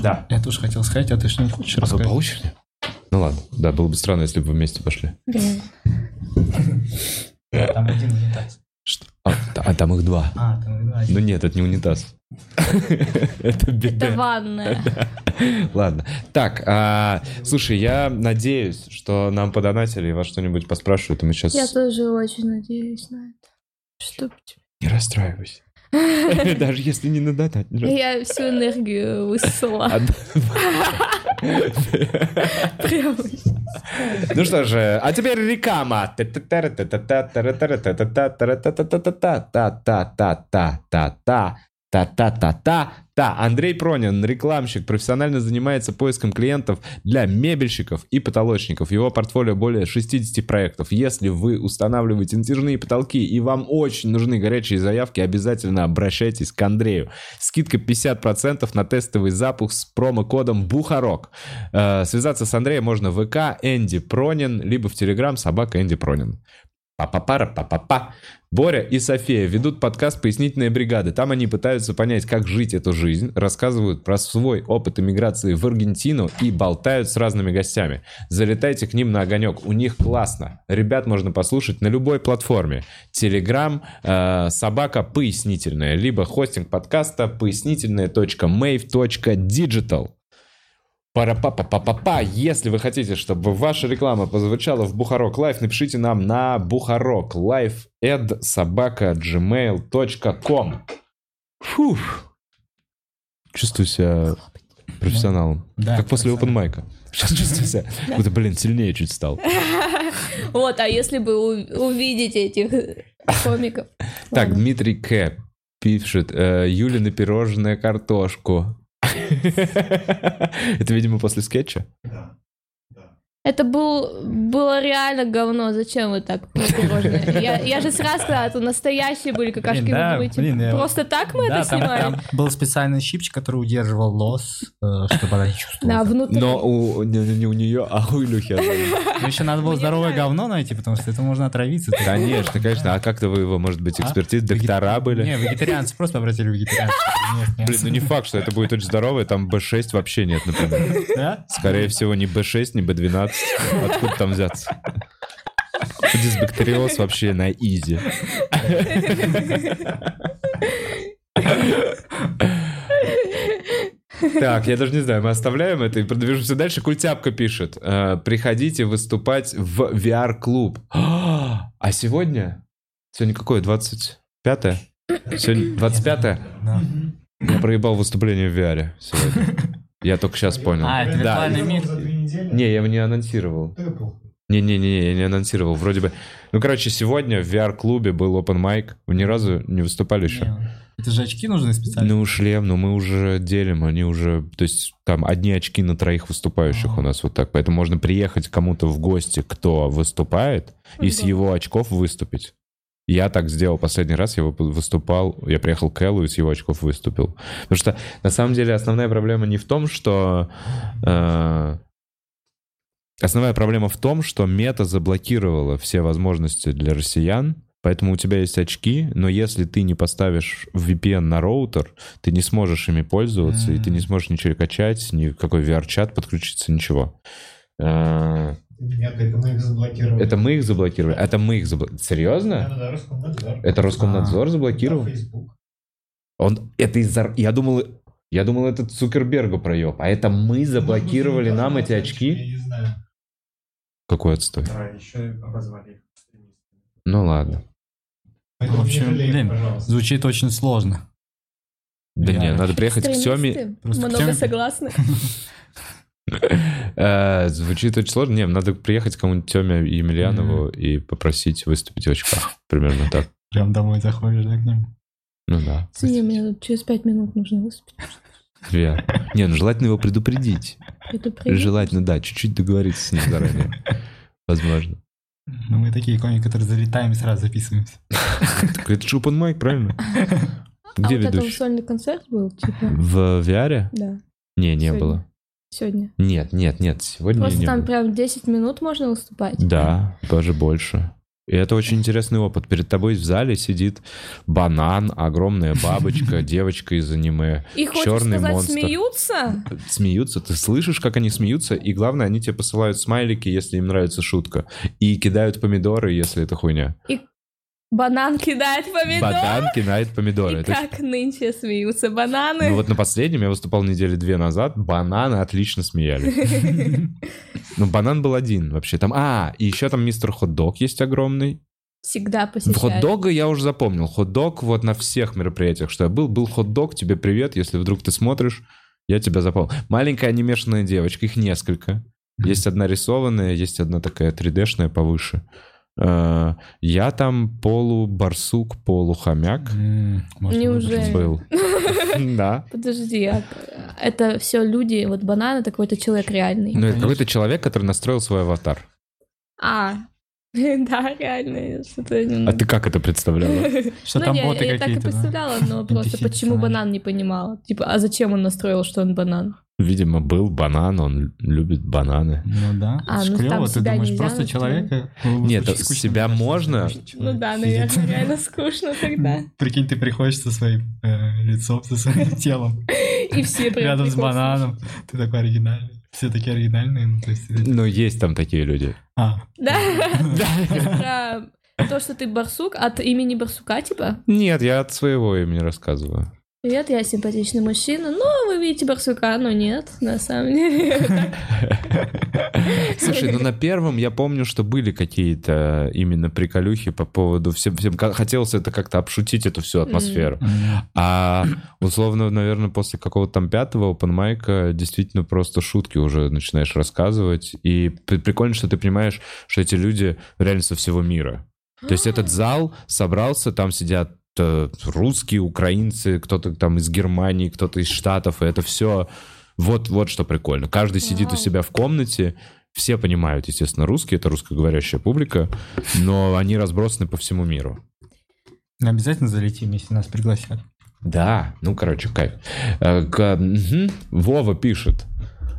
B: да.
A: Я тоже хотел сказать, а ты что-нибудь хочешь
B: А вы
A: рассказать?
B: по очереди? Ну ладно, да, было бы странно, если бы вы вместе пошли.
C: Блин.
A: Там один унитаз.
B: Что? А, та- а там их два.
A: А, там
B: Ну нет, это не унитаз. Это
C: Это
B: беда.
C: ванная.
B: Ладно. Так, а, слушай, я надеюсь, что нам подонатили и вас что-нибудь поспрашивают, и мы сейчас...
C: Я тоже очень надеюсь на это. Чтоб тебе-
B: Не расстраивайся. Даже если не надо,
C: Я всю энергию высыла. Прям.
B: Ну что же, а теперь реклама. Та-та-та-та-та-та-та-та-та-та-та-та-та-та-та-та. Андрей Пронин, рекламщик, профессионально занимается поиском клиентов для мебельщиков и потолочников. Его портфолио более 60 проектов. Если вы устанавливаете натяжные потолки и вам очень нужны горячие заявки, обязательно обращайтесь к Андрею. Скидка 50% на тестовый запуск с промокодом «Бухарок». Э, Связаться с Андреем можно в ВК Энди Пронин, либо в Телеграм собака Энди Пронин. Па-па-пара, па-па-па. Боря и София ведут подкаст «Пояснительная бригада». Там они пытаются понять, как жить эту жизнь, рассказывают про свой опыт эмиграции в Аргентину и болтают с разными гостями. Залетайте к ним на огонек, у них классно. Ребят можно послушать на любой платформе. Телеграм, э, собака «Пояснительная», либо хостинг подкаста «Пояснительная.mave.digital». пара па па па па па Если вы хотите, чтобы ваша реклама позвучала в Бухарок Лайф, напишите нам на Бухарок Лайф собака gmail.com. Фух. Чувствую себя профессионалом.
A: Да,
B: как после Open
A: профессионал.
B: майка. Сейчас чувствую себя. как будто, блин, сильнее чуть стал.
C: Вот, а если бы у- увидеть этих комиков?
B: Так,
C: Ладно.
B: Дмитрий К. пишет, э, Юля на пирожное картошку. Это, видимо, после скетча?
C: Это был, было реально говно. Зачем вы так? про пирожное? Я, я же сразу сказала, это настоящие были какашки.
A: Блин, да,
C: вы думаете,
A: блин, я-
C: просто так мы
A: Да,
C: это
A: там,
C: снимали?
A: там был специальный щипчик, который удерживал лос, э, чтобы она не чувствовала.
C: Да, внутри.
B: Но у, не, не у нее, а у Илюхи. она есть.
A: Но еще надо было здоровое говно найти, потому что это можно отравиться.
B: Конечно, конечно. А как-то вы его, может быть,
A: А?
B: экспертиз, доктора
A: Не,
B: были?
A: вегетарианцы просто обратили вегетарианцев. Нет, нет.
B: Блин, ну не факт, что это будет очень здоровое, там B6 вообще нет, например.
A: Да?
B: Скорее всего, не B6, не B12. Откуда там взяться? Дисбактериоз вообще на изи. Так, я даже не знаю, мы оставляем это и продвижемся дальше. Культяпка пишет. э, Приходите выступать в VR-клуб. А а сегодня? Сегодня какое? 25-е? Сегодня 25-е?
A: Да.
B: Я проебал выступление в VR сегодня. Я только сейчас понял.
A: А, это
B: Да.
A: виртуальный мир.
B: Не, я его не анонсировал. Не-не-не, я не анонсировал, вроде бы. Ну, короче, сегодня в VR-клубе был open mic. Вы ни разу не выступали еще.
A: Не, Это же очки нужны специально.
B: Ну, шлем, ну мы уже делим, они уже... То есть там одни очки на троих выступающих у нас вот так. Поэтому можно приехать кому-то в гости, кто выступает, и с
C: Да.
B: его очков выступить. Я так сделал последний раз, я вып- выступал, я приехал к Эллу и с его очков выступил. Потому что, на самом деле, основная проблема не в том, что... э, основная проблема в том, что мета заблокировала все возможности для россиян, поэтому у тебя есть очки, но если ты не поставишь VPN на роутер, ты не сможешь ими пользоваться, и ты не сможешь ничего качать, никакой VR-чат подключиться, ничего. Э,
H: Нет, это мы их заблокировали.
B: это мы их заблокировали? Это мы их заблокировали? Серьезно?
H: Да-да-да, Роскомнадзор.
B: Это
H: А,
B: Роскомнадзор заблокировал?
H: Да, Facebook.
B: Он, это из-за... Я думал, я думал, это Цукерберга проеб. А это мы заблокировали
H: Ну,
B: нам
H: да,
B: эти очки?
H: Я не знаю.
B: Какой отстой.
H: Да, еще и обозвали их.
B: Ну ладно.
H: Поэтому
A: В общем,
H: не жалейте,
A: блин,
H: пожалуйста.
A: Звучит очень сложно.
B: Да
A: Я-
B: не, надо приехать к Семе.
C: Экстремисты.
A: Просто к
C: Много
A: Тёме.
C: согласных.
B: Э, Звучит очень сложно. Не, надо приехать к кому-нибудь Теме Емельянову и попросить выступить в очках. Примерно так.
A: Прям домой заходишь, да, к ним?
B: Ну да.
C: Извини, мне тут через пять минут нужно выступить.
B: Верно. Не, ну желательно его предупредить.
C: Это привет.
B: Желательно, да, чуть-чуть договориться с ним заранее. Возможно.
A: Ну, мы такие комики, которые залетаем и сразу записываемся.
B: Так это же open mic, правильно?
C: А
B: Где
C: вот это
B: ведущий?
C: сольный концерт был, типа,
B: В VR?
C: да,
B: Не, не
C: Сегодня.
B: было.
C: сегодня.
B: Нет, нет, нет, сегодня
C: Просто
B: не
C: там
B: было.
C: прям 10 минут можно выступать.
B: Да, даже больше. И это очень интересный опыт. Перед тобой в зале сидит банан, огромная бабочка, девочка из аниме.
C: И хочешь
B: Чёрный
C: сказать,
B: монстр.
C: смеются?
B: Смеются, ты слышишь, как они смеются, и главное, они тебе посылают смайлики, если им нравится шутка, и кидают помидоры, если это хуйня.
C: Банан кидает помидор.
B: Банан кидает помидоры.
C: И
B: Это
C: как нынче смеются бананы.
B: Ну вот на последнем я выступал недели две назад, бананы отлично смеяли. Ну, банан был один вообще. Там, а, и еще там мистер хот-дог есть огромный.
C: Всегда посещают.
B: Хот-дога я уже запомнил. Хот-дог вот на всех мероприятиях, что я был, был хот-дог, тебе привет, если вдруг ты смотришь, я тебя запомнил. Маленькая анимешная девочка, их несколько. Есть одна рисованная, есть одна такая 3D-шная повыше. Э, Я там полубарсук, полухомяк
C: Неужели?
B: был. Да.
C: Подожди, а это все люди, вот банан это какой-то человек реальный.
B: Ну, это
A: Конечно.
B: какой-то человек, который настроил свой аватар.
C: А, да, реально, я что-то...
B: А ты как это представляла?
A: Что
C: ну,
A: там
C: я,
A: боты
C: я так и
A: какие-то, да?
C: представляла, но просто
A: NPC
C: почему
A: персонаж.
C: банан не понимала? Типа, а зачем он настроил, что он банан?
B: Видимо, был банан, он любит бананы.
A: Ну да,
C: А,
A: это ж
C: ну
A: клево,
C: там
A: ты
C: себя
A: думаешь,
C: нельзя
A: просто
C: настроить.
A: человека...
B: Нет,
A: Очень
B: а себя
A: конечно,
B: можно?
A: потому что
C: Ну
A: человек
C: да,
A: сидит.
C: наверное, реально скучно тогда.
A: Прикинь, ты приходишь со своим э, лицом, со своим телом,
C: И все прям
A: рядом с
C: прикол
A: бананом, ты такой оригинальный. Все такие оригинальные, ну то есть... э,
B: Но есть там такие люди.
A: А,
C: слушают. Да. Про То, что ты барсук от имени барсука, типа.
B: Нет, я от своего имени рассказываю.
C: Привет, я симпатичный мужчина. Ну, вы видите барсука, но нет, на самом деле.
B: Слушай, ну на первом я помню, что были какие-то именно приколюхи по поводу... Всем, всем ка- хотелось это как-то обшутить, эту всю атмосферу. А условно, наверное, после какого-то там пятого опенмайка действительно просто шутки уже начинаешь рассказывать. И при- прикольно, что ты понимаешь, что эти люди реально со всего мира. То есть этот зал собрался, там сидят э, русские, украинцы, кто-то там из Германии, кто-то из Штатов, и это все... Вот, вот что прикольно. Каждый сидит у
C: Вау.
B: себя в комнате, все понимают, естественно, русские, это русскоговорящая публика, но они разбросаны по всему миру.
A: Обязательно залетим, если нас пригласят.
B: Да, ну короче, кайф. Э, к- мгм. Вова пишет.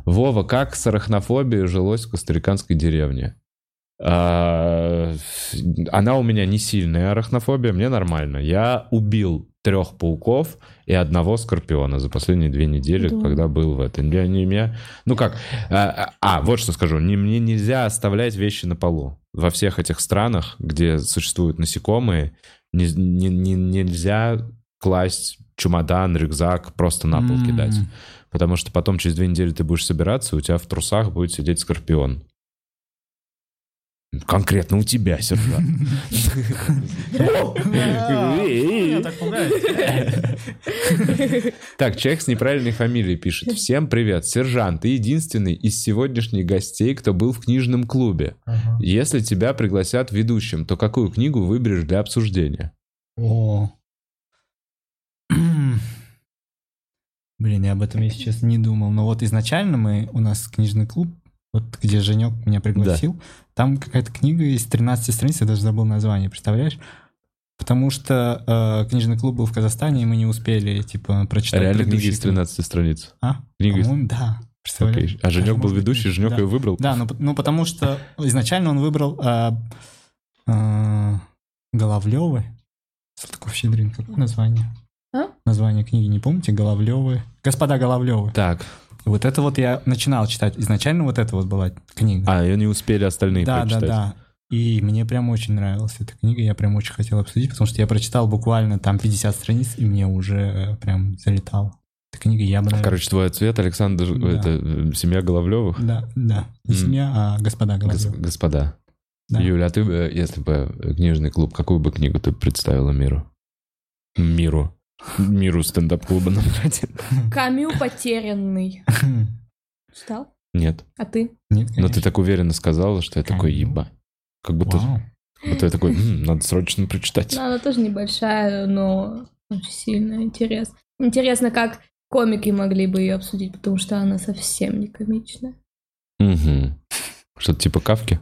B: Вова, как с арахнофобией жилось в костариканской деревне? А, Она у меня не сильная арахнофобия, мне нормально. Я убил трех пауков и одного скорпиона за последние две недели,
C: Да.
B: когда был в этом. Я не меня. Ну как? А, а, вот что скажу. Не, мне нельзя оставлять вещи на полу. Во всех этих странах, где существуют насекомые, не- не- не- нельзя класть чемодан, рюкзак просто на пол
A: М.
B: кидать. Потому что потом через две недели ты будешь собираться, и у тебя в трусах будет сидеть скорпион. Конкретно у тебя, сержант. Так, человек с неправильной фамилией пишет. Всем привет, сержант, ты единственный из сегодняшних гостей, кто был в книжном клубе.
H: Ага.
B: Если тебя пригласят ведущим, то какую книгу выберешь для обсуждения?
A: О. Блин, я об этом, если честно, не думал. Но вот изначально мы, у нас книжный клуб, вот где Женек меня пригласил, там какая-то книга из 13 страниц, я даже забыл название, представляешь? Потому что э, книжный клуб был в Казахстане, и мы не успели, типа, прочитать
B: Реально книги
A: предыдущие
B: из
A: книги.
B: 13 страниц.
A: А?
B: Книга из-
A: По-моему, да. Представляешь?
B: Окей. А Женек был
A: может быть,
B: ведущий, Женек
A: да.
B: ее выбрал.
A: Да, ну, п- ну потому что изначально он выбрал а, а, Головлёвы. Салтыков-Щедрин, какое название?
C: А?
A: Название книги не помните? Головлёвы. Господа Головлёвы.
B: Так,
A: Вот это вот я начинал читать. Изначально вот это вот была книга.
B: а ее не успели остальные
A: да, да,
B: прочитать.
A: да. И мне прям очень нравилась эта книга, я прям очень хотел обсудить, потому что я прочитал буквально там 50 страниц, и мне уже э, прям залетало. Эта книга я бы, наверное,
B: Короче, твой ответ, Александр,
A: Да.
B: это э, семья Головлевых.
A: Да, да. Не
B: М.
A: семья, а господа
B: Гос-
A: Головлёвы.
B: господа.
A: Да.
B: Юля, а ты бы, э, если бы книжный клуб, какую бы книгу ты представила миру? Миру. Миру стендап-клуба номер один.
C: Камю потерянный. Читал?
B: Нет.
C: А ты?
A: Нет,
B: Но
A: конечно.
B: ты так уверенно сказала, что я такой
A: Конечно.
B: еба. Как будто,
A: Вау.
B: как будто я такой, «М, надо срочно прочитать.
C: Ну, она тоже небольшая, но очень сильно интересно. Интересно, как комики могли бы ее обсудить, потому что она совсем не комичная.
B: Угу. Что-то типа кавки.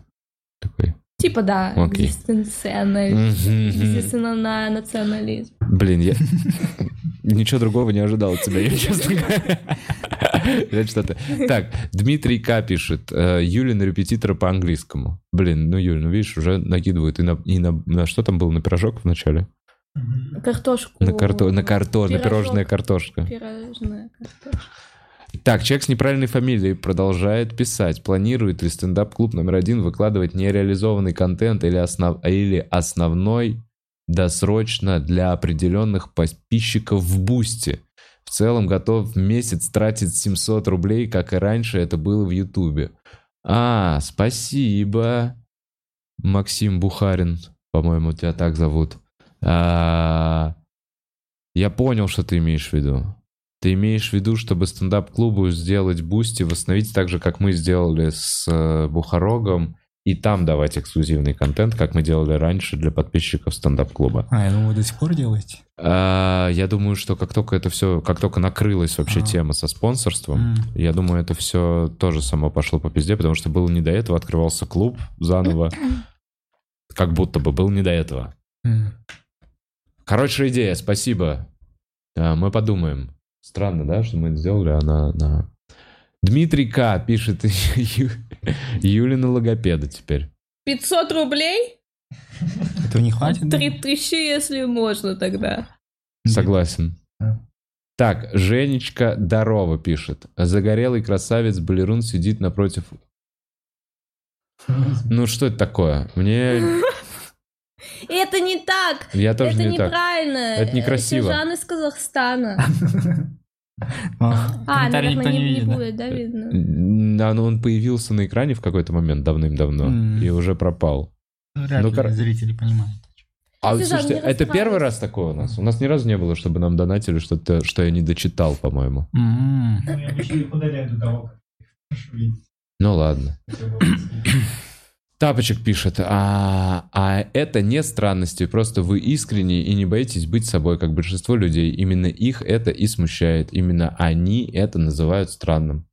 B: Такой.
C: Типа, да,
B: Окей.
C: экзистенционализм.
B: Мгм.
C: Экзистенциональный национализм.
B: Блин, я ничего другого не ожидал от тебя, я честно говоря. Я что-то. Так, Дмитрий К. пишет. э, Юля на репетитора по английскому. Блин, ну, Юль, ну видишь, уже накидывают и на, и на, на что там был, на пирожок вначале?
C: Картошку.
B: На, карто, на карто, на
C: Пирожок.
B: пирожное картошка.
C: Пирожное картошка.
B: Так, человек с неправильной фамилией продолжает писать. Планирует ли стендап-клуб номер один выкладывать нереализованный контент или, основ... или основной досрочно для определенных подписчиков в Бусти? В целом готов в месяц тратить 700 рублей, как и раньше это было в Ютубе. А, спасибо, Максим Бухарин, по-моему, тебя так зовут. А, я понял, что ты имеешь в виду. Ты имеешь в виду, чтобы стендап-клубу сделать бусти, восстановить так же, как мы сделали с э, Бухарогом, и там давать эксклюзивный контент, как мы делали раньше для подписчиков стендап-клуба.
A: А, я думаю, вы до сих пор делаете?
B: А, я думаю, что как только это все, как только накрылась вообще
A: А.
B: тема со спонсорством,
A: М.
B: я думаю, это все тоже само пошло по пизде, потому что было не до этого, открывался клуб заново, как будто бы был не до этого.
A: М.
B: Короче, идея, спасибо. А, Мы подумаем. Странно, да, что мы это сделали, а на... на- Дмитрий К. пишет Ю- Юлина логопеда теперь.
C: 500 рублей?
A: Этого не хватит? да?
C: 3000, если можно тогда.
B: Согласен.
A: Да.
B: Так, Женечка Дарова пишет. Загорелый красавец Балерун сидит напротив... Ну что это такое? Мне...
C: Это не так!
B: Я тоже
C: это
B: не так.
C: неправильно.
B: Это некрасиво.
C: Сюзан из Казахстана.
A: А,
C: А,
A: комментарий
C: наверное,
A: никто
C: не,
A: не
C: не
A: видит, да?
C: будет, да, видно?
B: Н- а, ну, Он появился на экране в какой-то момент давным-давно
A: М.
B: и уже пропал.
A: Вряд
B: Ну,
A: ли
B: кор-
A: зрители понимают.
B: А
C: Слушай,
B: слушайте,
C: мне
B: это
C: расстраивает.
B: первый раз такое у нас? У нас ни разу не было, чтобы нам донатили что-то, что я не дочитал, по-моему.
A: М.
H: Ну, я обычно их удаляю до того, как их прошу видеть.
B: Ну ладно.
H: Хотя бы объяснить.
B: Тапочек пишет, а, а это не странности, просто вы искренне и не боитесь быть собой, как большинство людей. Именно их это и смущает, именно они это называют странным.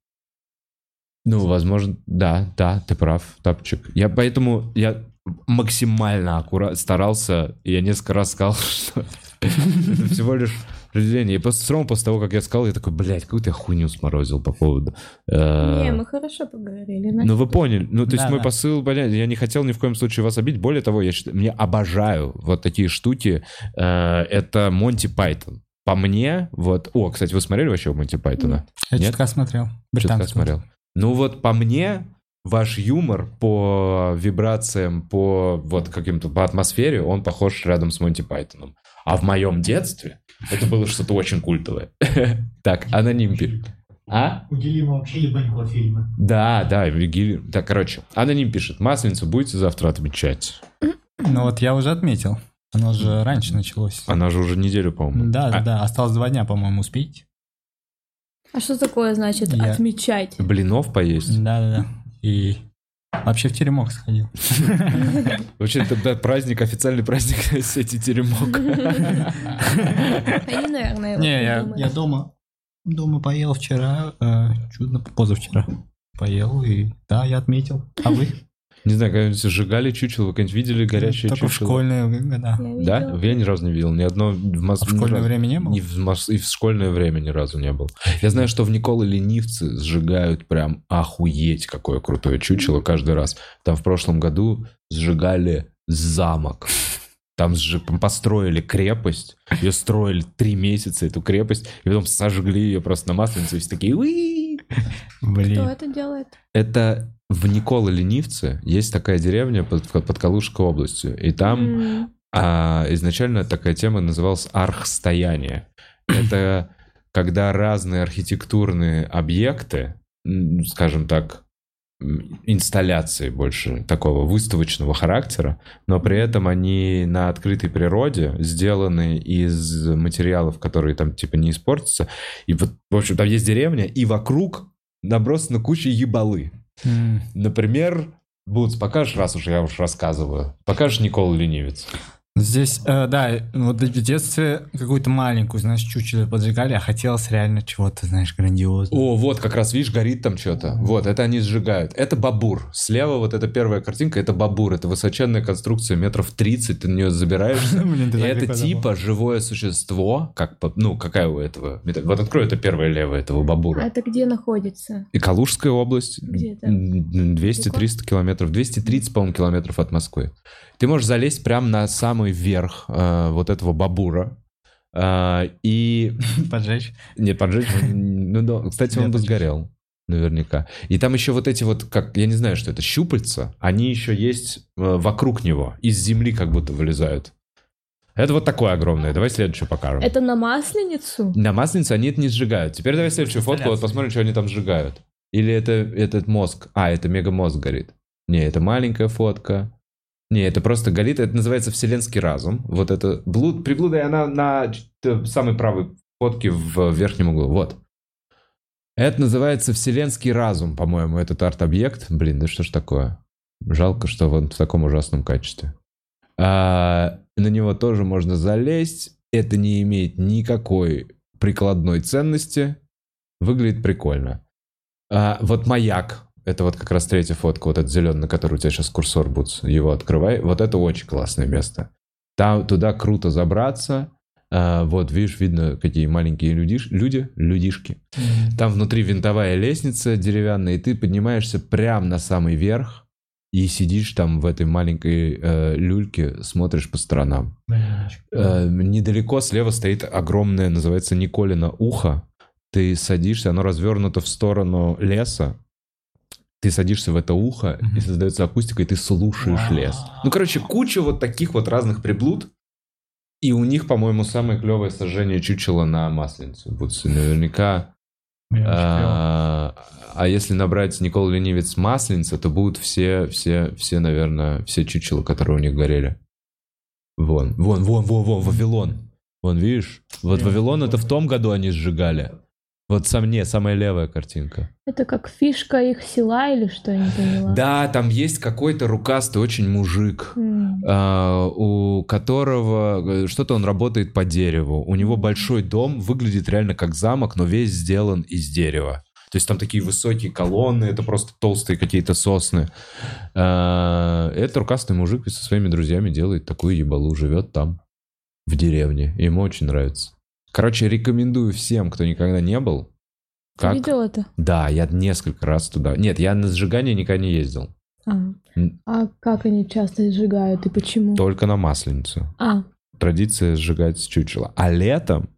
B: Ну, возможно, да, да, ты прав, Тапочек. Я поэтому, я максимально аккуратно старался, и я несколько раз сказал, что это всего лишь определение. И просто все равно после того, как я сказал, я такой, блядь, какую-то я хуйню сморозил по поводу. э,
C: Не, мы хорошо поговорили. Настя.
B: ну, вы поняли. Ну, то есть
A: Да,
B: мой
A: да.
B: посыл, понятен. я не хотел ни в коем случае вас обидеть. Более того, я считаю, мне обожаю вот такие штуки. Э, Это Монти Пайтон. По мне, вот... О, кстати, вы смотрели вообще Монти Пайтона?
A: Я
B: Нет?
A: чутка смотрел.
B: Чутка
A: Британскую.
B: смотрел. Ну, вот по мне, ваш юмор по вибрациям, по вот каким-то, по атмосфере, он похож рядом с Монти Пайтоном. А в моем детстве это было что-то очень культовое. Так, аноним. пи- А?
H: У Гелима вообще ебанько фильмы.
B: Да, да, Вигиль. Так, короче, аноним пишет. Масленицу будете завтра отмечать?
A: Ну вот я уже отметил. Оно же раньше началось.
B: Она же уже неделю, по-моему.
A: Да, да,
B: А,
A: да. Осталось два дня, по-моему, успеть.
C: А что такое значит
A: Я-
C: отмечать?
B: Блинов поесть.
A: Да, да, да. И вообще в теремок сходил.
B: Вообще, это да, праздник, официальный праздник сети Теремок.
C: Они, наверное,
A: Не, я,
C: думают.
A: я дома. Дома поел вчера, э, чудно, позавчера поел, и да, я отметил. А вы?
B: Не знаю, когда-нибудь сжигали чучело, вы когда-нибудь видели горящее
A: Только в
B: чучело?
A: школьные года.
C: Я
B: Да?
C: видела.
B: Я ни разу не видел, ни одно в Москве.
A: А в школьное время не было?
B: И в, Мос- и в школьное время ни разу не был. Я знаю, что в Николы Ленивцы сжигают прям охуеть, какое крутое чучело каждый раз. Там в прошлом году сжигали замок. Там же построили крепость, ее строили три месяца, эту крепость, и потом сожгли ее просто на масленице, и все такие «Уи!»
C: Кто
A: Блин.
C: это делает?
B: Это в Николы Ленивце есть такая деревня под, под Калужской областью, и там...
C: М,
B: А изначально такая тема называлась архстояние. Это когда разные архитектурные объекты, м, скажем так, м, инсталляции больше такого выставочного характера, но при этом они на открытой природе сделаны из материалов, которые там типа не испортятся. И вот, в общем, там есть деревня, и вокруг набросана куча ебалы.
A: М.
B: Например, Буц, покажешь, раз уж я уж рассказываю, покажешь Никола Ленивец.
A: Здесь, э, да, вот в детстве какую-то маленькую, знаешь, чучело поджигали, а хотелось реально чего-то, знаешь, грандиозного.
B: О, вот как раз, видишь, горит там что-то. Вот, это они сжигают. Это бабур. Слева вот эта первая картинка, это бабур. Это высоченная конструкция метров 30, ты на нее забираешься.
A: Блин, ты
B: И
A: так
B: это
A: легко
B: типа живое существо, как, по- ну, какая у этого... мета- Вот открой это первое левое этого
C: А
B: бабура.
C: это где находится?
B: И Калужская область,
C: Где-то.
B: м, 200-300 километров, 230, по-моему, километров от Москвы. Ты можешь залезть прямо на самый верх э, вот этого бабура. э, и
A: забыл. Поджечь.
B: не, поджечь. он- Ну, да. Кстати, он бы
A: Ленточки.
B: сгорел. Наверняка. И там еще вот эти вот, как, я не знаю, что это, щупальца, они еще есть э, вокруг него, из земли как будто вылезают. Это вот такое огромное. Давай следующую покажем.
C: Это на Масленицу?
B: На масленице они это не сжигают. Теперь давай следующую фотку, вот
A: Инсталляция.
B: посмотрим, что они там сжигают. Или это этот мозг. А, это мегамозг горит. Не, это маленькая фотка. Не, это просто горит. Это называется вселенский разум. Вот это блуд, приблуда, и она на ч- т- самой правой фотке в верхнем углу. Вот. Это называется вселенский разум, по-моему, этот арт-объект. Блин, да что ж такое? Жалко, что он в таком ужасном качестве. А, на него тоже можно залезть. Это не имеет никакой прикладной ценности. Выглядит прикольно. А, вот маяк. Это вот как раз третья фотка, вот этот зеленый, на который у тебя сейчас курсор будет. Его открывай. Вот это очень классное место. Там туда круто забраться. А, вот, видишь, видно, какие маленькие людиш... люди, людишки. Там внутри винтовая лестница деревянная, и ты поднимаешься прямо на самый верх и сидишь там в этой маленькой э, люльке, смотришь по сторонам. Э, недалеко слева стоит огромное, называется Николина ухо. Ты садишься, оно развернуто в сторону леса. Ты садишься в это ухо,
A: Мгм.
B: и создается акустика, и ты слушаешь
A: Вау.
B: лес. Ну, короче, куча вот таких вот разных приблуд. И у них, по-моему, самое клевое сожжение чучела на масленицу. Вот наверняка
A: Блин, очень клево.
B: а а если набрать Никол Ленивец Масленица, то будут все, все, все, наверное, все чучела, которые у них горели. Вон, вон, вон, вон, вон, Вавилон. Вон, видишь? Вот
A: Блин,
B: Вавилон это в
A: прикольно.
B: том году они сжигали. Вот сам не, самая левая картинка.
C: Это как фишка их села или что, я не поняла.
B: Да, там есть какой-то рукастый очень мужик.
C: М,
B: а, у которого э, что-то он работает по дереву. У него большой дом, выглядит реально как замок, но весь сделан из дерева. То есть там такие высокие колонны, это просто толстые какие-то сосны. А, Этот рукастый мужик со своими друзьями делает такую ебалу, живет там, в деревне. Ему очень нравится. Короче, рекомендую всем, кто никогда не был.
C: Ты
B: Как?
C: видел это?
B: Да, я несколько раз туда. Нет, я на сжигание никогда не ездил.
C: А.
B: М.
C: А как они часто сжигают и почему?
B: Только на Масленицу.
C: А,
B: традиция сжигать чучело. А летом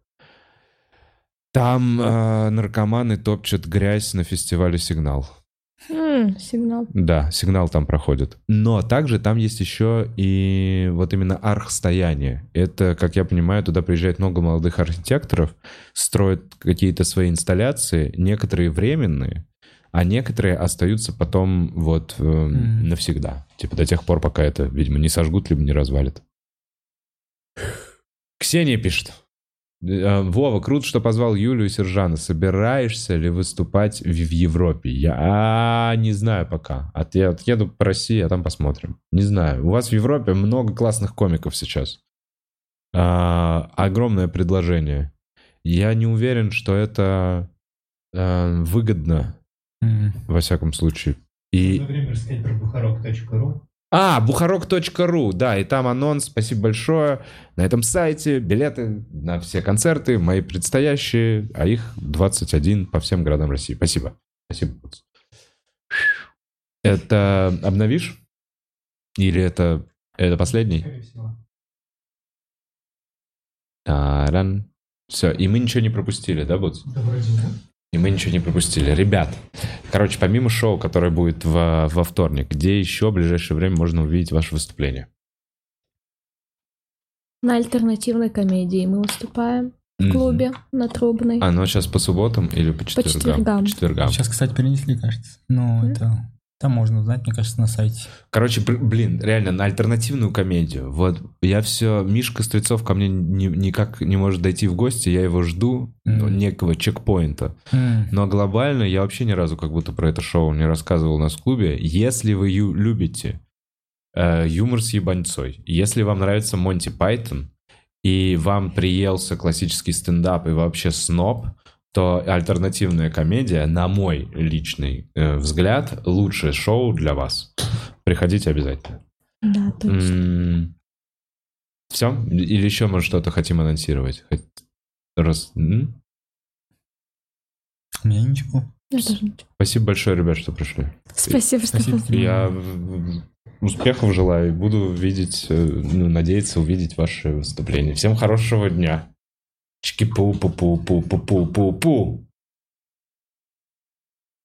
B: там э, наркоманы топчут грязь на фестивале «Сигнал».
C: м, сигнал.
B: Да, «Сигнал» там проходит. Но также там есть еще и вот именно архстояние. Это, как я понимаю, туда приезжает много молодых архитекторов, строят какие-то свои инсталляции, некоторые временные, а некоторые остаются потом вот э,
A: Мгм.
B: навсегда. Типа до тех пор, пока это, видимо, не сожгут, либо не развалит. Ксения пишет. Э, Вова, круто, что позвал Юлю и Сержана. Собираешься ли выступать в, в Европе? Я а, не знаю пока. От, я отъеду по России, а там посмотрим. Не знаю. У вас в Европе много классных комиков сейчас. А, огромное предложение. Я не уверен, что это э, выгодно,
A: М.
B: во всяком случае. И...
H: Например, сказать про бухарок.ру.
B: А, бухарок.ру, да, и там анонс, спасибо большое. На этом сайте билеты на все концерты, мои предстоящие, а их 21 по всем городам России. Спасибо. Спасибо. Пуц. Это обновишь? Или это, это последний?
H: Скорее всего.
B: Таран. Все, и мы ничего не пропустили, да, Буц?
H: Да вроде да.
B: И мы ничего не пропустили. Ребят, короче, помимо шоу, которое будет во, во вторник, где еще в ближайшее время можно увидеть ваше выступление?
C: На альтернативной комедии мы выступаем в
B: Мгм.
C: клубе на трубной.
B: Оно сейчас А, ну, по субботам или по четвергам?
C: четвергам.
B: четвергам.
A: Сейчас, кстати, перенесли, кажется. Ну,
C: Мгм.
A: это... Там можно узнать, мне кажется, на сайте.
B: Короче, бр- блин, реально, на альтернативную комедию. Вот я все... Мишка Стрельцов ко мне ни- никак не может дойти в гости, я его жду,
A: Мгм.
B: ну, некого чекпоинта. Но глобально я вообще ни разу как будто про это шоу не рассказывал у нас в клубе. Если вы ю- любите э, юмор с ебаньцой, если вам нравится Монти Пайтон, и вам приелся классический стендап и вообще сноб, то альтернативная комедия, на мой личный э, взгляд, лучшее шоу для вас. Приходите обязательно.
C: Да, точно.
B: Все? Или еще, может, что-то хотим анонсировать? Хоть Раз... м?
A: У меня ничего.
C: Я тоже ничего.
B: Спасибо большое, ребят, что пришли.
C: Спасибо, что
A: Спасибо.
C: позвали.
B: Я в- в- успехов желаю и буду видеть, э, ну, надеяться увидеть ваше выступление. Всем хорошего дня. Чики-пу-пу-пу-пу-пу-пу-пу-пу.